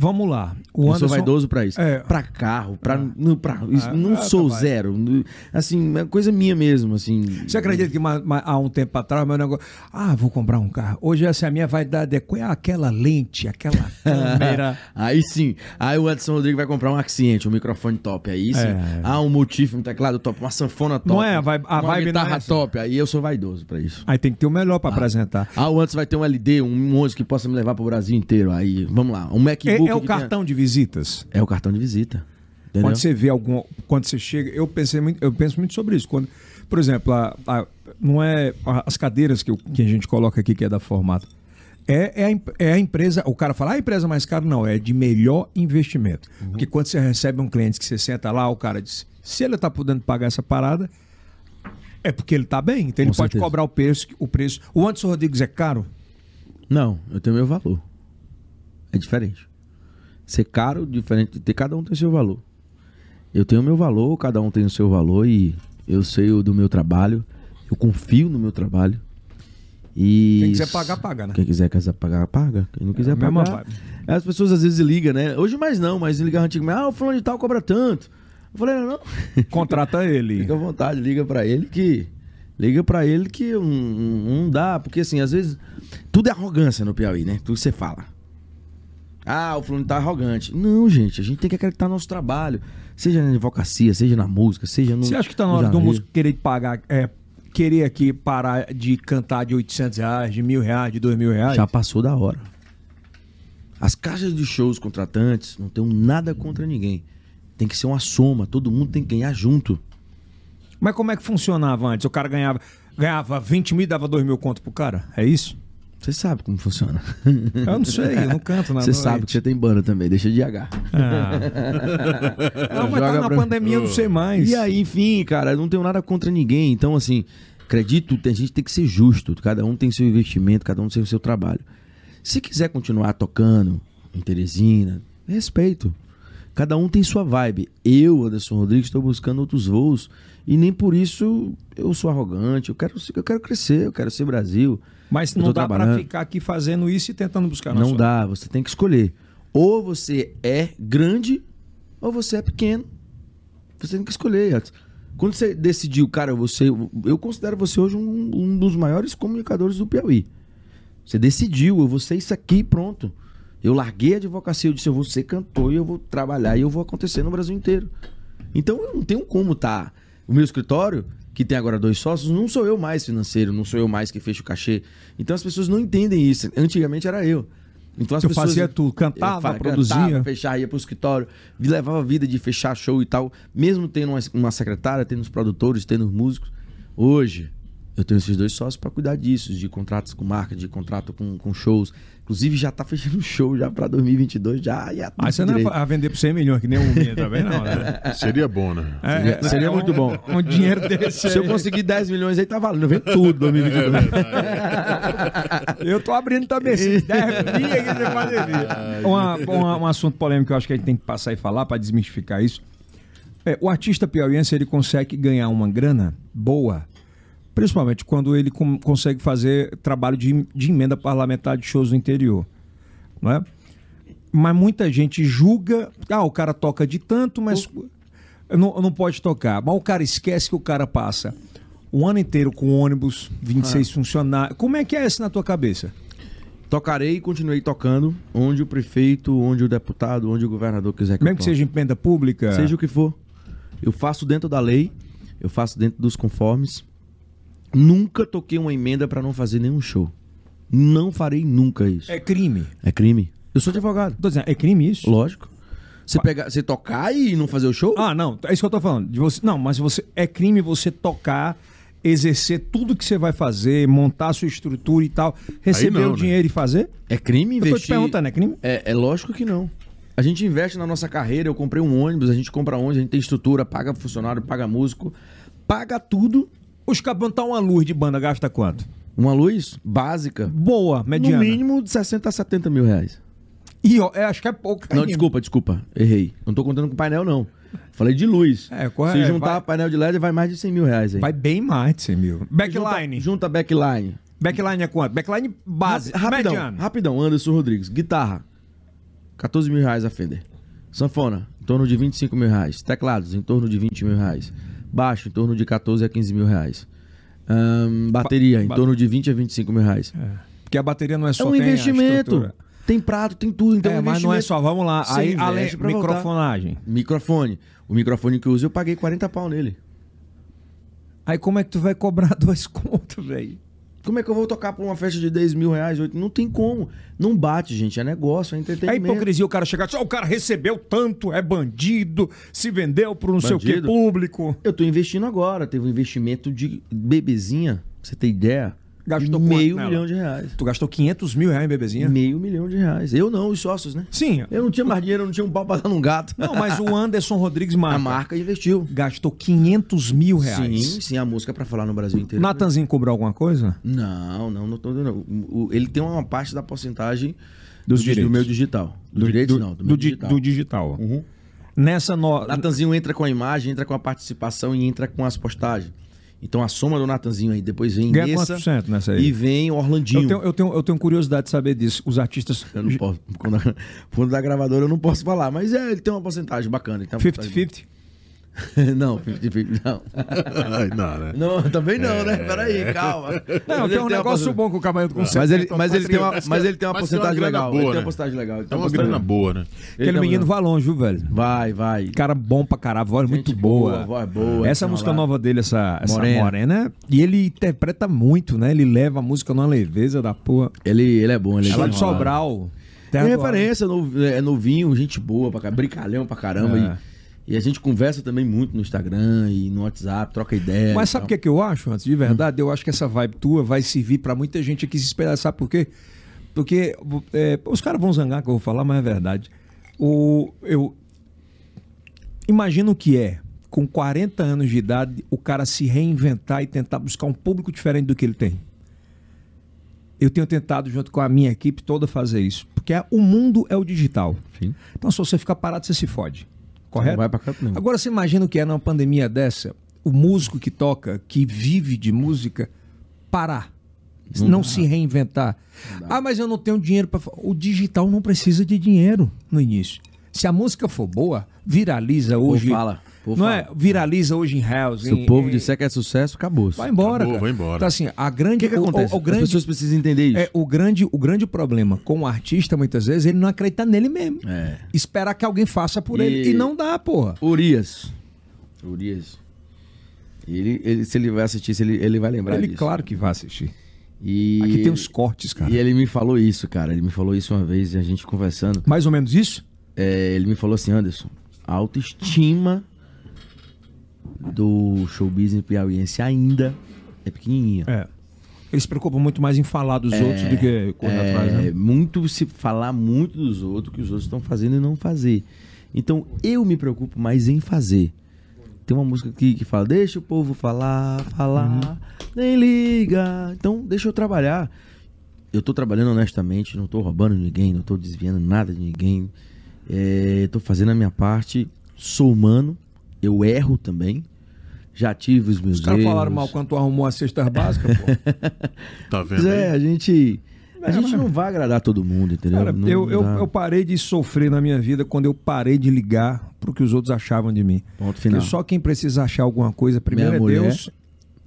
[SPEAKER 1] Vamos lá. O
[SPEAKER 3] eu
[SPEAKER 1] Anderson...
[SPEAKER 3] sou vaidoso pra isso.
[SPEAKER 1] É.
[SPEAKER 3] Pra carro, pra. Não, pra- isso,
[SPEAKER 1] Ah,
[SPEAKER 3] não
[SPEAKER 1] ah,
[SPEAKER 3] sou
[SPEAKER 1] trabalho.
[SPEAKER 3] zero. Não- Assim, é coisa minha mesmo, assim.
[SPEAKER 1] Você acredita que ma- ma- há um tempo atrás meu negócio. Ah, vou comprar um carro. Hoje essa é a minha vaidade. É qual é aquela lente, aquela câmera.
[SPEAKER 3] Aí sim. Aí o Edson Rodrigues vai comprar um Accidente, um microfone top. Aí sim.
[SPEAKER 1] É.
[SPEAKER 3] Ah, um motif, um teclado top, uma sanfona top.
[SPEAKER 1] Não é? A vibe- a
[SPEAKER 3] uma
[SPEAKER 1] vibe não é
[SPEAKER 3] guitarra
[SPEAKER 1] essa.
[SPEAKER 3] top. Aí eu sou vaidoso pra isso.
[SPEAKER 1] Aí tem que ter o melhor para apresentar.
[SPEAKER 3] Ah, o antes vai ter um LD, um ônibus que possa me levar pro Brasil inteiro. Aí, vamos lá. Um
[SPEAKER 1] É,
[SPEAKER 3] MacBook.
[SPEAKER 1] é o
[SPEAKER 3] que
[SPEAKER 1] cartão de visitas.
[SPEAKER 3] Tenha... É o cartão de visita. Entendeu?
[SPEAKER 1] Quando você vê algum. Quando você chega. Eu pensei muito, eu penso muito sobre isso. Quando, por exemplo, a- a- não é a- as cadeiras que, eu- que a gente coloca aqui que é da formato. É, é, a, em- é a empresa. O cara fala, ah, a empresa mais cara, não, é de melhor investimento.
[SPEAKER 3] Uhum.
[SPEAKER 1] Porque quando você recebe um cliente que você senta lá, o cara diz, se ele está podendo pagar essa parada, é porque ele está bem. Então ele
[SPEAKER 3] Com
[SPEAKER 1] pode
[SPEAKER 3] certeza.
[SPEAKER 1] cobrar o preço, o preço. O Anderson Rodrigues é caro?
[SPEAKER 3] Não, eu tenho meu valor. É diferente. Ser caro, diferente de ter. Cada um tem seu valor. Eu tenho meu valor, cada um tem o seu valor e eu sei o do meu trabalho. Eu confio no meu trabalho. E
[SPEAKER 1] Quem quiser pagar, paga, né? É
[SPEAKER 3] Quem quiser casar, pagar, paga. Quem não quiser
[SPEAKER 1] a mesma
[SPEAKER 3] pagar. é,
[SPEAKER 1] vibe.
[SPEAKER 3] As pessoas às vezes ligam, né? Hoje mais não, mas ligam antigamente. Ah, o fulano de tal cobra tanto. Eu falei, não, não.
[SPEAKER 1] Contrata ele.
[SPEAKER 3] Fica à vontade, liga pra ele que. Liga pra ele que não um, dá, porque assim, às vezes. Tudo é arrogância no Piauí, né? Tudo que você fala. Ah, o fulano tá arrogante. Não, gente, a gente tem que acreditar no nosso trabalho. Seja na advocacia, seja na música, seja no.
[SPEAKER 1] Você acha que tá na
[SPEAKER 3] no
[SPEAKER 1] hora do
[SPEAKER 3] jornalismo.
[SPEAKER 1] músico querer pagar, é, querer aqui parar de cantar de 800 reais, de mil reais, de dois mil reais?
[SPEAKER 3] Já passou da hora. As caixas de shows contratantes não tem nada contra ninguém. Tem que ser uma soma, todo mundo tem que ganhar junto.
[SPEAKER 1] Mas como é que funcionava antes? O cara ganhava, ganhava 20 mil e dava dois mil conto pro cara? É isso?
[SPEAKER 3] Você sabe como funciona.
[SPEAKER 1] Eu não sei, eu não canto na
[SPEAKER 3] Você
[SPEAKER 1] noite.
[SPEAKER 3] sabe que você tem banda também, deixa de H.
[SPEAKER 1] Ah. Não, mas tá
[SPEAKER 3] Joga
[SPEAKER 1] na
[SPEAKER 3] pra-
[SPEAKER 1] pandemia, eu não sei mais.
[SPEAKER 3] E aí, enfim, cara, eu não tenho nada contra ninguém. Então, assim, acredito que a gente tem que ser justo. Cada um tem seu investimento, cada um tem o seu trabalho. Se quiser continuar tocando em Teresina, respeito. Cada um tem sua vibe. Eu, Anderson Rodrigues, estou buscando outros voos. E nem por isso eu sou arrogante. Eu quero, eu quero crescer, eu quero ser Brasil.
[SPEAKER 1] Mas
[SPEAKER 3] Eu
[SPEAKER 1] não
[SPEAKER 3] tô
[SPEAKER 1] dá pra
[SPEAKER 3] trabalhando.
[SPEAKER 1] ficar aqui fazendo isso e tentando buscar na
[SPEAKER 3] Não
[SPEAKER 1] sua-
[SPEAKER 3] dá, você tem que escolher. Ou você é grande, ou você é pequeno. Você tem que escolher. Edson. Quando você decidiu, cara, você. Eu considero você hoje um, um dos maiores comunicadores do Piauí. Você decidiu, eu vou ser isso aqui pronto. Eu larguei a advocacia, eu disse, eu vou ser cantor e eu vou trabalhar e eu vou acontecer no Brasil inteiro. Então eu não tenho como tá. O meu escritório, que tem agora dois sócios, não sou eu mais financeiro, não sou eu mais que fecho o cachê. Então as pessoas não entendem isso. Antigamente era eu. Então as
[SPEAKER 1] Eu
[SPEAKER 3] pessoas.
[SPEAKER 1] fazia tudo, cantava,
[SPEAKER 3] Eu fa-
[SPEAKER 1] produzia.
[SPEAKER 3] fechar, ia pro escritório, vi- levava a vida de fechar show e tal. Mesmo tendo uma, uma secretária, tendo os produtores, tendo os músicos. Hoje, eu tenho esses dois sócios pra cuidar disso, de contratos com marca, de contrato com, com shows. Inclusive, já tá fechando show já pra 2022, já. já tá
[SPEAKER 1] Aí você não é a vender por 100 milhões, que nem um minha também, não. né?
[SPEAKER 2] Seria bom, né?
[SPEAKER 1] É,
[SPEAKER 3] Seria- seria
[SPEAKER 1] é um-
[SPEAKER 3] muito bom.
[SPEAKER 1] Um dinheiro desse.
[SPEAKER 3] Se eu
[SPEAKER 1] aí.
[SPEAKER 3] conseguir 10 milhões aí, tá valendo. Vem tudo
[SPEAKER 1] É
[SPEAKER 3] 2022.
[SPEAKER 1] Eu tô abrindo também esses 10 mil aqui de pandemia. Uma- uma- um assunto polêmico que eu acho que a gente tem que passar e falar para desmistificar isso. É, o artista piauiense ele consegue ganhar uma grana boa, principalmente quando ele com- consegue fazer trabalho de, de emenda parlamentar de shows no interior. Não é? Mas muita gente julga. Ah, o cara toca de tanto, mas. Não, não pode tocar. Mas o cara esquece que o cara passa o ano inteiro com ônibus,
[SPEAKER 3] Ah.
[SPEAKER 1] 26 funcionários. Como é que é isso na tua cabeça?
[SPEAKER 3] Tocarei e continuei tocando onde o prefeito, onde o deputado, onde o governador quiser que
[SPEAKER 1] Mesmo
[SPEAKER 3] eu
[SPEAKER 1] que
[SPEAKER 3] toque.
[SPEAKER 1] seja emenda pública.
[SPEAKER 3] Tá Seja o que for. Eu faço dentro da lei, eu faço dentro dos conformes. Nunca toquei uma emenda pra não fazer nenhum show. Não farei nunca isso.
[SPEAKER 1] É crime.
[SPEAKER 3] É crime. Eu sou advogado.
[SPEAKER 1] Tô dizendo, é crime isso?
[SPEAKER 3] Lógico. Você pegar, você tocar e não fazer o show?
[SPEAKER 1] Ah, não, é isso que eu tô falando. De você, não, mas você é crime você tocar, exercer tudo que você vai fazer, montar a sua estrutura e tal, receber
[SPEAKER 2] não,
[SPEAKER 1] o
[SPEAKER 2] né?
[SPEAKER 1] dinheiro e fazer?
[SPEAKER 3] É crime
[SPEAKER 1] Eu
[SPEAKER 3] investir?
[SPEAKER 1] tô te perguntando, é crime?
[SPEAKER 3] É, é lógico que não. A gente investe na nossa carreira. Eu comprei um ônibus, a gente compra ônibus, a gente tem estrutura, paga funcionário, paga músico, paga tudo.
[SPEAKER 1] Os caras montar uma luz de banda gasta quanto?
[SPEAKER 3] Uma luz básica,
[SPEAKER 1] Boa, mediana.
[SPEAKER 3] no mínimo de 60 a 70 mil reais.
[SPEAKER 1] E ó, é, acho que é pouco.
[SPEAKER 3] Não, desculpa, desculpa. Errei. Não tô contando com painel, não. Falei de luz.
[SPEAKER 1] É, qual é?
[SPEAKER 3] Se juntar
[SPEAKER 1] Vai-
[SPEAKER 3] painel de LED, vai mais de 100 mil reais aí.
[SPEAKER 1] Vai bem mais de 100 mil. Backline.
[SPEAKER 3] Junta, junta backline.
[SPEAKER 1] Backline é quanto? Backline base,
[SPEAKER 3] Rap- Rapidão,
[SPEAKER 1] mediana.
[SPEAKER 3] rapidão. Anderson Rodrigues, guitarra, 14 mil reais a Fender. Sanfona, em torno de 25 mil reais. Teclados, em torno de 20 mil reais. Baixo, em torno de 14 a 15 mil reais. Ahn, bateria, em
[SPEAKER 1] Ba-
[SPEAKER 3] torno de 20 a 25 mil reais.
[SPEAKER 1] Porque a bateria não é só
[SPEAKER 3] É um
[SPEAKER 1] tem a
[SPEAKER 3] investimento.
[SPEAKER 1] estrutura.
[SPEAKER 3] Tem prato, tem tudo. Então
[SPEAKER 1] é, mas não é
[SPEAKER 3] investimento.
[SPEAKER 1] só, vamos lá.
[SPEAKER 3] Você
[SPEAKER 1] Aí,
[SPEAKER 3] investe
[SPEAKER 1] além,
[SPEAKER 3] pra voltar.
[SPEAKER 1] microfonagem.
[SPEAKER 3] Microfone. O microfone que eu uso, eu paguei 40 pau nele.
[SPEAKER 1] Aí como é que tu vai cobrar dois contos, velho?
[SPEAKER 3] Como é que eu vou tocar pra uma festa de 10 mil reais? oito? Não tem como. Não bate, gente. É negócio, é
[SPEAKER 1] É
[SPEAKER 3] entretenimento.
[SPEAKER 1] hipocrisia o cara chegar e dizer, "Ó, o cara recebeu tanto, é bandido, se vendeu pro não sei o que
[SPEAKER 3] Bandido.
[SPEAKER 1] público.
[SPEAKER 3] Eu tô investindo agora. Teve um investimento de bebezinha, pra você ter ideia.
[SPEAKER 1] Gastou
[SPEAKER 3] meio
[SPEAKER 1] quanto nela?
[SPEAKER 3] milhão de reais.
[SPEAKER 1] Tu gastou 500 mil reais em bebezinha?
[SPEAKER 3] Meio milhão de reais. Eu não, os sócios, né?
[SPEAKER 1] Sim.
[SPEAKER 3] Eu não tinha mais dinheiro, eu não tinha um pau pra dar num gato.
[SPEAKER 1] Não, mas o Anderson Rodrigues Marca
[SPEAKER 3] A marca investiu.
[SPEAKER 1] gastou 500 mil reais.
[SPEAKER 3] Sim, sim, a música pra falar no Brasil inteiro.
[SPEAKER 1] Natanzinho cobrou alguma coisa?
[SPEAKER 3] Não, não, não tô não. O- o- Ele tem uma parte da porcentagem
[SPEAKER 1] Dos
[SPEAKER 3] do, di-
[SPEAKER 1] direitos.
[SPEAKER 3] do meu digital. Do, direito, não, do meu
[SPEAKER 1] di-
[SPEAKER 3] digital.
[SPEAKER 1] do digital.
[SPEAKER 3] Uhum.
[SPEAKER 1] Nessa no...
[SPEAKER 3] Natanzinho entra com a imagem, entra com a participação e entra com as postagens. Então a soma do Natanzinho aí, depois vem
[SPEAKER 1] Ganha
[SPEAKER 3] Nessa
[SPEAKER 1] quantos por cento nessa aí?
[SPEAKER 3] e vem Orlandinho.
[SPEAKER 1] Eu tenho, eu, tenho, eu tenho curiosidade de saber disso. Os artistas
[SPEAKER 3] Eu não posso. Quando, quando da gravadora eu não posso falar, mas é, ele tem uma porcentagem bacana. ele tem uma
[SPEAKER 1] 50-50?
[SPEAKER 3] porcentagem- não, 50-50, não.
[SPEAKER 2] Ai, não, né?
[SPEAKER 3] Não, também não, né? Peraí, calma. Mas
[SPEAKER 1] É. Não,
[SPEAKER 3] ele
[SPEAKER 1] tem um
[SPEAKER 3] uma
[SPEAKER 1] negócio
[SPEAKER 3] porcentagem-
[SPEAKER 1] bom com o Camargo consegue.
[SPEAKER 3] Mas ele, mas, ele tem uma, mas ele tem uma
[SPEAKER 2] Mas tem uma
[SPEAKER 3] porcentagem
[SPEAKER 2] grana
[SPEAKER 3] legal.
[SPEAKER 2] boa,
[SPEAKER 3] ele tem
[SPEAKER 2] né?
[SPEAKER 3] uma porcentagem legal. ele
[SPEAKER 2] É
[SPEAKER 3] tem uma
[SPEAKER 2] uma
[SPEAKER 3] porcentagem
[SPEAKER 2] grana boa, né?
[SPEAKER 3] Ele
[SPEAKER 1] Aquele
[SPEAKER 3] tá
[SPEAKER 1] menino
[SPEAKER 3] olhando.
[SPEAKER 1] vai longe, viu, velho?
[SPEAKER 3] Vai, vai.
[SPEAKER 1] Cara bom pra caralho, voz é muito
[SPEAKER 3] boa,
[SPEAKER 1] boa.
[SPEAKER 3] voz boa,
[SPEAKER 1] essa
[SPEAKER 3] assim,
[SPEAKER 1] música
[SPEAKER 3] ó, lá.
[SPEAKER 1] nova dele, essa, essa morena.
[SPEAKER 3] Morena.
[SPEAKER 1] E ele interpreta muito, né? Ele leva a música numa leveza da porra.
[SPEAKER 3] Ele, ele é bom, ele é
[SPEAKER 1] Ela de
[SPEAKER 3] desenrolado.
[SPEAKER 1] Sobral.
[SPEAKER 3] Tem
[SPEAKER 1] Terra do
[SPEAKER 3] referência, no- é novinho, gente boa, pra, cá, brincalhão pra caramba.
[SPEAKER 1] É.
[SPEAKER 3] E, e a gente conversa também muito no Instagram e no WhatsApp, troca ideia.
[SPEAKER 1] Ar. Mas
[SPEAKER 3] e
[SPEAKER 1] sabe o
[SPEAKER 3] tal.
[SPEAKER 1] que, é que eu acho, antes? De verdade, eu acho que essa vibe tua vai servir pra muita gente aqui se esperar. Sabe por quê? Porque é, os caras vão zangar que eu vou falar, mas é verdade. O, eu imagino que é, com 40 anos de idade, o cara se reinventar e tentar buscar um público diferente do que ele tem. Eu tenho tentado, junto com a minha equipe toda, fazer isso. Porque a- o mundo é o digital.
[SPEAKER 3] Sim.
[SPEAKER 1] Então, se você ficar parado, você se fode. Correto?
[SPEAKER 3] vai pra canto nenhum.
[SPEAKER 1] Agora, você imagina o que é numa pandemia dessa, o músico que toca, que vive de música, parar. Não, se reinventar. Ah, mas eu não tenho dinheiro para. O digital não precisa de dinheiro no início. Se a música for boa, viraliza hoje.
[SPEAKER 3] fala, o povo
[SPEAKER 1] não é?
[SPEAKER 3] fala.
[SPEAKER 1] Viraliza hoje em house.
[SPEAKER 3] Se
[SPEAKER 1] em-
[SPEAKER 3] o povo
[SPEAKER 1] em-
[SPEAKER 3] disser que é sucesso, acabou.
[SPEAKER 1] Vai embora.
[SPEAKER 2] Acabou,
[SPEAKER 1] cara.
[SPEAKER 2] vai embora.
[SPEAKER 1] Então, assim, a grande.
[SPEAKER 3] O que, que acontece?
[SPEAKER 1] O, grande,
[SPEAKER 3] As pessoas precisam entender isso.
[SPEAKER 1] é, o, grande, o grande problema com o artista, muitas vezes, ele não acredita nele mesmo.
[SPEAKER 3] É.
[SPEAKER 1] Esperar que alguém faça por ele.
[SPEAKER 3] E-
[SPEAKER 1] E não dá, porra.
[SPEAKER 3] Urias. Urias. Ele, ele- se ele vai assistir, se ele, ele vai lembrar
[SPEAKER 1] Ele,
[SPEAKER 3] disso.
[SPEAKER 1] claro que vai assistir.
[SPEAKER 3] E
[SPEAKER 1] Aqui tem
[SPEAKER 3] ele-
[SPEAKER 1] uns cortes, cara.
[SPEAKER 3] E é- ele me falou isso, cara. Ele me falou isso uma vez, a gente conversando.
[SPEAKER 1] Mais ou menos isso?
[SPEAKER 3] É, ele me falou assim, Anderson, a autoestima do show business piauiense ainda é pequenininha.
[SPEAKER 1] É. Ele se preocupa muito mais em falar dos outros do que correr
[SPEAKER 3] É,
[SPEAKER 1] atrás, né?
[SPEAKER 3] muito se falar muito dos outros que os outros estão fazendo e não fazer. Então eu me preocupo mais em fazer. Tem uma música aqui que fala: deixa o povo falar, falar,
[SPEAKER 1] Uhum.
[SPEAKER 3] nem liga. Então deixa eu trabalhar. Eu tô trabalhando honestamente, não tô roubando ninguém, não tô desviando nada de ninguém. É, tô fazendo a minha parte, sou humano, eu erro também. Já tive os meus
[SPEAKER 1] Os caras
[SPEAKER 3] erros.
[SPEAKER 1] falaram mal quando tu arrumou a cesta básica, pô.
[SPEAKER 2] Tá
[SPEAKER 3] Pois
[SPEAKER 2] vendo?
[SPEAKER 3] é,
[SPEAKER 2] aí?
[SPEAKER 3] a gente. A gente não vai agradar todo mundo, entendeu?
[SPEAKER 1] Cara,
[SPEAKER 3] Não-
[SPEAKER 1] eu,
[SPEAKER 3] não
[SPEAKER 1] eu,
[SPEAKER 3] dá.
[SPEAKER 1] eu parei de sofrer na minha vida quando eu parei de ligar pro que os outros achavam de mim.
[SPEAKER 3] Ponto final.
[SPEAKER 1] Porque só quem precisa achar alguma coisa primeiro
[SPEAKER 3] Minha
[SPEAKER 1] é
[SPEAKER 3] mulher,
[SPEAKER 1] Deus,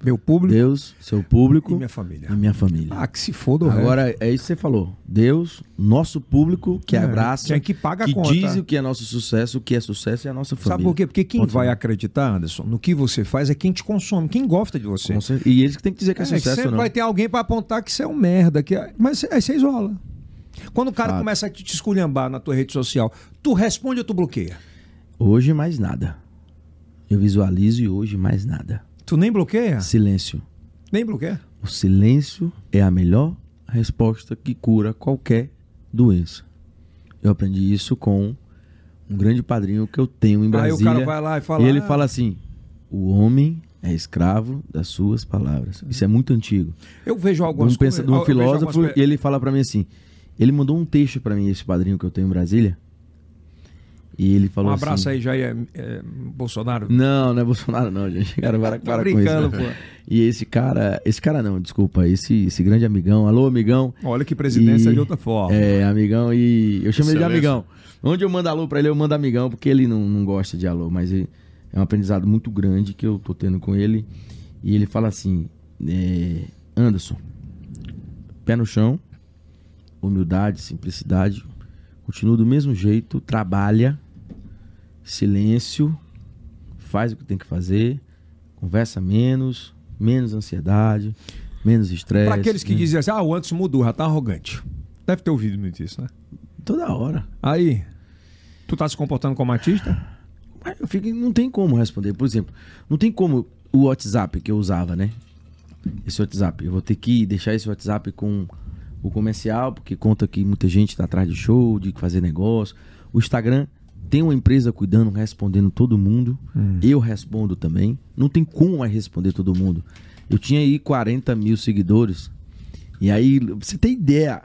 [SPEAKER 1] meu público
[SPEAKER 3] Deus, seu público
[SPEAKER 1] e minha família.
[SPEAKER 3] e minha família.
[SPEAKER 1] Ah, que se foda o resto.
[SPEAKER 3] Agora, é isso que você falou. Deus, nosso público, que
[SPEAKER 1] É,
[SPEAKER 3] abraça,
[SPEAKER 1] quem que paga a
[SPEAKER 3] que
[SPEAKER 1] conta.
[SPEAKER 3] diz o que é nosso sucesso, o que é sucesso é a nossa família.
[SPEAKER 1] Sabe por quê? Porque quem
[SPEAKER 3] Ponto
[SPEAKER 1] vai
[SPEAKER 3] final.
[SPEAKER 1] acreditar, Anderson, no que você faz é quem te consome, quem gosta de você.
[SPEAKER 3] Com certeza. E eles que têm que dizer que é,
[SPEAKER 1] É, que
[SPEAKER 3] sucesso
[SPEAKER 1] sempre
[SPEAKER 3] ou não.
[SPEAKER 1] vai ter alguém pra apontar que você é um merda. Que é- Mas aí você isola. Quando o cara
[SPEAKER 3] Fato.
[SPEAKER 1] começa a te te esculhambar na tua rede social, tu responde ou tu bloqueia?
[SPEAKER 3] Hoje mais nada. Eu visualizo e hoje mais nada.
[SPEAKER 1] Tu nem bloqueia?
[SPEAKER 3] Silêncio.
[SPEAKER 1] Nem bloqueia.
[SPEAKER 3] O silêncio é a melhor resposta que cura qualquer doença. Eu aprendi isso com um grande padrinho que eu tenho em
[SPEAKER 1] Aí o
[SPEAKER 3] Brasília.
[SPEAKER 1] cara vai lá e fala.
[SPEAKER 3] E ele
[SPEAKER 1] "Ah,
[SPEAKER 3] fala assim: o homem é escravo das suas palavras. Isso é muito antigo.
[SPEAKER 1] Eu vejo
[SPEAKER 3] De um,
[SPEAKER 1] algumas
[SPEAKER 3] pensa, de um
[SPEAKER 1] eu vejo algumas
[SPEAKER 3] filósofo,
[SPEAKER 1] coisas-
[SPEAKER 3] e ele fala pra mim assim: ele mandou um texto pra mim, esse padrinho que eu tenho em Brasília. E ele falou
[SPEAKER 1] Um abraço
[SPEAKER 3] assim,
[SPEAKER 1] aí, Jair é, Bolsonaro.
[SPEAKER 3] Não, não é Bolsonaro, não, gente. Cara, para,
[SPEAKER 1] Tô
[SPEAKER 3] para com
[SPEAKER 1] brincando,
[SPEAKER 3] isso. E esse cara, esse cara não, desculpa, esse, esse grande amigão. Alô, amigão.
[SPEAKER 1] Olha que presidência
[SPEAKER 3] E-
[SPEAKER 1] de outra forma.
[SPEAKER 3] É, amigão e. Eu chamei ele
[SPEAKER 2] Excelência.
[SPEAKER 3] de amigão. Onde eu mando alô pra ele, eu mando amigão, porque ele não, não gosta de alô, mas ele- é um aprendizado muito grande que eu tô tendo com ele. E ele fala assim: é, Anderson, pé no chão, humildade, simplicidade, continua do mesmo jeito, trabalha, silêncio, faz o que tem que fazer, conversa menos, menos ansiedade, menos estresse. né?
[SPEAKER 1] Pra aqueles que
[SPEAKER 3] menos-
[SPEAKER 1] dizem assim, ah, o Anderson mudou, já tá arrogante. Deve ter ouvido muito isso, né?
[SPEAKER 3] Toda hora.
[SPEAKER 1] Aí, tu tá se comportando como artista?
[SPEAKER 3] Mas eu fico- não tem como responder. Por exemplo, não tem como o WhatsApp que eu usava, né? Esse WhatsApp. Eu vou ter que deixar esse WhatsApp com o comercial, porque conta que muita gente tá atrás de show, de fazer negócio. O Instagram tem uma empresa cuidando, respondendo todo mundo. Eu respondo também. Não tem como mais responder todo mundo. Eu tinha aí 40 mil seguidores. E aí, pra você tem ideia.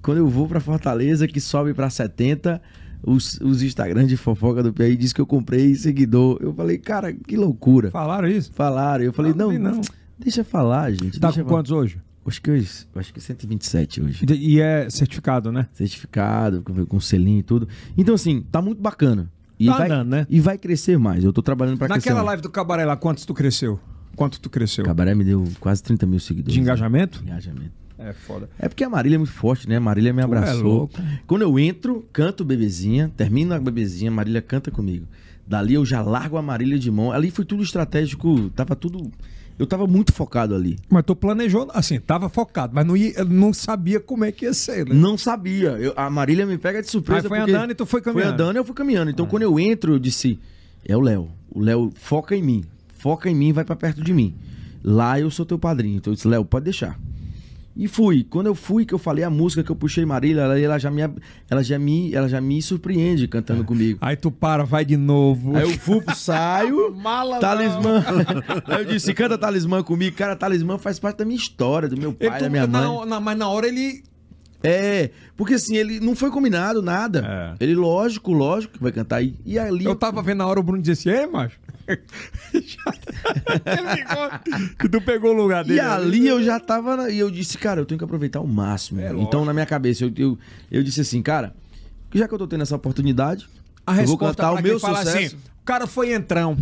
[SPEAKER 3] Quando eu vou pra Fortaleza, que sobe pra 70, os, os Instagram de fofoca do PI diz que eu comprei seguidor. Eu falei, cara, que loucura.
[SPEAKER 1] Falaram isso?
[SPEAKER 3] Falaram. Eu falei,
[SPEAKER 1] Não,
[SPEAKER 3] não,
[SPEAKER 1] vi não.
[SPEAKER 3] deixa falar, gente.
[SPEAKER 1] Tá
[SPEAKER 3] deixa
[SPEAKER 1] com
[SPEAKER 3] falar.
[SPEAKER 1] quantos hoje?
[SPEAKER 3] Acho que, hoje, acho que 127 hoje.
[SPEAKER 1] De- E é certificado, né?
[SPEAKER 3] Certificado, com, com selinho e tudo. Então, assim, tá muito bacana. E
[SPEAKER 1] Tá
[SPEAKER 3] vai,
[SPEAKER 1] andando, né?
[SPEAKER 3] E vai crescer mais. Eu tô trabalhando pra crescer
[SPEAKER 1] Naquela
[SPEAKER 3] mais.
[SPEAKER 1] live do Cabaré lá, quantos tu cresceu? Quanto tu cresceu?
[SPEAKER 3] O Cabaré me deu quase 30 mil seguidores. né?
[SPEAKER 1] De engajamento?
[SPEAKER 3] Engajamento.
[SPEAKER 1] É foda.
[SPEAKER 3] É porque a Marília é muito forte, né? A Marília me
[SPEAKER 1] é
[SPEAKER 3] abraçou.
[SPEAKER 1] louco.
[SPEAKER 3] Quando eu entro, canto bebezinha, termino a bebezinha, a Marília canta comigo. Dali eu já largo a Marília de mão. Ali foi tudo estratégico, tava tudo. Eu tava muito focado ali.
[SPEAKER 1] Mas tu planejou, assim, tava focado, mas não, ia- não sabia como é que ia ser, né?
[SPEAKER 3] Não sabia. Eu- a Marília me pega de surpresa.
[SPEAKER 1] Aí foi
[SPEAKER 3] porque
[SPEAKER 1] andando e tu foi caminhando. Ah.
[SPEAKER 3] Foi andando e eu fui caminhando. Então quando eu entro, eu disse: é o Léo. O Léo foca em mim. Foca em mim, vai pra perto de mim. Lá eu sou teu padrinho. Então eu disse: Léo, pode deixar. E fui. Quando eu fui, que eu falei a música que eu puxei Marília, ela, ela já, me, ab- ela, já, me, ela já me surpreende
[SPEAKER 1] Ah.
[SPEAKER 3] cantando comigo.
[SPEAKER 1] Aí tu para, vai de novo.
[SPEAKER 3] Aí eu fui, saio. Mala, talismã. Aí eu disse: canta talismã comigo. Cara, talismã faz parte da minha história, do meu pai,
[SPEAKER 1] Ele-
[SPEAKER 3] da minha mãe.
[SPEAKER 1] na- na- mas na hora ele
[SPEAKER 3] É, porque assim, ele não foi combinado nada. Ele, lógico, lógico que vai cantar. E, e ali.
[SPEAKER 1] É. Eu tava vendo na hora o Bruno dizer assim, é, macho? Já- Ele ficou- que tu pegou o lugar dele. né?
[SPEAKER 3] E ali eu já tava. na- E eu disse, cara, eu tenho que aproveitar o máximo.
[SPEAKER 1] É,
[SPEAKER 3] então, na minha cabeça, eu, eu, eu disse assim, cara, já que eu tô tendo essa oportunidade,
[SPEAKER 1] A
[SPEAKER 3] eu vou
[SPEAKER 1] resposta
[SPEAKER 3] cantar
[SPEAKER 1] pra
[SPEAKER 3] o
[SPEAKER 1] quem
[SPEAKER 3] meu
[SPEAKER 1] fala
[SPEAKER 3] sucesso.
[SPEAKER 1] assim, o cara foi entrão.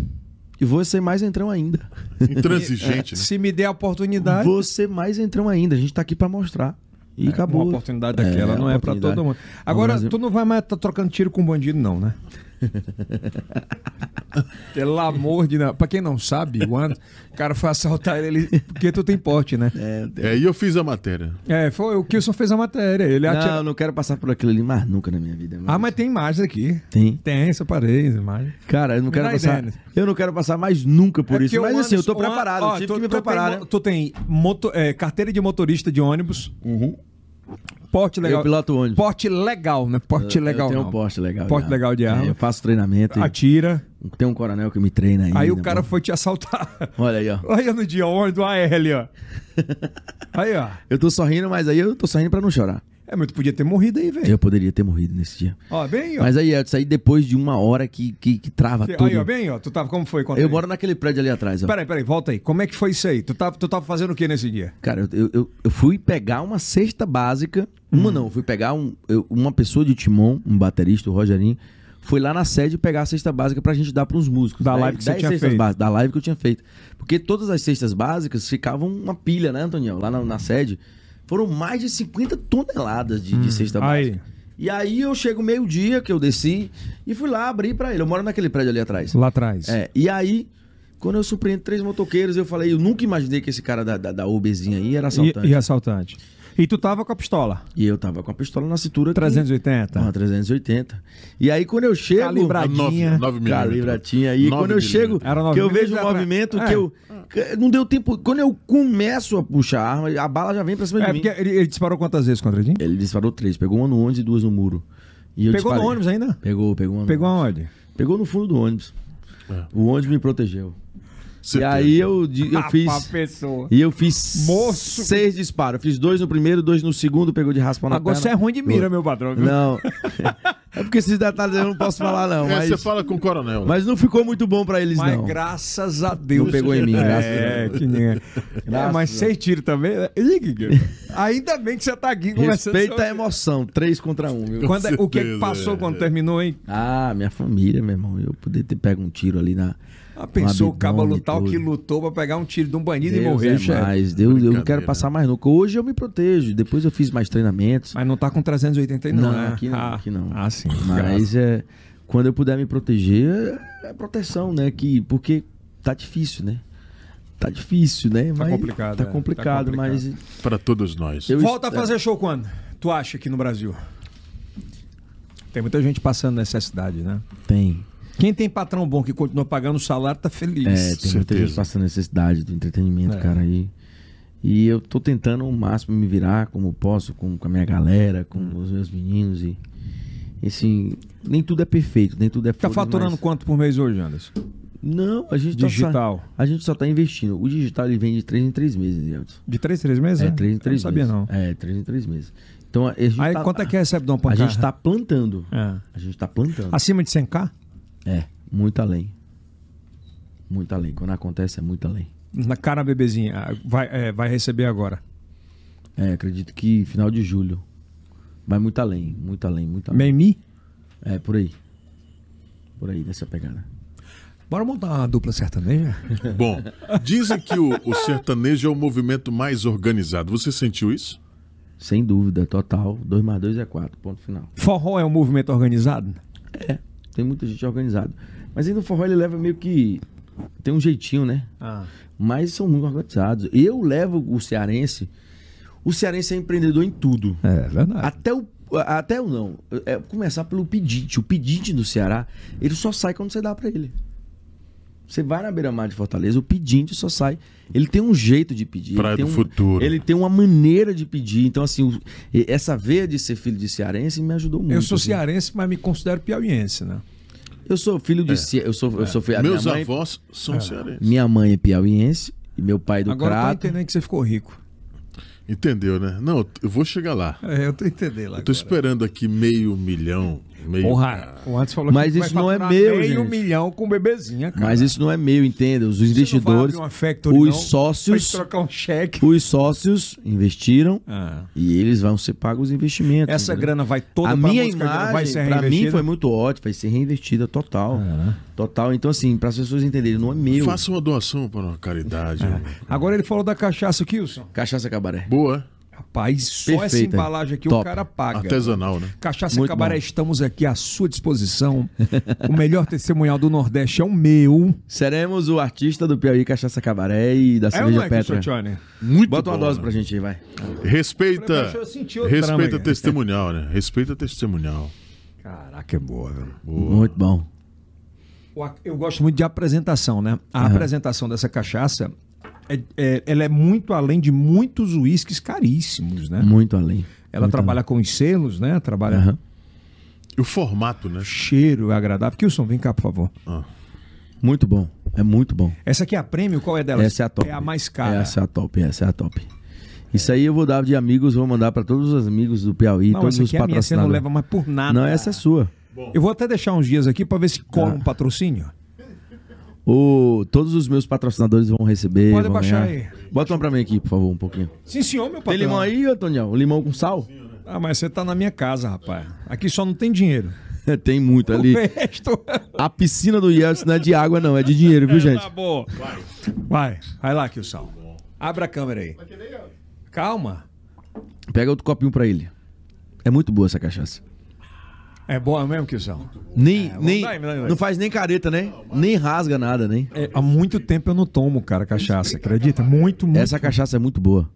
[SPEAKER 3] E vou ser mais entrão ainda.
[SPEAKER 2] Intransigente,
[SPEAKER 3] É,
[SPEAKER 2] né?
[SPEAKER 1] Se me der a oportunidade...
[SPEAKER 3] Vou ser mais entrão ainda. A gente tá aqui pra mostrar. E acabou.
[SPEAKER 1] É, Uma oportunidade daquela
[SPEAKER 3] É,
[SPEAKER 1] não é pra
[SPEAKER 3] oportunidade.
[SPEAKER 1] todo mundo. Agora,
[SPEAKER 3] Mas eu-
[SPEAKER 1] tu não vai mais tá trocando tiro com bandido, não, né? Pelo amor de Deus. Pra quem não sabe, o, Anderson, o cara foi assaltar ele, ele- porque tu tem porte, né?
[SPEAKER 2] É, e eu fiz a matéria.
[SPEAKER 1] É, foi o Kilson fez a matéria. Ele
[SPEAKER 3] Não,
[SPEAKER 1] atira...
[SPEAKER 3] eu não quero passar por aquilo ali mais nunca na minha vida.
[SPEAKER 1] Ah, mas tem imagens aqui.
[SPEAKER 3] Tem.
[SPEAKER 1] Tem, separei as imagens.
[SPEAKER 3] Cara, eu não
[SPEAKER 1] Me
[SPEAKER 3] quero
[SPEAKER 1] dá
[SPEAKER 3] passar.
[SPEAKER 1] ideia, né?
[SPEAKER 3] Eu não quero passar mais nunca por
[SPEAKER 1] É
[SPEAKER 3] isso.
[SPEAKER 1] porque
[SPEAKER 3] Mas
[SPEAKER 1] o
[SPEAKER 3] assim, eu tô
[SPEAKER 1] Anderson- o An-
[SPEAKER 3] preparado.
[SPEAKER 1] ó,
[SPEAKER 3] tive
[SPEAKER 1] tu-
[SPEAKER 3] que me
[SPEAKER 1] tu tem
[SPEAKER 3] preparar.
[SPEAKER 1] mo-
[SPEAKER 3] né?
[SPEAKER 1] Tu tem moto, é, carteira de motorista de ônibus. Porte legal.
[SPEAKER 3] Uhum. Eu piloto ônibus.
[SPEAKER 1] Porte legal, né? Porte legal.
[SPEAKER 3] Eu tenho
[SPEAKER 1] não.
[SPEAKER 3] um porte legal.
[SPEAKER 1] Porte legal de arma.
[SPEAKER 3] É, eu faço treinamento. e
[SPEAKER 1] Atira.
[SPEAKER 3] Tem um coronel que me treina ainda.
[SPEAKER 1] Aí o cara
[SPEAKER 3] pô.
[SPEAKER 1] foi te assaltar.
[SPEAKER 3] Olha aí, ó.
[SPEAKER 1] Olha no dia, o ônibus do AL, ó. Aí, ó.
[SPEAKER 3] Eu tô sorrindo, mas aí eu tô sorrindo pra não chorar.
[SPEAKER 1] É, mas tu podia ter morrido aí, velho.
[SPEAKER 3] Eu poderia ter morrido nesse dia.
[SPEAKER 1] Ó, bem aí, ó.
[SPEAKER 3] Mas aí, Edson, aí depois de uma hora que, que, que trava
[SPEAKER 1] Aí,
[SPEAKER 3] tudo.
[SPEAKER 1] ó, bem, ó. Tu tava, como foi? Conta
[SPEAKER 3] eu
[SPEAKER 1] aí.
[SPEAKER 3] moro naquele prédio ali atrás, ó.
[SPEAKER 1] Peraí, peraí, volta aí. Como é que foi isso aí? Tu tava, tu tava fazendo o que nesse dia?
[SPEAKER 3] Cara, eu, eu, eu fui pegar uma cesta básica.
[SPEAKER 1] Hum.
[SPEAKER 3] Uma não, eu fui pegar um, eu- uma pessoa de Timon, um baterista, o Rogerinho, foi lá na sede pegar a cesta básica pra gente dar pros músicos.
[SPEAKER 1] Da
[SPEAKER 3] Dez-
[SPEAKER 1] live que você
[SPEAKER 3] dez
[SPEAKER 1] tinha
[SPEAKER 3] cestas
[SPEAKER 1] feito.
[SPEAKER 3] básicas, da live que eu tinha feito. Porque todas as cestas básicas ficavam uma pilha, né, Antoniel? Lá na, na sede. Foram mais de 50 toneladas de, de cesta
[SPEAKER 1] Hum, aí.
[SPEAKER 3] básica. E aí eu chego meio-dia que eu desci e fui lá abrir pra ele. Eu moro naquele prédio ali atrás.
[SPEAKER 1] Lá atrás.
[SPEAKER 3] É, e aí, quando eu surpreendo três motoqueiros, eu falei, eu nunca imaginei que esse cara da, da, da Uberzinha aí era assaltante.
[SPEAKER 1] E,
[SPEAKER 3] E,
[SPEAKER 1] e assaltante. E tu tava com a pistola.
[SPEAKER 3] eu tava com a pistola na cintura. que-
[SPEAKER 1] 380.
[SPEAKER 3] Uma 380. E aí, quando eu chego...
[SPEAKER 1] Calibradinha. Bradinha.
[SPEAKER 2] 9
[SPEAKER 3] Cara, livratinha aí. Quando eu chego,
[SPEAKER 1] Era nove
[SPEAKER 3] que eu vejo o
[SPEAKER 1] milímetros, era-
[SPEAKER 3] movimento,
[SPEAKER 1] é.
[SPEAKER 3] que eu... que Não deu tempo... Quando eu começo a puxar a arma, a bala já vem pra cima de
[SPEAKER 1] É,
[SPEAKER 3] mim.
[SPEAKER 1] porque ele, ele disparou quantas vezes contra ti?
[SPEAKER 3] Ele disparou três. Pegou uma no ônibus e duas no muro. E eu
[SPEAKER 1] Pegou no
[SPEAKER 3] disparei.
[SPEAKER 1] ônibus ainda?
[SPEAKER 3] Pegou, pegou uma no
[SPEAKER 1] Pegou
[SPEAKER 3] ônibus.
[SPEAKER 1] aonde?
[SPEAKER 3] Pegou no fundo do ônibus. O ônibus me protegeu. E aí eu, di- eu fiz...
[SPEAKER 1] Ah, pessoa.
[SPEAKER 3] E eu fiz
[SPEAKER 1] Moço!
[SPEAKER 3] seis disparos. Fiz dois no primeiro, dois no segundo, pegou de raspa na
[SPEAKER 1] Agora
[SPEAKER 3] perna.
[SPEAKER 1] você é ruim de mira, meu padrão. viu?
[SPEAKER 3] Não. é porque esses detalhes eu não posso falar, não.
[SPEAKER 2] É,
[SPEAKER 3] Mas,
[SPEAKER 2] você fala com o coronel.
[SPEAKER 3] mas não ficou muito bom pra eles,
[SPEAKER 1] Mas
[SPEAKER 3] não.
[SPEAKER 1] graças a Deus.
[SPEAKER 3] Não pegou em mim, graças a
[SPEAKER 1] é,
[SPEAKER 3] Deus.
[SPEAKER 1] que nem é.
[SPEAKER 3] Graças
[SPEAKER 1] É, mas
[SPEAKER 3] a
[SPEAKER 1] seis tiros também. né? Ih, Guiguinho, Ainda bem que você tá aqui conversando.
[SPEAKER 3] Respeita a
[SPEAKER 1] sobre-
[SPEAKER 3] emoção. Três contra um, viu?
[SPEAKER 1] Quando, o que, que
[SPEAKER 2] certeza,
[SPEAKER 1] passou
[SPEAKER 2] é.
[SPEAKER 1] quando terminou, hein?
[SPEAKER 3] Ah, minha família, meu irmão. Eu poder ter pego um tiro ali na.
[SPEAKER 1] Ah, pensou
[SPEAKER 3] no
[SPEAKER 1] o caba
[SPEAKER 3] abdômen e
[SPEAKER 1] lutar o que
[SPEAKER 3] tudo.
[SPEAKER 1] lutou pra pegar um tiro de um banido e
[SPEAKER 3] Deus
[SPEAKER 1] morrer,
[SPEAKER 3] é
[SPEAKER 1] chefe.
[SPEAKER 3] mais. Deus, eu não quero
[SPEAKER 2] Brincadeira.
[SPEAKER 3] passar mais nunca. Hoje eu me protejo. Depois eu fiz mais treinamentos.
[SPEAKER 1] Mas não tá com 380 não,
[SPEAKER 3] Não,
[SPEAKER 1] né?
[SPEAKER 3] aqui não,
[SPEAKER 1] ah,
[SPEAKER 3] aqui não.
[SPEAKER 1] Ah, sim.
[SPEAKER 3] Mas é, quando eu puder me proteger, é proteção, né? Que, porque tá difícil, né? Tá difícil, né? Mas
[SPEAKER 1] complicado,
[SPEAKER 3] Tá
[SPEAKER 1] é, tá
[SPEAKER 3] complicado,
[SPEAKER 1] complicado.
[SPEAKER 3] mas.
[SPEAKER 2] Para todos nós.
[SPEAKER 3] Eu-
[SPEAKER 1] Volta a fazer show quando? Tu acha aqui no Brasil? Tem muita gente passando necessidade, né?
[SPEAKER 3] Tem.
[SPEAKER 1] Quem tem patrão bom que continua pagando o salário tá feliz.
[SPEAKER 3] É, tem muita
[SPEAKER 2] certeza.
[SPEAKER 3] gente passando necessidade do entretenimento,
[SPEAKER 1] É.
[SPEAKER 3] cara. E, e eu tô tentando o máximo me virar como posso, com, com a minha galera, com
[SPEAKER 1] Hum.
[SPEAKER 3] os meus meninos. E, e, assim, nem tudo é perfeito, nem tudo é
[SPEAKER 1] Tá
[SPEAKER 3] flores,
[SPEAKER 1] faturando
[SPEAKER 3] mas-
[SPEAKER 1] quanto por mês hoje, Anderson?
[SPEAKER 3] Não, a gente tá
[SPEAKER 1] Digital.
[SPEAKER 3] só- a gente só tá investindo. O digital ele vem de três em três meses, Edson.
[SPEAKER 1] De 3 em 3 meses?
[SPEAKER 3] É,
[SPEAKER 1] né?
[SPEAKER 3] três em
[SPEAKER 1] Eu
[SPEAKER 3] três
[SPEAKER 1] Não
[SPEAKER 3] meses.
[SPEAKER 1] sabia, não.
[SPEAKER 3] É, três em três meses. Então, a gente
[SPEAKER 1] Aí
[SPEAKER 3] tá-
[SPEAKER 1] quanto é que recebe de uma
[SPEAKER 3] A
[SPEAKER 1] pancada?
[SPEAKER 3] gente tá plantando.
[SPEAKER 1] É.
[SPEAKER 3] A gente tá plantando.
[SPEAKER 1] Acima de 100k?
[SPEAKER 3] É, muito além. Muito além. Quando acontece, é muito além.
[SPEAKER 1] Na cara bebezinha. Ah, Vai, é, vai receber agora.
[SPEAKER 3] É, acredito que final de julho. Vai muito além, muito além, muito além.
[SPEAKER 1] Memi?
[SPEAKER 3] É, por aí. Por aí, dessa pegada.
[SPEAKER 1] Bora montar uma dupla sertaneja?
[SPEAKER 2] Bom, dizem que o, o sertanejo é o movimento mais organizado. Você sentiu isso?
[SPEAKER 3] Sem dúvida, total. 2 mais 2 é 4, ponto final.
[SPEAKER 1] Forró é um movimento organizado?
[SPEAKER 3] É, tem muita gente organizada. Mas ainda o forró ele leva meio que. Tem um jeitinho, né?
[SPEAKER 1] Ah.
[SPEAKER 3] Mas são muito organizados. Eu levo o cearense. O cearense é empreendedor em tudo.
[SPEAKER 1] É verdade.
[SPEAKER 3] Até o. Até o não. É, começar pelo pedinte. O pedinte do Ceará, ele só sai quando você dá pra ele. Você vai na beira-mar de Fortaleza, o pedinte só sai. Ele tem um jeito de pedir. ele
[SPEAKER 2] Praia
[SPEAKER 3] tem
[SPEAKER 2] do
[SPEAKER 3] um-
[SPEAKER 2] Futuro.
[SPEAKER 3] Ele tem uma maneira de pedir. Então, assim, o- e- essa veia de ser filho de cearense me ajudou muito.
[SPEAKER 1] Eu sou
[SPEAKER 3] assim.
[SPEAKER 1] cearense, mas me considero piauiense, né?
[SPEAKER 3] Eu sou filho de. Ce- Eu sou, eu sou filho. a
[SPEAKER 2] É. Meus
[SPEAKER 3] minha mãe, Ah,
[SPEAKER 2] avós são cearenses.
[SPEAKER 3] Minha mãe é piauiense e meu pai é do
[SPEAKER 1] Agora tá eu tô
[SPEAKER 3] Crato.
[SPEAKER 1] entendendo que você ficou rico.
[SPEAKER 2] Entendeu, né? Não, eu vou chegar lá.
[SPEAKER 1] É, eu tô entendendo lá.
[SPEAKER 2] Eu tô esperando aqui meio milhão. Meio...
[SPEAKER 1] Porra, o Antes falou
[SPEAKER 3] Mas
[SPEAKER 1] que
[SPEAKER 3] isso
[SPEAKER 1] vai
[SPEAKER 3] não é
[SPEAKER 1] faturar
[SPEAKER 3] meu,
[SPEAKER 1] meio
[SPEAKER 3] gente.
[SPEAKER 1] milhão com bebezinha, cara.
[SPEAKER 3] Mas isso não é meu, entenda. Os
[SPEAKER 1] Você não vai
[SPEAKER 3] investidores,
[SPEAKER 1] abrir uma factory, não,
[SPEAKER 3] os
[SPEAKER 1] pra
[SPEAKER 3] sócios,
[SPEAKER 1] trocar um cheque.
[SPEAKER 3] os sócios investiram
[SPEAKER 1] Ah.
[SPEAKER 3] E eles vão ser pagos os investimentos.
[SPEAKER 1] Essa
[SPEAKER 3] entendeu?
[SPEAKER 1] grana vai toda
[SPEAKER 3] a
[SPEAKER 1] pra
[SPEAKER 3] minha
[SPEAKER 1] música, a grana
[SPEAKER 3] imagem,
[SPEAKER 1] vai ser
[SPEAKER 3] pra mim,
[SPEAKER 1] reinvestida? Ah.
[SPEAKER 3] foi muito ótimo. Vai ser reinvestida total. Total. Então, assim, para as pessoas entenderem, não é meu.
[SPEAKER 2] Faça uma doação para uma caridade.
[SPEAKER 1] Agora ele falou da cachaça, Kilson.
[SPEAKER 3] Cachaça Cabaré.
[SPEAKER 2] Boa,
[SPEAKER 1] Rapaz, só essa
[SPEAKER 3] Perfeita.
[SPEAKER 1] embalagem aqui o
[SPEAKER 3] Top.
[SPEAKER 1] cara paga.
[SPEAKER 2] artesanal, né?
[SPEAKER 1] Cachaça
[SPEAKER 3] Muito
[SPEAKER 1] Cabaré,
[SPEAKER 3] bom.
[SPEAKER 1] estamos aqui à sua disposição. o melhor testemunhal do Nordeste é o meu.
[SPEAKER 3] Seremos o artista do Piauí Cachaça Cabaré e da
[SPEAKER 1] É ou não
[SPEAKER 3] Cerveja Petra.
[SPEAKER 1] Kilson
[SPEAKER 2] Muito
[SPEAKER 3] Bota uma
[SPEAKER 2] bom,
[SPEAKER 3] dose
[SPEAKER 2] né?
[SPEAKER 3] pra gente aí, vai.
[SPEAKER 2] Respeita.
[SPEAKER 1] Eu senti o drama,
[SPEAKER 2] Respeita
[SPEAKER 1] cara.
[SPEAKER 2] testemunhal, né? Respeita testemunhal.
[SPEAKER 1] Caraca, é boa, velho.
[SPEAKER 3] Muito bom.
[SPEAKER 1] O ac- Eu gosto muito de apresentação, né? A apresentação dessa cachaça, é, é- ela é muito além de muitos uísques caríssimos, né?
[SPEAKER 3] Muito além.
[SPEAKER 1] Ela
[SPEAKER 3] Muito
[SPEAKER 1] trabalha com os selos, né? Trabalha
[SPEAKER 3] além. Aham.
[SPEAKER 2] E o formato, né?
[SPEAKER 1] cheiro agradável. Kilson, vem cá, por favor.
[SPEAKER 3] Muito bom. É muito bom.
[SPEAKER 1] Essa aqui é a prêmio? Qual é dela?
[SPEAKER 3] Essa é a top.
[SPEAKER 1] É a mais cara.
[SPEAKER 3] Essa é a top, essa é a top. Isso aí eu vou dar de amigos, vou mandar pra todos os amigos do Piauí,
[SPEAKER 1] Não,
[SPEAKER 3] todos
[SPEAKER 1] essa
[SPEAKER 3] os
[SPEAKER 1] aqui é minha, você não
[SPEAKER 3] Então, patrocinadores.
[SPEAKER 1] leva mais por nada.
[SPEAKER 3] Não, essa é Tá. sua.
[SPEAKER 1] Eu vou até deixar uns dias aqui pra ver se cola um patrocínio.
[SPEAKER 3] O, todos os meus patrocinadores vão receber.
[SPEAKER 1] Pode
[SPEAKER 3] vão
[SPEAKER 1] baixar
[SPEAKER 3] ganhar.
[SPEAKER 1] aí.
[SPEAKER 3] Bota uma pra mim aqui, por favor, um pouquinho.
[SPEAKER 1] Sim, senhor, meu patrão.
[SPEAKER 3] Tem limão aí, Antonião? Limão com sal?
[SPEAKER 1] Ah, mas você tá na minha casa, rapaz. Aqui só não tem dinheiro.
[SPEAKER 3] Tem muito ali.
[SPEAKER 1] O resto...
[SPEAKER 3] A piscina do Yeltsin não é de água, não, é de dinheiro, viu, gente?
[SPEAKER 1] Tá bom. Vai. Vai, lá, Kilson. Abra a câmera aí. Calma.
[SPEAKER 3] Pega outro copinho pra ele. É muito boa essa cachaça.
[SPEAKER 1] É boa mesmo, Kilson? É,
[SPEAKER 3] Nem, nem,
[SPEAKER 1] vai, vai, vai.
[SPEAKER 3] não faz nem careta, né? Nem rasga nada, nem.
[SPEAKER 1] É, há muito tempo eu não tomo, cara, cachaça. Acredita? Muito, muito.
[SPEAKER 3] Essa cachaça é muito boa.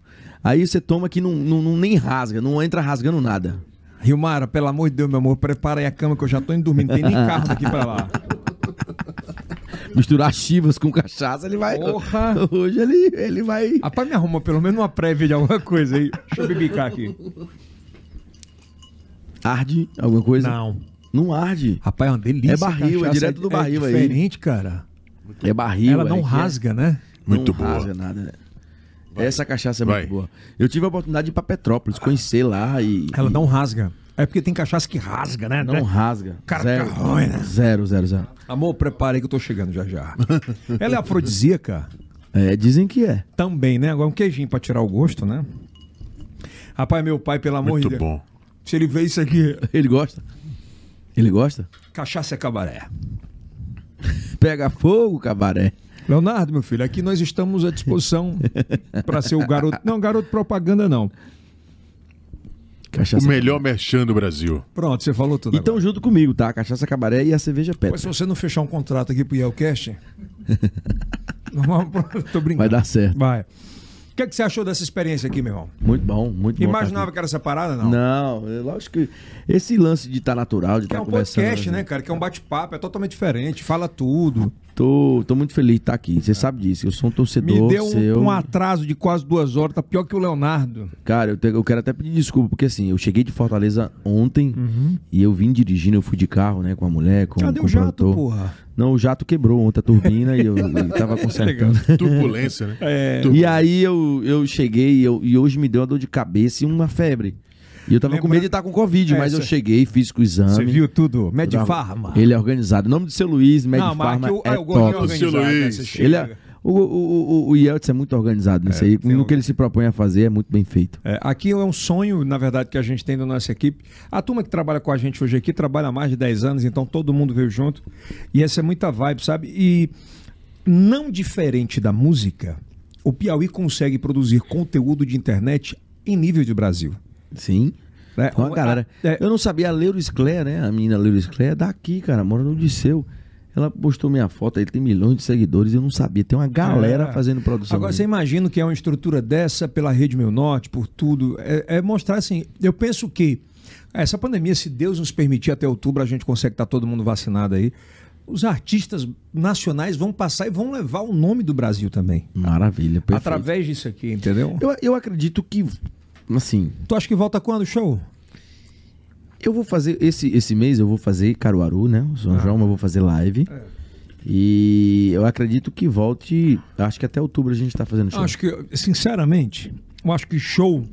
[SPEAKER 3] Aí você toma que não, não, não- nem rasga, não entra rasgando nada.
[SPEAKER 1] Rilmara, pelo amor de Deus, meu amor, prepara aí a cama que eu já tô indo dormir. Não tem nem carro daqui pra lá.
[SPEAKER 3] Misturar chivas com cachaça, ele vai.
[SPEAKER 1] Porra!
[SPEAKER 3] Hoje ele, ele vai.
[SPEAKER 1] Rapaz, me arruma pelo menos uma prévia de alguma coisa aí. Deixa eu bibicar aqui.
[SPEAKER 3] Arde alguma coisa?
[SPEAKER 1] Não.
[SPEAKER 3] Não arde.
[SPEAKER 1] Rapaz, é uma delícia.
[SPEAKER 3] É barril, é
[SPEAKER 1] cachaça,
[SPEAKER 3] direto do barril
[SPEAKER 1] é
[SPEAKER 3] aí.
[SPEAKER 1] diferente, cara.
[SPEAKER 3] É barril.
[SPEAKER 1] Ela
[SPEAKER 3] é
[SPEAKER 1] não
[SPEAKER 3] que é-
[SPEAKER 1] rasga, né?
[SPEAKER 2] Muito
[SPEAKER 3] não
[SPEAKER 2] boa.
[SPEAKER 3] rasga nada, né? Essa cachaça é
[SPEAKER 2] Vai.
[SPEAKER 3] muito boa. Eu tive a oportunidade de ir pra Petrópolis, conhecer lá e.
[SPEAKER 1] Ela
[SPEAKER 3] e
[SPEAKER 1] não rasga. É porque tem cachaça que rasga, né?
[SPEAKER 3] não rasga.
[SPEAKER 1] Cara,
[SPEAKER 3] zero.
[SPEAKER 1] fica ruim, né?
[SPEAKER 3] zero, zero, zero.
[SPEAKER 1] Amor, prepara aí que eu tô chegando já já. Ela é afrodisíaca?
[SPEAKER 3] É, dizem que é.
[SPEAKER 1] Também, né? Agora um queijinho pra tirar o gosto, né? Rapaz, meu pai, pelo amor de
[SPEAKER 2] Muito
[SPEAKER 1] Deus.
[SPEAKER 2] bom.
[SPEAKER 1] Se ele vê isso aqui,
[SPEAKER 3] Ele gosta. Ele gosta?
[SPEAKER 1] cachaça é cabaré.
[SPEAKER 3] Pega fogo, cabaré.
[SPEAKER 1] Leonardo, meu filho, aqui nós estamos à disposição pra ser o garoto. Não, garoto propaganda não.
[SPEAKER 3] Cachaça.
[SPEAKER 2] O melhor merchan do Brasil.
[SPEAKER 1] Pronto, você falou tudo.
[SPEAKER 3] Então,
[SPEAKER 1] agora.
[SPEAKER 3] junto comigo, tá? A cachaça cabaré e a cerveja
[SPEAKER 1] Mas se
[SPEAKER 3] Petra.
[SPEAKER 1] você não fechar um contrato aqui pro Yelcast. não vamos- tô brincando.
[SPEAKER 3] Vai dar certo.
[SPEAKER 1] Vai. O que, é que você achou dessa experiência aqui, meu irmão?
[SPEAKER 3] Muito bom, muito bom.
[SPEAKER 1] Imaginava que era essa parada, não?
[SPEAKER 3] Não, é lógico que esse lance de estar natural,
[SPEAKER 1] Que
[SPEAKER 3] de estar
[SPEAKER 1] é um
[SPEAKER 3] conversando. assim,
[SPEAKER 1] podcast, né, cara? Que é um bate-papo, é totalmente diferente, fala tudo.
[SPEAKER 3] Tô, tô muito feliz de estar aqui. Você sabe disso. Eu sou um
[SPEAKER 1] Me
[SPEAKER 3] torcedor
[SPEAKER 1] deu um,
[SPEAKER 3] seu.
[SPEAKER 1] um atraso de quase duas horas, tá pior que o Leonardo.
[SPEAKER 3] Cara, eu, te- eu quero até pedir desculpa, porque assim, eu cheguei de Fortaleza ontem e eu vim dirigindo, eu fui de carro, né, com a mulher, com,
[SPEAKER 1] Cadê
[SPEAKER 3] com
[SPEAKER 1] o Uhum. um jato,
[SPEAKER 3] produtor.
[SPEAKER 1] porra?
[SPEAKER 3] Não, o jato quebrou ontem a turbina e eu, eu tava consertando.
[SPEAKER 2] Turbulência, né? É.
[SPEAKER 3] E aí eu, eu cheguei e eu- e hoje me deu uma dor de cabeça e uma febre. E eu tava com
[SPEAKER 1] Lembrando-
[SPEAKER 3] medo de estar com Covid,
[SPEAKER 1] É,
[SPEAKER 3] mas eu
[SPEAKER 1] cê-
[SPEAKER 3] cheguei, fiz o exame.
[SPEAKER 1] Você viu tudo?
[SPEAKER 3] Eu tava-
[SPEAKER 1] Medfarma.
[SPEAKER 3] Ah, Ele é organizado. O nome do seu Luiz,
[SPEAKER 1] Não, mas
[SPEAKER 3] Medfarma
[SPEAKER 1] aqui o,
[SPEAKER 3] é
[SPEAKER 1] ah, o gordinho
[SPEAKER 3] top.
[SPEAKER 1] organizado.
[SPEAKER 2] Seu
[SPEAKER 1] né?
[SPEAKER 2] Luiz.
[SPEAKER 1] Você chega-
[SPEAKER 3] Ele é- o, o, o, o Yeltsin é muito organizado nisso aí.
[SPEAKER 1] tem
[SPEAKER 3] No que
[SPEAKER 1] um-
[SPEAKER 3] ele se propõe a fazer é muito bem feito.
[SPEAKER 1] É, aqui é um sonho, na verdade, que a gente tem da nossa equipe. A turma que trabalha com a gente hoje aqui trabalha há mais de 10 anos, então todo mundo veio junto. E essa é muita vibe, sabe? E não diferente da música, o Piauí consegue produzir conteúdo de internet em nível de Brasil.
[SPEAKER 3] Sim.
[SPEAKER 1] É,
[SPEAKER 3] Então,
[SPEAKER 1] o-
[SPEAKER 3] a galera.
[SPEAKER 1] a- é-
[SPEAKER 3] eu não sabia a Leuris Claire, né? A menina Leuris Claire é daqui, cara, mora no Odisseu. Ela postou minha foto, ele tem milhões de seguidores, eu não sabia. Tem uma galera
[SPEAKER 1] É.
[SPEAKER 3] fazendo produção.
[SPEAKER 1] Agora,
[SPEAKER 3] dele.
[SPEAKER 1] você imagina que é uma estrutura dessa pela Rede Meu Norte, por tudo. É, é mostrar assim. Eu penso que essa pandemia, se Deus nos permitir até outubro, a gente consegue estar todo mundo vacinado aí. Os artistas nacionais vão passar e vão levar o nome do Brasil também.
[SPEAKER 3] Maravilha, perfeito.
[SPEAKER 1] Através disso aqui, entendeu?
[SPEAKER 3] Eu, eu acredito que, assim,
[SPEAKER 1] Tu acha que volta quando o show?
[SPEAKER 3] eu vou fazer, esse, esse mês eu vou fazer Caruaru, né? O
[SPEAKER 1] Ah.
[SPEAKER 3] São João, mas eu vou fazer live.
[SPEAKER 1] É.
[SPEAKER 3] E eu acredito que volte, acho que até outubro a gente tá fazendo show.
[SPEAKER 1] Acho que, sinceramente, eu acho que show.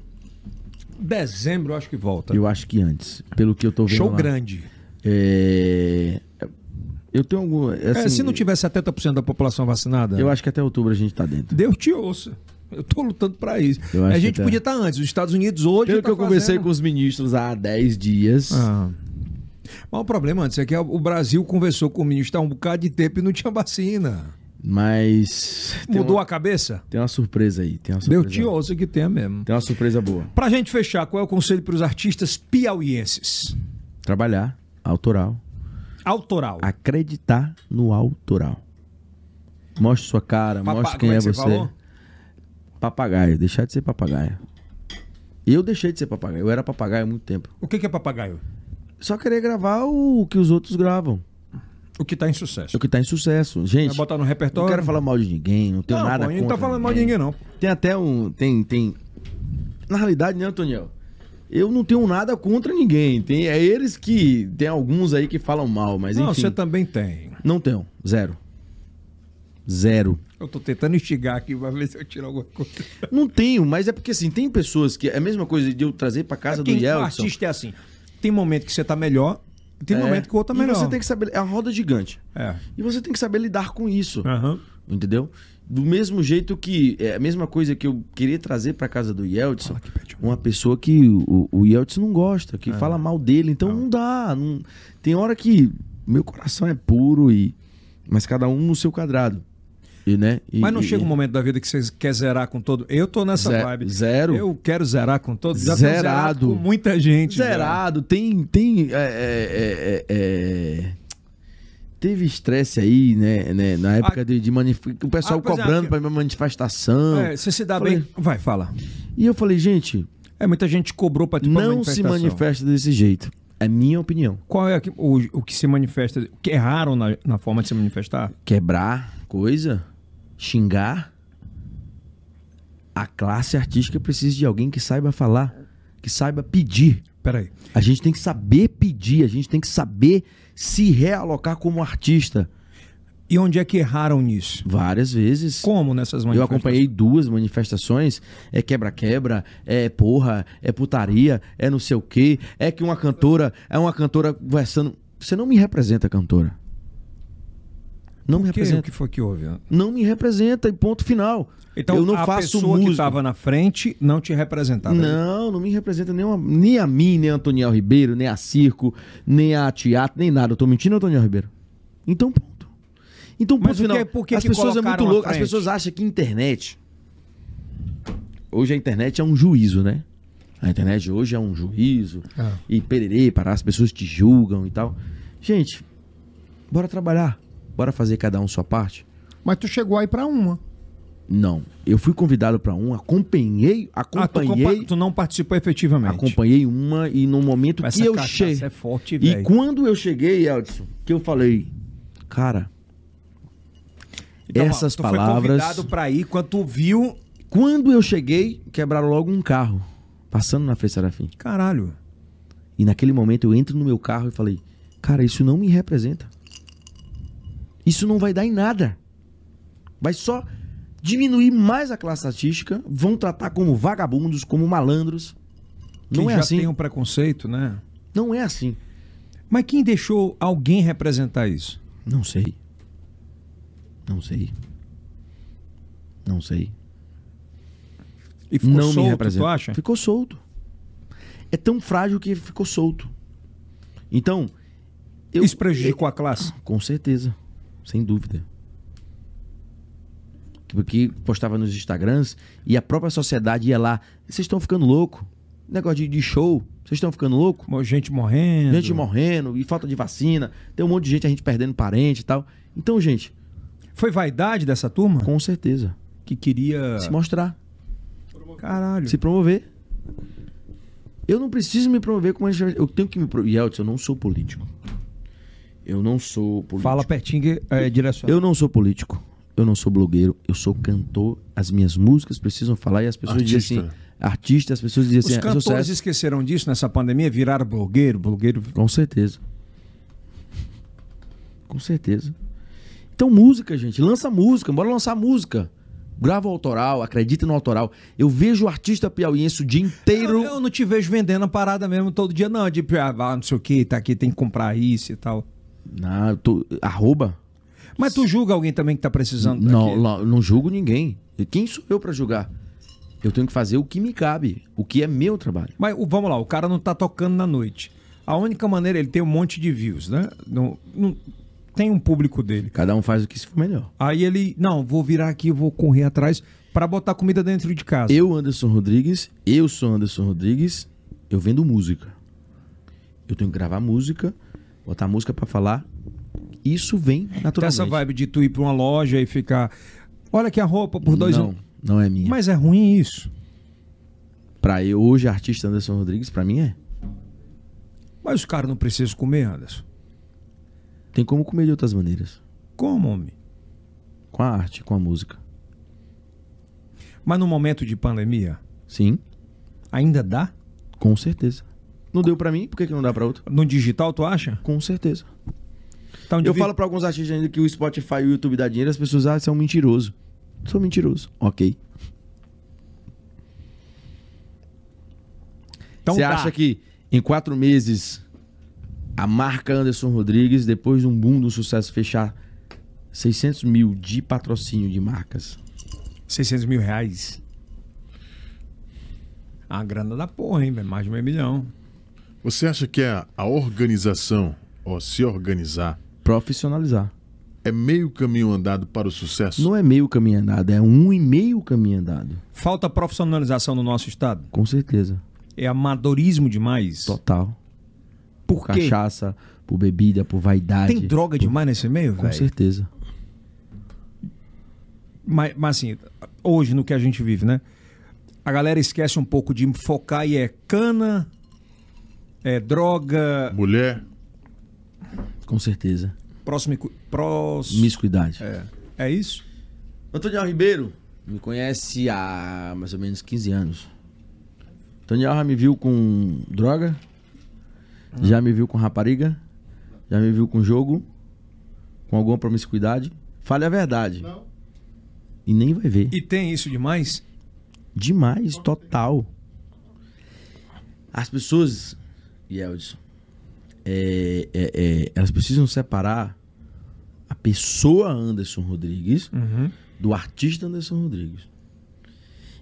[SPEAKER 1] Dezembro, eu acho que volta.
[SPEAKER 3] Eu acho que antes, pelo que eu tô vendo
[SPEAKER 1] tá. Show
[SPEAKER 3] lá.
[SPEAKER 1] grande.
[SPEAKER 3] É... Eu tenho algum...
[SPEAKER 1] É,
[SPEAKER 3] assim,
[SPEAKER 1] se não tiver 70% da população vacinada.
[SPEAKER 3] Eu acho que até outubro a gente tá dentro.
[SPEAKER 1] Deus te ouça. Eu tô lutando pra isso.
[SPEAKER 3] Eu acho
[SPEAKER 1] A
[SPEAKER 3] que
[SPEAKER 1] gente
[SPEAKER 3] tá.
[SPEAKER 1] podia estar antes. Os Estados Unidos hoje.
[SPEAKER 3] Pelo
[SPEAKER 1] tá
[SPEAKER 3] que eu conversei
[SPEAKER 1] fazendo-
[SPEAKER 3] com os ministros há 10 dias.
[SPEAKER 1] Ah. Mas o problema antes é que o Brasil conversou com o ministro há um bocado de tempo e não tinha vacina.
[SPEAKER 3] Mas. Tem
[SPEAKER 1] Mudou
[SPEAKER 3] uma,
[SPEAKER 1] a cabeça?
[SPEAKER 3] tem uma surpresa aí. Tem uma surpresa,
[SPEAKER 1] Deus te ouça que tenha mesmo.
[SPEAKER 3] tem uma surpresa boa.
[SPEAKER 1] Pra gente fechar, qual é o conselho pros artistas piauienses?
[SPEAKER 3] Trabalhar, autoral.
[SPEAKER 1] Autoral.
[SPEAKER 3] Acreditar no autoral. Mostre sua cara,
[SPEAKER 1] Papa-
[SPEAKER 3] mostre
[SPEAKER 1] como
[SPEAKER 3] quem
[SPEAKER 1] é
[SPEAKER 3] é
[SPEAKER 1] que você
[SPEAKER 3] você.
[SPEAKER 1] falou?
[SPEAKER 3] Papagaio, deixar de ser papagaio. Eu deixei de ser papagaio. Eu era papagaio há muito tempo.
[SPEAKER 1] O que que é papagaio?
[SPEAKER 3] Só querer gravar o que os outros gravam.
[SPEAKER 1] O que tá em sucesso.
[SPEAKER 3] O que tá em sucesso. Gente,
[SPEAKER 1] Vai botar no
[SPEAKER 3] não
[SPEAKER 1] repertório?
[SPEAKER 3] quero falar mal de ninguém, não tenho
[SPEAKER 1] Não,
[SPEAKER 3] nada
[SPEAKER 1] pô, a gente
[SPEAKER 3] contra.
[SPEAKER 1] não tá falando mal de ninguém, não.
[SPEAKER 3] Tem até um. Tem. tem... Na realidade, né, Antoniel? Eu não tenho nada contra ninguém. Tem, é eles que. Tem alguns aí que falam mal, mas
[SPEAKER 1] não, tá-
[SPEAKER 3] enfim.
[SPEAKER 1] você também tem.
[SPEAKER 3] Não tenho. Zero. Zero.
[SPEAKER 1] Eu tô tentando instigar aqui pra ver se eu tiro alguma coisa.
[SPEAKER 3] Não tenho, mas é porque assim, tem pessoas que. É a mesma coisa de eu trazer pra casa do
[SPEAKER 1] Quem o
[SPEAKER 3] Yeltsin.
[SPEAKER 1] É artista é assim. Tem momento que você tá melhor, tem
[SPEAKER 3] É.
[SPEAKER 1] momento que o outro tá
[SPEAKER 3] E
[SPEAKER 1] melhor.
[SPEAKER 3] você tem que saber. É uma roda gigante.
[SPEAKER 1] É.
[SPEAKER 3] E você tem que saber lidar com isso.
[SPEAKER 1] Aham.
[SPEAKER 3] Entendeu? Do mesmo jeito que. É a mesma coisa que eu queria trazer pra casa do Yeltsin.
[SPEAKER 1] Fala aqui, Pedro.
[SPEAKER 3] Uma pessoa que o, o Yeltsin não gosta,
[SPEAKER 1] É.
[SPEAKER 3] que fala mal dele.
[SPEAKER 1] Ah.
[SPEAKER 3] Então não dá. não- Tem hora que meu coração é puro e. Mas cada um no seu quadrado. E, né? E-
[SPEAKER 1] Mas não
[SPEAKER 3] e-
[SPEAKER 1] chega um momento da vida que você quer zerar com todo. Eu tô nessa
[SPEAKER 3] Ze-
[SPEAKER 1] vibe.
[SPEAKER 3] zero.
[SPEAKER 1] Eu quero zerar com todo. Já tô
[SPEAKER 3] Zerado.
[SPEAKER 1] zerado com muita gente. já.
[SPEAKER 3] Zerado, tem. tem é, é, é, é, Teve estresse aí, né, né, Na época de, de manif- O pessoal
[SPEAKER 1] Ah, pois é,
[SPEAKER 3] cobrando
[SPEAKER 1] que-
[SPEAKER 3] pra minha manifestação.
[SPEAKER 1] É, você se dá
[SPEAKER 3] Falei.
[SPEAKER 1] bem. Vai, fala.
[SPEAKER 3] E eu falei, gente,
[SPEAKER 1] É, muita gente cobrou pra te
[SPEAKER 3] não se manifesta desse jeito. É minha opinião.
[SPEAKER 1] Qual é a que- o, o que se manifesta? O que é raro na, na forma de se manifestar?
[SPEAKER 3] Quebrar coisa, xingar. A classe artística precisa de alguém que saiba falar, que saiba pedir.
[SPEAKER 1] Peraí.
[SPEAKER 3] A gente tem que saber pedir, a gente tem que saber se realocar como artista.
[SPEAKER 1] E onde é que erraram nisso?
[SPEAKER 3] Várias vezes.
[SPEAKER 1] Como nessas
[SPEAKER 3] Eu
[SPEAKER 1] manifestações?
[SPEAKER 3] acompanhei duas manifestações, é quebra-quebra, é porra, é putaria, é não sei o quê, é que uma cantora, é uma cantora conversando. Você não me representa, cantora. Não me
[SPEAKER 1] O que, o
[SPEAKER 3] representa.
[SPEAKER 1] que foi que houve?
[SPEAKER 3] Não me representa e ponto final.
[SPEAKER 1] Então,
[SPEAKER 3] eu não
[SPEAKER 1] a
[SPEAKER 3] faço
[SPEAKER 1] pessoa que tá
[SPEAKER 3] música.
[SPEAKER 1] estava na frente não te representava.
[SPEAKER 3] Não, não me representa nem, uma- nem a mim, nem a Antoniel Ribeiro, nem a Circo, nem a Teatro, nem nada. Eu tô mentindo, Antoniel Ribeiro. Então, ponto. Então, ponto
[SPEAKER 1] Mas o
[SPEAKER 3] final.
[SPEAKER 1] que- por que
[SPEAKER 3] as
[SPEAKER 1] que
[SPEAKER 3] pessoas é
[SPEAKER 1] colocaram
[SPEAKER 3] muito
[SPEAKER 1] à
[SPEAKER 3] louco. As
[SPEAKER 1] frente?
[SPEAKER 3] pessoas acham que internet. Hoje a internet é um juízo, né? A internet hoje é um juízo.
[SPEAKER 1] Ah.
[SPEAKER 3] E pererê, parar, as pessoas te julgam e tal. Gente, bora trabalhar. Bora fazer cada um sua parte.
[SPEAKER 4] Mas tu chegou aí pra uma.
[SPEAKER 3] Não. Eu fui convidado pra um, acompanhei,
[SPEAKER 1] Ah, tu, compa-
[SPEAKER 3] acompanhei.
[SPEAKER 1] tu não participou efetivamente.
[SPEAKER 3] Acompanhei uma e no momento
[SPEAKER 1] Essa
[SPEAKER 3] que eu
[SPEAKER 1] cachaça
[SPEAKER 3] cheguei.
[SPEAKER 1] é forte,
[SPEAKER 3] e
[SPEAKER 1] velho.
[SPEAKER 3] quando eu cheguei, Eldson, que eu falei, cara,
[SPEAKER 1] Então, ó,
[SPEAKER 3] essas
[SPEAKER 1] tu Foi
[SPEAKER 3] palavras-
[SPEAKER 1] convidado pra ir quando tu viu.
[SPEAKER 3] quando eu cheguei, quebraram logo um carro, passando na Fê Serafim.
[SPEAKER 1] Caralho.
[SPEAKER 3] E naquele momento eu entro no meu carro e falei, cara, isso não me representa. Isso não vai dar em nada. Vai só diminuir mais a classe artística, vão tratar como vagabundos, como malandros.
[SPEAKER 1] Quem
[SPEAKER 3] Não é
[SPEAKER 1] já
[SPEAKER 3] assim.
[SPEAKER 1] tem um preconceito, né?
[SPEAKER 3] Não é assim.
[SPEAKER 1] Mas quem deixou alguém representar isso?
[SPEAKER 3] Não sei. Não sei. Não sei.
[SPEAKER 1] E ficou
[SPEAKER 3] não me
[SPEAKER 1] solto,
[SPEAKER 3] representa.
[SPEAKER 1] tu acha?
[SPEAKER 3] Ficou solto. É tão frágil que ficou solto. Então, eu
[SPEAKER 1] Isso prejudicou a classe.
[SPEAKER 3] com certeza, sem dúvida. Porque postava nos Instagrams e a própria sociedade ia lá, vocês estão ficando louco. Negócio de, de show, vocês estão ficando louco.
[SPEAKER 1] Mo- Gente morrendo.
[SPEAKER 3] Gente morrendo e falta de vacina, tem um monte de gente a gente perdendo parente e tal. Então, gente,
[SPEAKER 1] Foi vaidade dessa turma?
[SPEAKER 3] com certeza,
[SPEAKER 1] Que queria.
[SPEAKER 3] se mostrar.
[SPEAKER 1] Caralho.
[SPEAKER 3] se promover. Eu não preciso me promover como manifestação. Eu tenho que me promover. Yeltsin, eu não sou político. Eu não sou político.
[SPEAKER 1] Fala pertinho que é direcionado.
[SPEAKER 3] Eu não sou político. Eu não sou blogueiro. Eu sou cantor. As minhas músicas precisam falar e as pessoas dizem assim.
[SPEAKER 2] Artista.
[SPEAKER 3] Artista, as pessoas dizem
[SPEAKER 1] Os
[SPEAKER 3] assim. é
[SPEAKER 1] cantores
[SPEAKER 3] sucesso.
[SPEAKER 1] esqueceram disso nessa pandemia, viraram blogueiro, blogueiro.
[SPEAKER 3] Com certeza. Com certeza. Então, música, gente. Lança música. Bora lançar música. Grava o autoral, acredita no autoral. Eu vejo o artista piauiense o dia inteiro.
[SPEAKER 1] Eu, eu não te vejo vendendo a parada mesmo todo dia, não. De ah, vá, não sei o que, tá aqui, tem que comprar isso e tal.
[SPEAKER 3] Não, eu tô- arroba?
[SPEAKER 1] Mas tu julga alguém também que tá precisando
[SPEAKER 3] Não,
[SPEAKER 1] daquilo?
[SPEAKER 3] não, não julgo ninguém. E Quem sou eu pra julgar? Eu tenho que fazer o que me cabe, o que é meu trabalho.
[SPEAKER 1] Mas o- vamos lá, o cara não tá tocando na noite. A única maneira, ele tem um monte de views, né? Não, não- tem um público dele.
[SPEAKER 3] Cada um faz o que se for melhor.
[SPEAKER 1] Aí ele, não, vou virar aqui, vou correr atrás pra botar comida dentro de casa.
[SPEAKER 3] Eu, Anderson Rodrigues, eu sou Anderson Rodrigues, eu vendo música. Eu tenho que gravar música, botar música pra falar. Isso vem naturalmente.
[SPEAKER 1] Tem Tá essa vibe de tu ir pra uma loja e ficar. Olha aqui a roupa por dois
[SPEAKER 3] Não,
[SPEAKER 1] anos.
[SPEAKER 3] não é minha.
[SPEAKER 1] Mas é ruim isso.
[SPEAKER 3] Pra eu, hoje, artista Anderson Rodrigues, pra mim é.
[SPEAKER 1] Mas os caras não precisam comer, Anderson.
[SPEAKER 3] Tem como comer de outras maneiras.
[SPEAKER 1] Como, homem?
[SPEAKER 3] Com a arte, com a música.
[SPEAKER 1] Mas no momento de pandemia,
[SPEAKER 3] Sim,
[SPEAKER 1] ainda dá?
[SPEAKER 3] com certeza. Não deu pra mim, por que, que não dá pra outro?
[SPEAKER 1] No digital, tu acha?
[SPEAKER 3] Com certeza.
[SPEAKER 1] Tá um
[SPEAKER 3] eu
[SPEAKER 1] indiví-
[SPEAKER 3] falo pra alguns artistas ainda que o Spotify e o YouTube dá dinheiro, as pessoas, ah, você é um mentiroso. Sou mentiroso. Ok.
[SPEAKER 1] Então
[SPEAKER 3] você
[SPEAKER 1] tá.
[SPEAKER 3] acha que em quatro meses a marca Anderson Rodrigues, depois de um boom do sucesso, fechar 600 mil de patrocínio de marcas?
[SPEAKER 1] 600 mil reais. A grana da porra, hein, velho? Mais de meio milhão.
[SPEAKER 2] Você acha que a, a organização, ó, se organizar,
[SPEAKER 3] Profissionalizar.
[SPEAKER 2] é meio caminho andado para o sucesso?
[SPEAKER 3] Não é meio caminho andado, é um e meio caminho andado.
[SPEAKER 1] Falta profissionalização no nosso estado.
[SPEAKER 3] Com certeza.
[SPEAKER 1] É amadorismo demais.
[SPEAKER 3] Total.
[SPEAKER 1] Por
[SPEAKER 3] Por
[SPEAKER 1] quê?
[SPEAKER 3] cachaça, por bebida, por vaidade.
[SPEAKER 1] Tem droga demais nesse meio,
[SPEAKER 3] Com
[SPEAKER 1] velho?
[SPEAKER 3] certeza.
[SPEAKER 1] Mas, mas assim, hoje no que a gente vive, né? A galera esquece um pouco de focar e é cana, é droga,
[SPEAKER 2] Mulher,
[SPEAKER 3] Com certeza.
[SPEAKER 1] próximo... próximo
[SPEAKER 3] Miscuidade.
[SPEAKER 1] é. é isso?
[SPEAKER 3] Antônio Ribeiro me conhece há mais ou menos 15 anos. Antônio já me viu com droga, já me viu com rapariga, já me viu com jogo, com alguma promiscuidade. Fale a verdade. E nem vai ver.
[SPEAKER 1] E tem isso demais?
[SPEAKER 3] Demais, total. As pessoas, Yeldson, é, é, é, elas precisam separar a pessoa Anderson Rodrigues
[SPEAKER 1] Uhum.
[SPEAKER 3] do artista Anderson Rodrigues.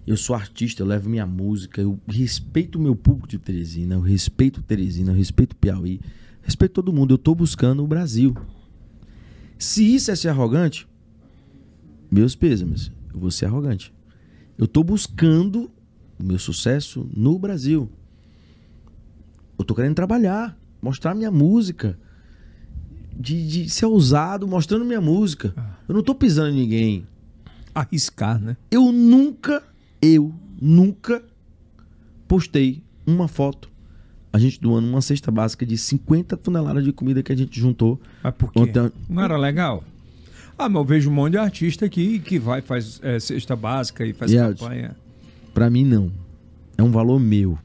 [SPEAKER 3] Eu sou artista, eu levo minha música, eu respeito o meu público de Teresina, eu respeito Teresina, eu respeito Piauí, respeito todo mundo, eu tô buscando o Brasil. Se isso é ser arrogante, meus pêsames, eu vou ser arrogante. Eu tô buscando o meu sucesso no Brasil. Eu tô querendo trabalhar, mostrar minha música, de, de ser ousado, mostrando minha música. Eu não tô pisando em ninguém,
[SPEAKER 1] Arriscar, né?
[SPEAKER 3] eu nunca, eu nunca postei uma foto. A gente doando uma cesta básica de 50 toneladas de comida que a gente juntou.
[SPEAKER 1] Mas por quê?
[SPEAKER 3] Ontem-
[SPEAKER 1] Não era legal? Ah, mas eu vejo um monte de artista aqui que vai, faz é, cesta básica e faz
[SPEAKER 3] Yeltsin.
[SPEAKER 1] campanha.
[SPEAKER 3] Pra mim, não. É um valor meu.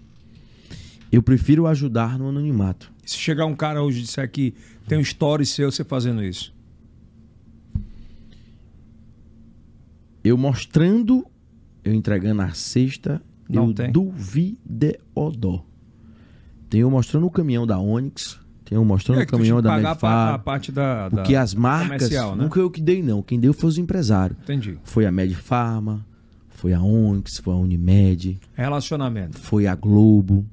[SPEAKER 3] Eu prefiro ajudar no anonimato.
[SPEAKER 1] Se chegar um cara hoje e disser que tem um story seu, você fazendo isso.
[SPEAKER 3] Eu mostrando, eu entregando a cesta,
[SPEAKER 1] Não
[SPEAKER 3] eu
[SPEAKER 1] tem.
[SPEAKER 3] duvido odó. Tem eu mostrando o caminhão da Onix, tem eu mostrando
[SPEAKER 1] é
[SPEAKER 3] o
[SPEAKER 1] que tu tinha
[SPEAKER 3] caminhão
[SPEAKER 1] que
[SPEAKER 3] da
[SPEAKER 1] pagar a, pa- a
[SPEAKER 3] Medfab.
[SPEAKER 1] parte da, da-
[SPEAKER 3] Porque as marcas,
[SPEAKER 1] comercial, né?
[SPEAKER 3] nunca eu que dei não, quem deu foi os empresários.
[SPEAKER 1] Entendi.
[SPEAKER 3] Foi a Medfarma, foi a Onix, foi a Unimed,
[SPEAKER 1] Relacionamento.
[SPEAKER 3] foi a Globo.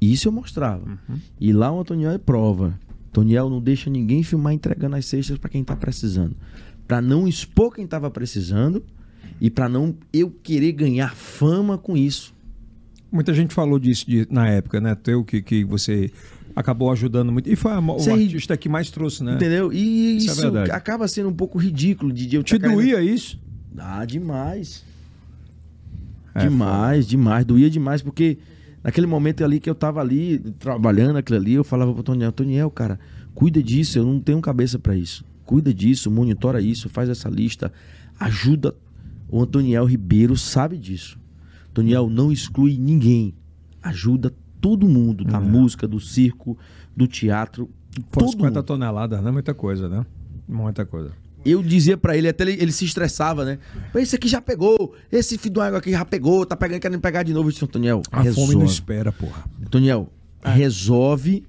[SPEAKER 3] Isso eu mostrava.
[SPEAKER 1] Uhum.
[SPEAKER 3] E lá o Antoniel é prova. Antoniel não deixa ninguém filmar entregando as cestas para quem tá precisando. Para não expor quem tava precisando e para não eu querer ganhar fama com isso.
[SPEAKER 1] Muita gente falou disso de- na época, né? Teu que, que você acabou ajudando muito. E foi a- o
[SPEAKER 3] Sei.
[SPEAKER 1] artista que mais trouxe, né?
[SPEAKER 3] Entendeu? E
[SPEAKER 1] Isso
[SPEAKER 3] isso,
[SPEAKER 1] é verdade.
[SPEAKER 3] acaba sendo um pouco ridículo de de eu
[SPEAKER 1] Te
[SPEAKER 3] tá querendo-
[SPEAKER 1] doía isso?
[SPEAKER 3] Ah, demais.
[SPEAKER 1] É,
[SPEAKER 3] demais, demais. Doía demais, porque naquele momento ali que eu tava ali, trabalhando aquilo ali, eu falava pro Toniel, Toniel, cara, cuida disso, eu não tenho cabeça pra isso. Cuida disso, monitora isso, faz essa lista, ajuda. O Antoniel Ribeiro sabe disso. Toniel não exclui ninguém. Ajuda todo mundo, da música, do circo, do teatro.
[SPEAKER 1] Foram
[SPEAKER 3] todo
[SPEAKER 1] 50
[SPEAKER 3] mundo.
[SPEAKER 1] toneladas, né? Muita coisa, né? Muita coisa.
[SPEAKER 3] Eu dizia pra ele, até ele, ele se estressava, né? Esse aqui já pegou, esse filho do água aqui já pegou, tá pegando, querendo pegar de novo. Eu disse, Antoniel,
[SPEAKER 1] A fome É. não espera, porra.
[SPEAKER 3] Toniel, resolve,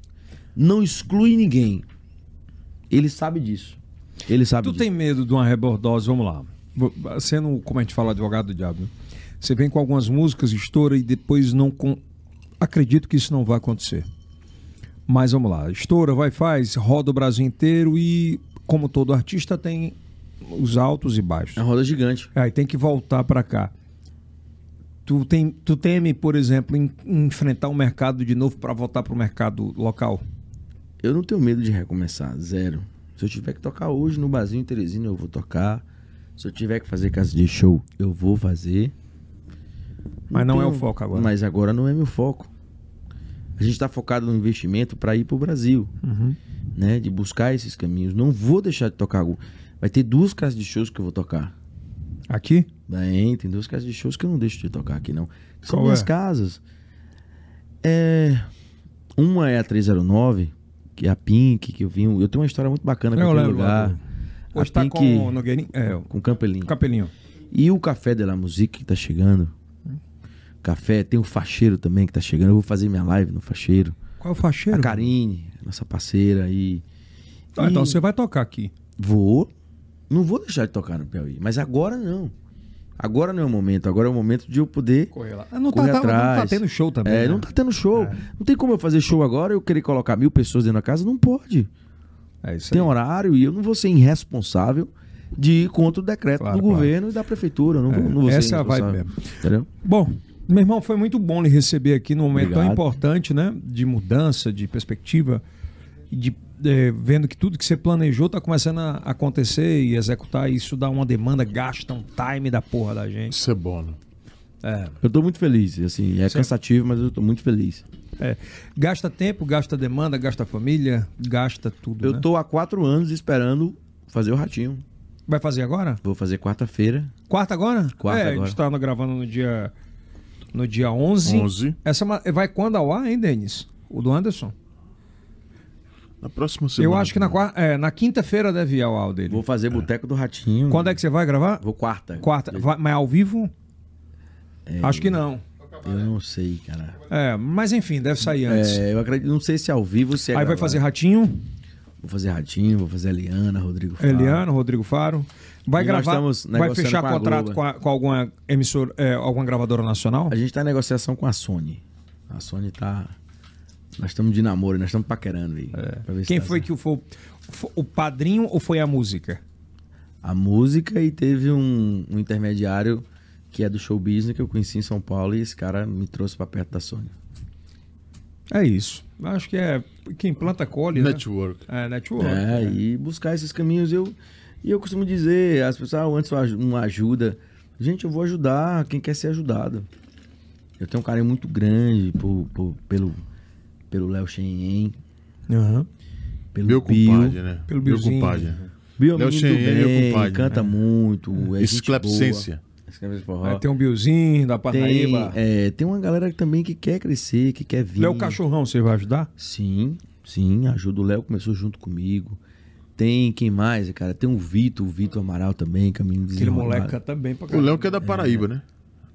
[SPEAKER 3] não exclui ninguém. Ele sabe disso. Ele sabe
[SPEAKER 1] Tu
[SPEAKER 3] disso.
[SPEAKER 1] tem medo de uma rebordose? Vamos lá. Vo- Sendo, como a gente fala, advogado do diabo, né? você vem com algumas músicas, estoura e depois não. con- Acredito que isso não vai acontecer. Mas vamos lá. Estoura, vai, faz, roda o Brasil inteiro e, como todo artista, tem os altos e baixos.
[SPEAKER 3] É uma roda gigante.
[SPEAKER 1] Aí tem que voltar pra cá. Tu, tem, tu teme, por exemplo, em- em enfrentar o mercado de novo pra voltar pro mercado local?
[SPEAKER 3] Eu não tenho medo de recomeçar, zero. Se eu tiver que tocar hoje no barzinho em Teresina, eu vou tocar. Se eu tiver que fazer casa de show, eu vou fazer.
[SPEAKER 1] Mas não é o foco agora.
[SPEAKER 3] Mas agora não é meu foco. A gente está focado no investimento para ir pro Brasil.
[SPEAKER 1] Uhum.
[SPEAKER 3] né, de buscar esses caminhos. Não vou deixar de tocar. Vai ter duas casas de shows que eu vou tocar.
[SPEAKER 1] Aqui?
[SPEAKER 3] Bem, tem Né, duas casas de shows que eu não deixo de tocar aqui, não. São
[SPEAKER 1] Qual
[SPEAKER 3] minhas
[SPEAKER 1] é?
[SPEAKER 3] casas. É... Uma é a 309, que a Pink, que eu vim. Eu tenho uma história muito bacana com
[SPEAKER 1] Eu
[SPEAKER 3] aquele
[SPEAKER 1] lembro,
[SPEAKER 3] lugar.
[SPEAKER 1] Lázaro. Hoje tá com o Nogueirinho. É, o
[SPEAKER 3] com Campelinho.
[SPEAKER 1] Capelinho.
[SPEAKER 3] E o Café de la Musique que tá chegando. Café, tem o Facheiro também que tá chegando. Eu vou fazer minha live no Facheiro.
[SPEAKER 1] Qual é o
[SPEAKER 3] A
[SPEAKER 1] facheiro?
[SPEAKER 3] Karine, nossa parceira aí.
[SPEAKER 1] Ah, então você vai tocar aqui.
[SPEAKER 3] Vou. Não vou deixar de tocar no Piauí. Mas agora não. Agora não é o momento. Agora é o momento de eu poder.
[SPEAKER 1] Correr lá. Não tá,
[SPEAKER 3] Correr
[SPEAKER 1] tá- não tá
[SPEAKER 3] atrás.
[SPEAKER 1] tendo show também.
[SPEAKER 3] É,
[SPEAKER 1] né?
[SPEAKER 3] não tá tendo show. Não tem como eu fazer show agora, eu querer colocar mil pessoas dentro da casa. Não pode.
[SPEAKER 1] É isso aí.
[SPEAKER 3] Tem horário e eu não vou ser irresponsável de ir contra o decreto
[SPEAKER 1] Claro,
[SPEAKER 3] do
[SPEAKER 1] claro.
[SPEAKER 3] governo e da prefeitura. Eu Não vou,
[SPEAKER 1] É,
[SPEAKER 3] não vou ser
[SPEAKER 1] essa é a vibe
[SPEAKER 3] irresponsável. Entendeu?
[SPEAKER 1] Bom, meu irmão, foi muito bom lhe receber aqui num momento tão
[SPEAKER 3] Obrigado.
[SPEAKER 1] importante, né? De mudança, de perspectiva, de eh, vendo que tudo que você planejou tá começando a acontecer e executar. e Isso dá uma demanda, gasta um time da porra da gente.
[SPEAKER 2] Isso é bom, né?
[SPEAKER 1] É,
[SPEAKER 3] Eu tô muito feliz, assim, é cansativo, mas eu tô muito feliz.
[SPEAKER 1] é. Gasta tempo, gasta demanda, gasta família, gasta tudo. né?
[SPEAKER 3] Eu tô há quatro anos esperando fazer o ratinho.
[SPEAKER 1] Vai fazer agora?
[SPEAKER 3] Vou fazer quarta-feira.
[SPEAKER 1] Quarta agora?
[SPEAKER 3] Quarta
[SPEAKER 1] é, a
[SPEAKER 3] agora.
[SPEAKER 1] gente tá no- gravando no dia, no dia 11.
[SPEAKER 2] 11.
[SPEAKER 1] Essa ma- vai quando ao ar, hein, Denis? O do Anderson?
[SPEAKER 2] Na próxima semana.
[SPEAKER 1] Eu acho que na, qua- é, na quinta-feira deve ir ao ar o dele.
[SPEAKER 3] Vou fazer boteco do ratinho.
[SPEAKER 1] É. Quando é que você vai gravar?
[SPEAKER 3] Vou quarta.
[SPEAKER 1] Quarta. Vai- mas ao vivo? Acho que não.
[SPEAKER 3] Eu não sei, cara.
[SPEAKER 1] É, mas enfim, deve sair antes.
[SPEAKER 3] É, eu acredito, não sei se é ao vivo, se é
[SPEAKER 1] Aí vai
[SPEAKER 3] gravado.
[SPEAKER 1] fazer Ratinho,
[SPEAKER 3] Vou fazer ratinho, vou fazer Eliana, Rodrigo Faro.
[SPEAKER 1] Eliano, Rodrigo Faro. Vai
[SPEAKER 3] Tá. E nós
[SPEAKER 1] gravar,
[SPEAKER 3] estamos
[SPEAKER 1] vai
[SPEAKER 3] negociando
[SPEAKER 1] fechar
[SPEAKER 3] com a
[SPEAKER 1] contrato
[SPEAKER 3] Globo.
[SPEAKER 1] com, a- com alguma emissora, é, alguma gravadora nacional?
[SPEAKER 3] A gente tá em negociação com a Sony. A Sony tá. Nós estamos de namoro, nós estamos paquerando aí. Pra ver se
[SPEAKER 1] É. Quem
[SPEAKER 3] dá
[SPEAKER 1] foi
[SPEAKER 3] certo.
[SPEAKER 1] que foi, foi o padrinho ou foi a música?
[SPEAKER 3] A música e teve um, um intermediário que é do show business que eu conheci em São Paulo e esse cara me trouxe pra perto da Sony.
[SPEAKER 1] É isso. Acho que é quem planta colhe, né?
[SPEAKER 2] Network.
[SPEAKER 1] É, network.
[SPEAKER 3] É, e buscar esses caminhos. Eu, e eu costumo dizer, as pessoas, ah, o Anderson aju- não ajuda. Gente, eu vou ajudar quem quer ser ajudado. Eu tenho um carinho muito grande por, por- pelo pelo Léo Xenhen,
[SPEAKER 1] Aham.
[SPEAKER 3] pelo
[SPEAKER 2] Meu
[SPEAKER 3] Bio.
[SPEAKER 2] compadre, né?
[SPEAKER 1] Pelo
[SPEAKER 2] meu
[SPEAKER 1] Biozinho.
[SPEAKER 2] compadre.
[SPEAKER 3] Bio é um
[SPEAKER 2] Léo
[SPEAKER 3] menino do
[SPEAKER 2] Xenhen, meu
[SPEAKER 3] bem,
[SPEAKER 2] compadre. né?
[SPEAKER 3] Canta muito, é gente boa.
[SPEAKER 2] Esclepsência.
[SPEAKER 3] Esclarece
[SPEAKER 1] É,
[SPEAKER 3] forró.
[SPEAKER 1] tem um Biozinho da
[SPEAKER 3] Tem,
[SPEAKER 1] Parnaíba.
[SPEAKER 3] é, tem uma galera também que quer crescer, que quer vir.
[SPEAKER 1] Léo Cachorrão, você vai ajudar?
[SPEAKER 3] Sim, sim, ajuda o Léo, começou junto comigo. Tem quem mais, cara? Tem o Vitor, o Vitor Amaral também, caminho
[SPEAKER 1] Aquele
[SPEAKER 3] desenrolado.
[SPEAKER 1] moleque canta bem pra
[SPEAKER 2] O
[SPEAKER 1] caramba.
[SPEAKER 2] Léo que é da Paraíba, né?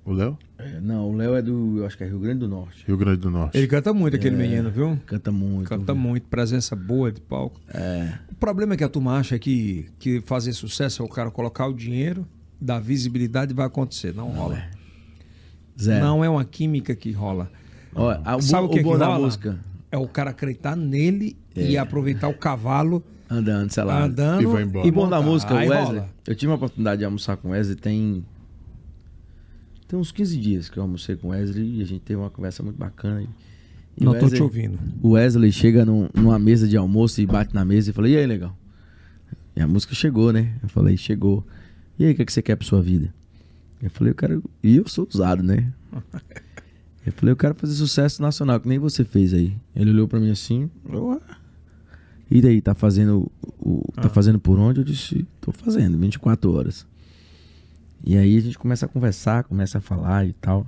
[SPEAKER 2] O Léo?
[SPEAKER 3] É, Não, o Léo é do, eu acho que é Rio Grande do Norte.
[SPEAKER 2] Rio Grande do Norte.
[SPEAKER 1] Ele canta muito, aquele menino, viu?
[SPEAKER 3] Canta muito.
[SPEAKER 1] Canta muito, presença boa de palco. O problema é que a turma acha que, que fazer sucesso é o cara colocar o dinheiro, dar visibilidade e vai acontecer. Não, rola.
[SPEAKER 3] Zero.
[SPEAKER 1] Não é uma química que rola.
[SPEAKER 3] Ó, a- o,
[SPEAKER 1] Sabe o
[SPEAKER 3] bo-
[SPEAKER 1] que,
[SPEAKER 3] o
[SPEAKER 1] é que
[SPEAKER 3] bom da
[SPEAKER 1] rola?
[SPEAKER 3] música? É.
[SPEAKER 1] É o cara acreditar nele e aproveitar o cavalo tá
[SPEAKER 3] Andando, sei lá.
[SPEAKER 1] andando
[SPEAKER 2] E vai embora.
[SPEAKER 3] O bom da
[SPEAKER 1] montar.
[SPEAKER 3] música, o
[SPEAKER 1] Aí
[SPEAKER 3] Wesley.
[SPEAKER 1] rola.
[SPEAKER 3] Eu tive uma oportunidade de almoçar com o Wesley tem. Tem uns 15 dias que eu almocei com o Wesley e a gente teve uma conversa muito bacana. E- e
[SPEAKER 1] Não
[SPEAKER 3] o
[SPEAKER 1] tô te
[SPEAKER 3] Wesley-
[SPEAKER 1] ouvindo.
[SPEAKER 3] O Wesley chega num- numa mesa de almoço e bate na mesa e fala: E aí, legal? E a música chegou, né? Eu falei: Chegou. E aí, o que, é que você quer pra sua vida? Eu falei: Eu quero. E eu sou usado, né? Eu falei: Eu quero fazer sucesso nacional, que nem você fez aí. Ele olhou pra mim assim: "Ué, E daí, tá fazendo, o, tá fazendo por onde? Eu disse: Tô fazendo, 24 horas. E aí a gente começa a conversar, começa a falar e tal.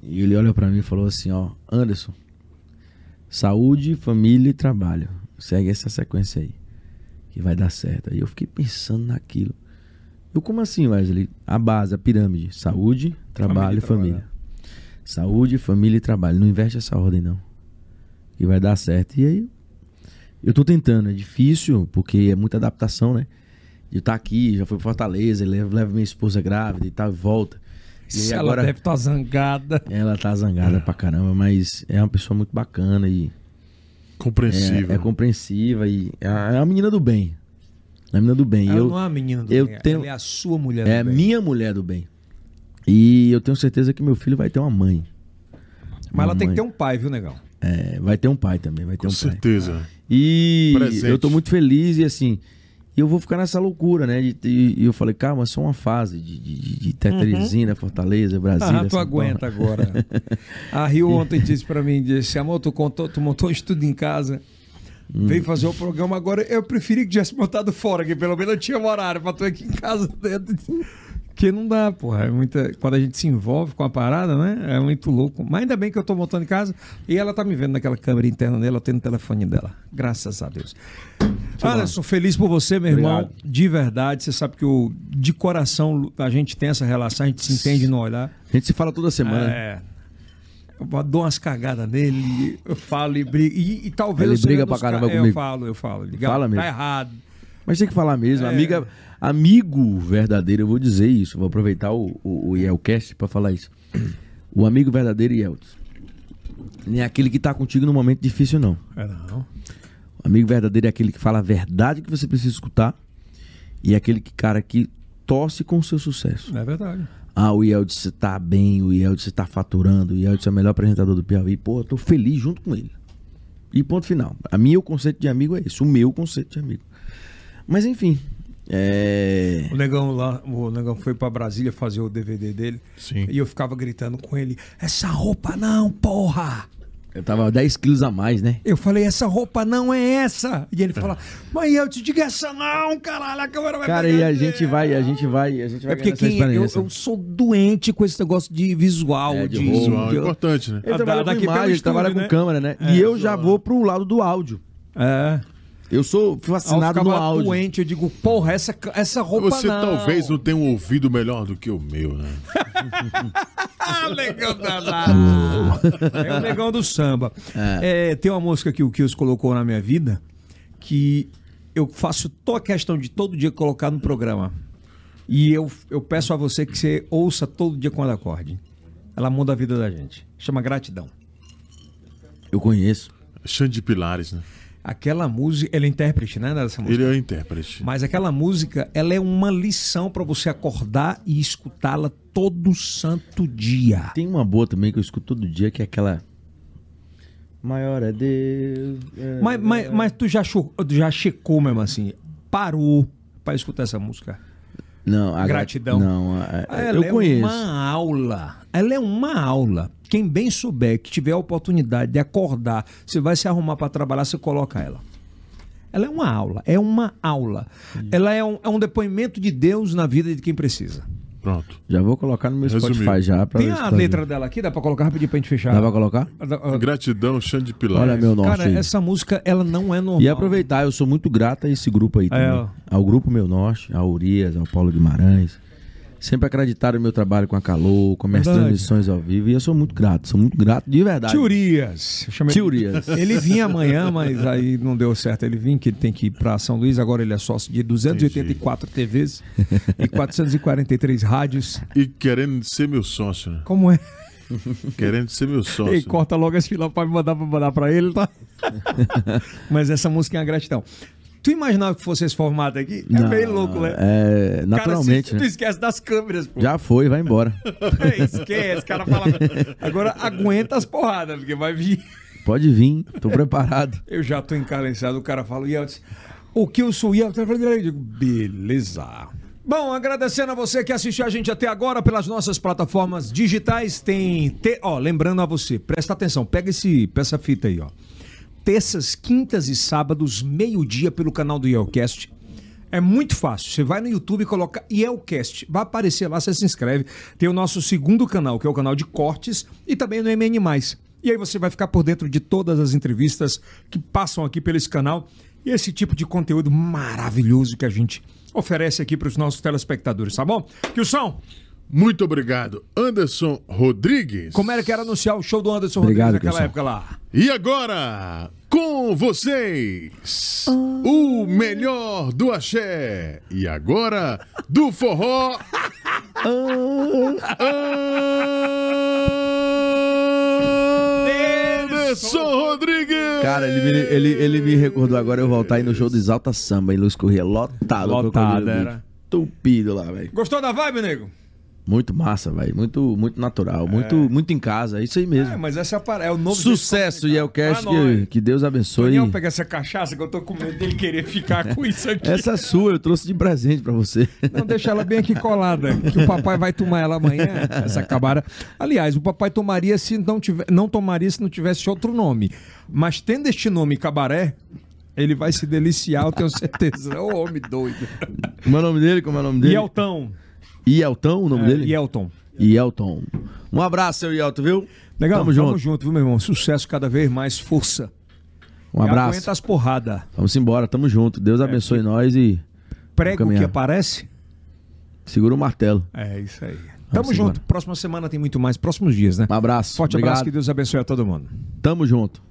[SPEAKER 3] E ele olha pra mim e falou assim: Ó, Anderson. Saúde, família e trabalho. Segue essa sequência aí. Que vai dar certo. Aí eu fiquei pensando naquilo. Eu, como assim, Wesley? A base, a pirâmide. Saúde, trabalho
[SPEAKER 1] Família e
[SPEAKER 3] e família. Saúde, família e trabalho. Não investe essa ordem, não. Que vai dar certo. E aí, eu tô tentando. É difícil, porque é muita adaptação, né? De estar aqui, já fui pra Fortaleza, levo, levo minha esposa grávida e tal, e volta. E aí
[SPEAKER 1] Ela deve estar zangada.
[SPEAKER 3] ela tá zangada pra caramba, mas é uma pessoa muito bacana e
[SPEAKER 2] Compreensível.
[SPEAKER 3] é, é compreensiva e é a é a menina do bem. É a menina do bem.
[SPEAKER 1] Ela
[SPEAKER 3] eu,
[SPEAKER 1] não é a menina do
[SPEAKER 3] eu
[SPEAKER 1] bem,
[SPEAKER 3] tenho-
[SPEAKER 1] ela é a sua mulher
[SPEAKER 3] é a
[SPEAKER 1] do bem.
[SPEAKER 3] minha mulher do bem. E eu tenho certeza que meu filho vai ter uma mãe.
[SPEAKER 1] Mas ela tem que
[SPEAKER 3] Mamãe.
[SPEAKER 1] ter um pai, viu, negão?
[SPEAKER 3] É, vai ter um pai também, vai ter
[SPEAKER 2] Com
[SPEAKER 3] um pai.
[SPEAKER 2] certeza.
[SPEAKER 3] E
[SPEAKER 2] Presente.
[SPEAKER 3] eu tô muito feliz e assim, eu vou ficar nessa loucura, né? E- E e eu falei, calma, é só uma fase de, de, de, de Teresina, Fortaleza, Brasília.
[SPEAKER 1] Uhum. Ah, tu
[SPEAKER 3] São
[SPEAKER 1] aguenta
[SPEAKER 3] Paulo.
[SPEAKER 1] agora. A Rio ontem disse pra mim, disse, amor, tu, contou, tu montou um estudo em casa,
[SPEAKER 3] Hum.
[SPEAKER 1] veio fazer o programa, agora eu preferi que tivesse montado fora, que pelo menos eu tinha um horário pra tu aqui em casa dentro. Porque não dá, porra. É muita... Quando a gente se envolve com a parada, né? É muito louco. Mas ainda bem que eu tô voltando em casa e ela tá me vendo naquela câmera interna dela, eu tenho o telefone dela. Graças a Deus. Anderson, feliz por você, meu irmão.
[SPEAKER 3] Obrigado.
[SPEAKER 1] De verdade. Você sabe que eu, de coração, a gente tem essa relação, a gente se entende no olhar.
[SPEAKER 3] A gente se fala toda semana. né?
[SPEAKER 1] É. Eu dou umas cagadas nele, eu falo e brigo. E, e talvez
[SPEAKER 3] Ele
[SPEAKER 1] eu seja
[SPEAKER 3] briga
[SPEAKER 1] um
[SPEAKER 3] pra
[SPEAKER 1] dos caras-
[SPEAKER 3] caramba
[SPEAKER 1] é, Eu
[SPEAKER 3] comigo.
[SPEAKER 1] falo, eu falo. Ele
[SPEAKER 3] Fala mesmo.
[SPEAKER 1] Tá errado.
[SPEAKER 3] Mas tem que falar mesmo.
[SPEAKER 1] É.
[SPEAKER 3] Amiga, amigo verdadeiro, eu vou dizer isso. Vou aproveitar o, o, o Yelcast pra falar isso. O amigo verdadeiro, Yeltsin, nem é aquele que tá contigo num momento difícil, não.
[SPEAKER 1] É, não.
[SPEAKER 3] O amigo verdadeiro é aquele que fala a verdade que você precisa escutar e é aquele que, cara que torce com o seu sucesso.
[SPEAKER 1] É verdade.
[SPEAKER 3] Ah, o Yeltsin tá bem, o Yeltsin tá faturando, o Yeltsin é o melhor apresentador do Piauí. Pô, eu tô feliz junto com ele. E ponto final. A minha, o conceito de amigo é esse. O meu conceito de amigo. Mas enfim. É...
[SPEAKER 1] O negão lá, o negão foi pra Brasília fazer o DVD dele.
[SPEAKER 2] Sim.
[SPEAKER 1] E eu ficava gritando com ele: Essa roupa não, porra!
[SPEAKER 3] Eu tava 10 quilos a mais, né?
[SPEAKER 1] Eu falei: Essa roupa não é essa! E ele fala: Mas eu te digo essa não, caralho, a câmera vai
[SPEAKER 3] Cara,
[SPEAKER 1] pegar
[SPEAKER 3] e a
[SPEAKER 1] aqui."
[SPEAKER 3] gente vai, a gente vai, a gente vai
[SPEAKER 1] É porque
[SPEAKER 3] ganhando essa
[SPEAKER 1] quem, eu,
[SPEAKER 3] experiência.
[SPEAKER 1] eu sou doente com esse negócio de visual,
[SPEAKER 3] É,
[SPEAKER 1] de,
[SPEAKER 3] de
[SPEAKER 2] Visual é
[SPEAKER 1] de-
[SPEAKER 2] importante, né?
[SPEAKER 1] da-
[SPEAKER 3] Ele trabalha com
[SPEAKER 1] Ah, daqui pelo
[SPEAKER 3] imagem, ele
[SPEAKER 1] estúdio,
[SPEAKER 3] trabalha com
[SPEAKER 1] né?
[SPEAKER 3] câmera, né? e eu já vou pro lado do áudio.
[SPEAKER 1] É.
[SPEAKER 3] Eu sou fascinado
[SPEAKER 1] Aí eu
[SPEAKER 3] no
[SPEAKER 1] ficava
[SPEAKER 3] áudio.
[SPEAKER 1] doente, eu digo, porra, essa, essa roupa
[SPEAKER 2] Você
[SPEAKER 1] não.
[SPEAKER 2] talvez não tenha um ouvido melhor do que o meu, né?
[SPEAKER 1] Ah, negão danado. É o negão do samba. É, tem uma música que o Kills colocou na minha vida que eu faço toda questão de todo dia colocar no programa. E eu, eu peço a você que você ouça todo dia quando acorde. Ela muda a vida da gente. Chama Gratidão.
[SPEAKER 3] Eu conheço.
[SPEAKER 2] Xande Pilares, né?
[SPEAKER 1] Aquela música, ela é intérprete, né, dessa música?
[SPEAKER 2] Ele é o intérprete.
[SPEAKER 1] Mas aquela música, ela é uma lição pra você acordar e escutá-la todo santo dia.
[SPEAKER 3] Tem uma boa também que eu escuto todo dia, que é aquela. Maior é Deus. é-
[SPEAKER 1] Mas, mas, mas tu já, cho- tu já checou mesmo assim? Parou pra escutar essa música?
[SPEAKER 3] Não, a
[SPEAKER 1] Gratidão.
[SPEAKER 3] gra- Não, a- a-
[SPEAKER 1] Ela
[SPEAKER 3] eu
[SPEAKER 1] é
[SPEAKER 3] conheço.
[SPEAKER 1] uma aula. Ela é uma aula. Quem bem souber, que tiver a oportunidade de acordar, você vai se arrumar pra trabalhar, você coloca ela. Ela é uma aula. É uma aula. Ela é um, é um depoimento de Deus na vida de quem precisa.
[SPEAKER 2] Pronto.
[SPEAKER 3] Já vou colocar no meu
[SPEAKER 2] Resumiu.
[SPEAKER 3] Spotify já. Pra
[SPEAKER 1] Tem
[SPEAKER 3] eu
[SPEAKER 1] a
[SPEAKER 3] escutar.
[SPEAKER 1] letra dela aqui? Dá pra colocar rapidinho pra gente fechar?
[SPEAKER 3] Dá pra colocar?
[SPEAKER 2] Gratidão, Xande Pilares.
[SPEAKER 3] Olha meu norte
[SPEAKER 1] Cara,
[SPEAKER 3] aí.
[SPEAKER 1] essa música, ela não é normal.
[SPEAKER 3] E aproveitar, eu sou muito grato a esse grupo aí também.
[SPEAKER 1] ó.
[SPEAKER 3] Ao Grupo Meu Norte, ao Urias, ao Paulo Guimarães. Sempre acreditaram no meu trabalho com a Calor, com as minhas
[SPEAKER 1] Verdade.
[SPEAKER 3] transmissões ao vivo. E eu sou muito grato, sou muito grato de verdade.
[SPEAKER 1] Teorias.
[SPEAKER 3] Tio Urias.
[SPEAKER 1] Ele vinha amanhã, mas aí não deu certo. Ele vinha, que ele tem que ir para São Luís. Agora ele é sócio de 284 TVs e 443 rádios.
[SPEAKER 2] E querendo ser meu sócio, né?
[SPEAKER 1] Como é?
[SPEAKER 2] Querendo ser meu sócio.
[SPEAKER 1] Ei, corta logo esse final para me mandar para mandar para ele, tá? mas essa música é uma gratidão. Tu imaginava que fosse esse formato aqui? É
[SPEAKER 3] Não,
[SPEAKER 1] meio louco, né?
[SPEAKER 3] É, naturalmente,
[SPEAKER 1] Cara, tipo se- tu
[SPEAKER 3] né?
[SPEAKER 1] esquece das câmeras, pô.
[SPEAKER 3] Já foi, vai embora.
[SPEAKER 1] Esquece, cara fala. Agora aguenta as porradas, porque vai vir.
[SPEAKER 3] Pode vir, tô preparado.
[SPEAKER 1] Eu já tô encalenciado, o cara fala, Yeltsin, o que eu sou Yeltsin? Eu falei, eu digo, beleza. Bom, agradecendo a você que assistiu a gente até agora pelas nossas plataformas digitais, tem, te- ó, lembrando a você, presta atenção, pega esse, pega essa fita aí, ó. Terças, quintas e sábados, meio-dia pelo canal do Yelcast. É muito fácil. Você vai no YouTube e coloca IELCast. Vai aparecer lá, você se inscreve. Tem o nosso segundo canal, que é o canal de cortes, e também no MN. E aí você vai ficar por dentro de todas as entrevistas que passam aqui pelo esse canal e esse tipo de conteúdo maravilhoso que a gente oferece aqui para os nossos telespectadores, tá bom? Kilson,
[SPEAKER 2] Muito obrigado, Anderson Rodrigues.
[SPEAKER 3] é
[SPEAKER 1] como era que era anunciar o show do Anderson
[SPEAKER 3] Obrigado,
[SPEAKER 1] Rodrigues naquela
[SPEAKER 3] Kilson.
[SPEAKER 1] época lá?
[SPEAKER 2] E agora, com vocês, o melhor do axé. E agora, do forró. Anderson Rodrigues.
[SPEAKER 3] Cara, ele me, ele, ele me recordou agora eu voltar aí no show do Exalta Samba em Luz Corrêa, lotado.
[SPEAKER 1] Lotado,
[SPEAKER 3] pra eu convidar o
[SPEAKER 1] era.
[SPEAKER 3] bicho. Tupido lá, velho.
[SPEAKER 1] Gostou da vibe, nego?
[SPEAKER 3] Muito massa, velho. Muito, muito natural, muito, muito em casa, é isso aí mesmo.
[SPEAKER 1] É, mas essa é, a parada, é o novo...
[SPEAKER 3] Sucesso, Yelcast,
[SPEAKER 1] Pra nós.
[SPEAKER 3] que, que Deus abençoe.
[SPEAKER 1] Daniel, pega essa cachaça que eu tô com medo dele querer ficar com isso aqui.
[SPEAKER 3] Essa é sua, eu trouxe de presente pra você.
[SPEAKER 1] Não, deixa ela bem aqui colada, que o papai vai tomar ela amanhã, essa cabara. Aliás, o papai tomaria se não tiver, não tomaria se não tivesse outro nome. Mas tendo este nome cabaré, ele vai se deliciar, eu tenho certeza. É um homem doido.
[SPEAKER 3] Como é o nome dele? Como é o nome dele?
[SPEAKER 1] Yeltão.
[SPEAKER 3] Ielton, o
[SPEAKER 1] É,
[SPEAKER 3] nome dele?
[SPEAKER 1] Yelton.
[SPEAKER 3] Ielton. Um abraço, seu Ielton, viu?
[SPEAKER 1] Legal,
[SPEAKER 3] Tamo junto.
[SPEAKER 1] junto, viu, meu irmão? Sucesso cada vez mais, força.
[SPEAKER 3] Um
[SPEAKER 1] E
[SPEAKER 3] abraço.
[SPEAKER 1] Aguenta É. as porradas.
[SPEAKER 3] Vamos embora, tamo junto. Deus abençoe nós e
[SPEAKER 1] Prego
[SPEAKER 3] caminhar.
[SPEAKER 1] que aparece.
[SPEAKER 3] segura o martelo.
[SPEAKER 1] É isso aí. Tamo
[SPEAKER 3] embora.
[SPEAKER 1] junto. Próxima semana tem muito mais. Próximos dias, né?
[SPEAKER 3] Um abraço.
[SPEAKER 1] Forte
[SPEAKER 3] Obrigado.
[SPEAKER 1] abraço, que Deus abençoe a todo mundo.
[SPEAKER 3] Tamo junto.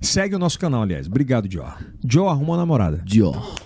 [SPEAKER 1] Segue o nosso canal, aliás. Obrigado, Dior. Dior arruma uma namorada.
[SPEAKER 3] Dior.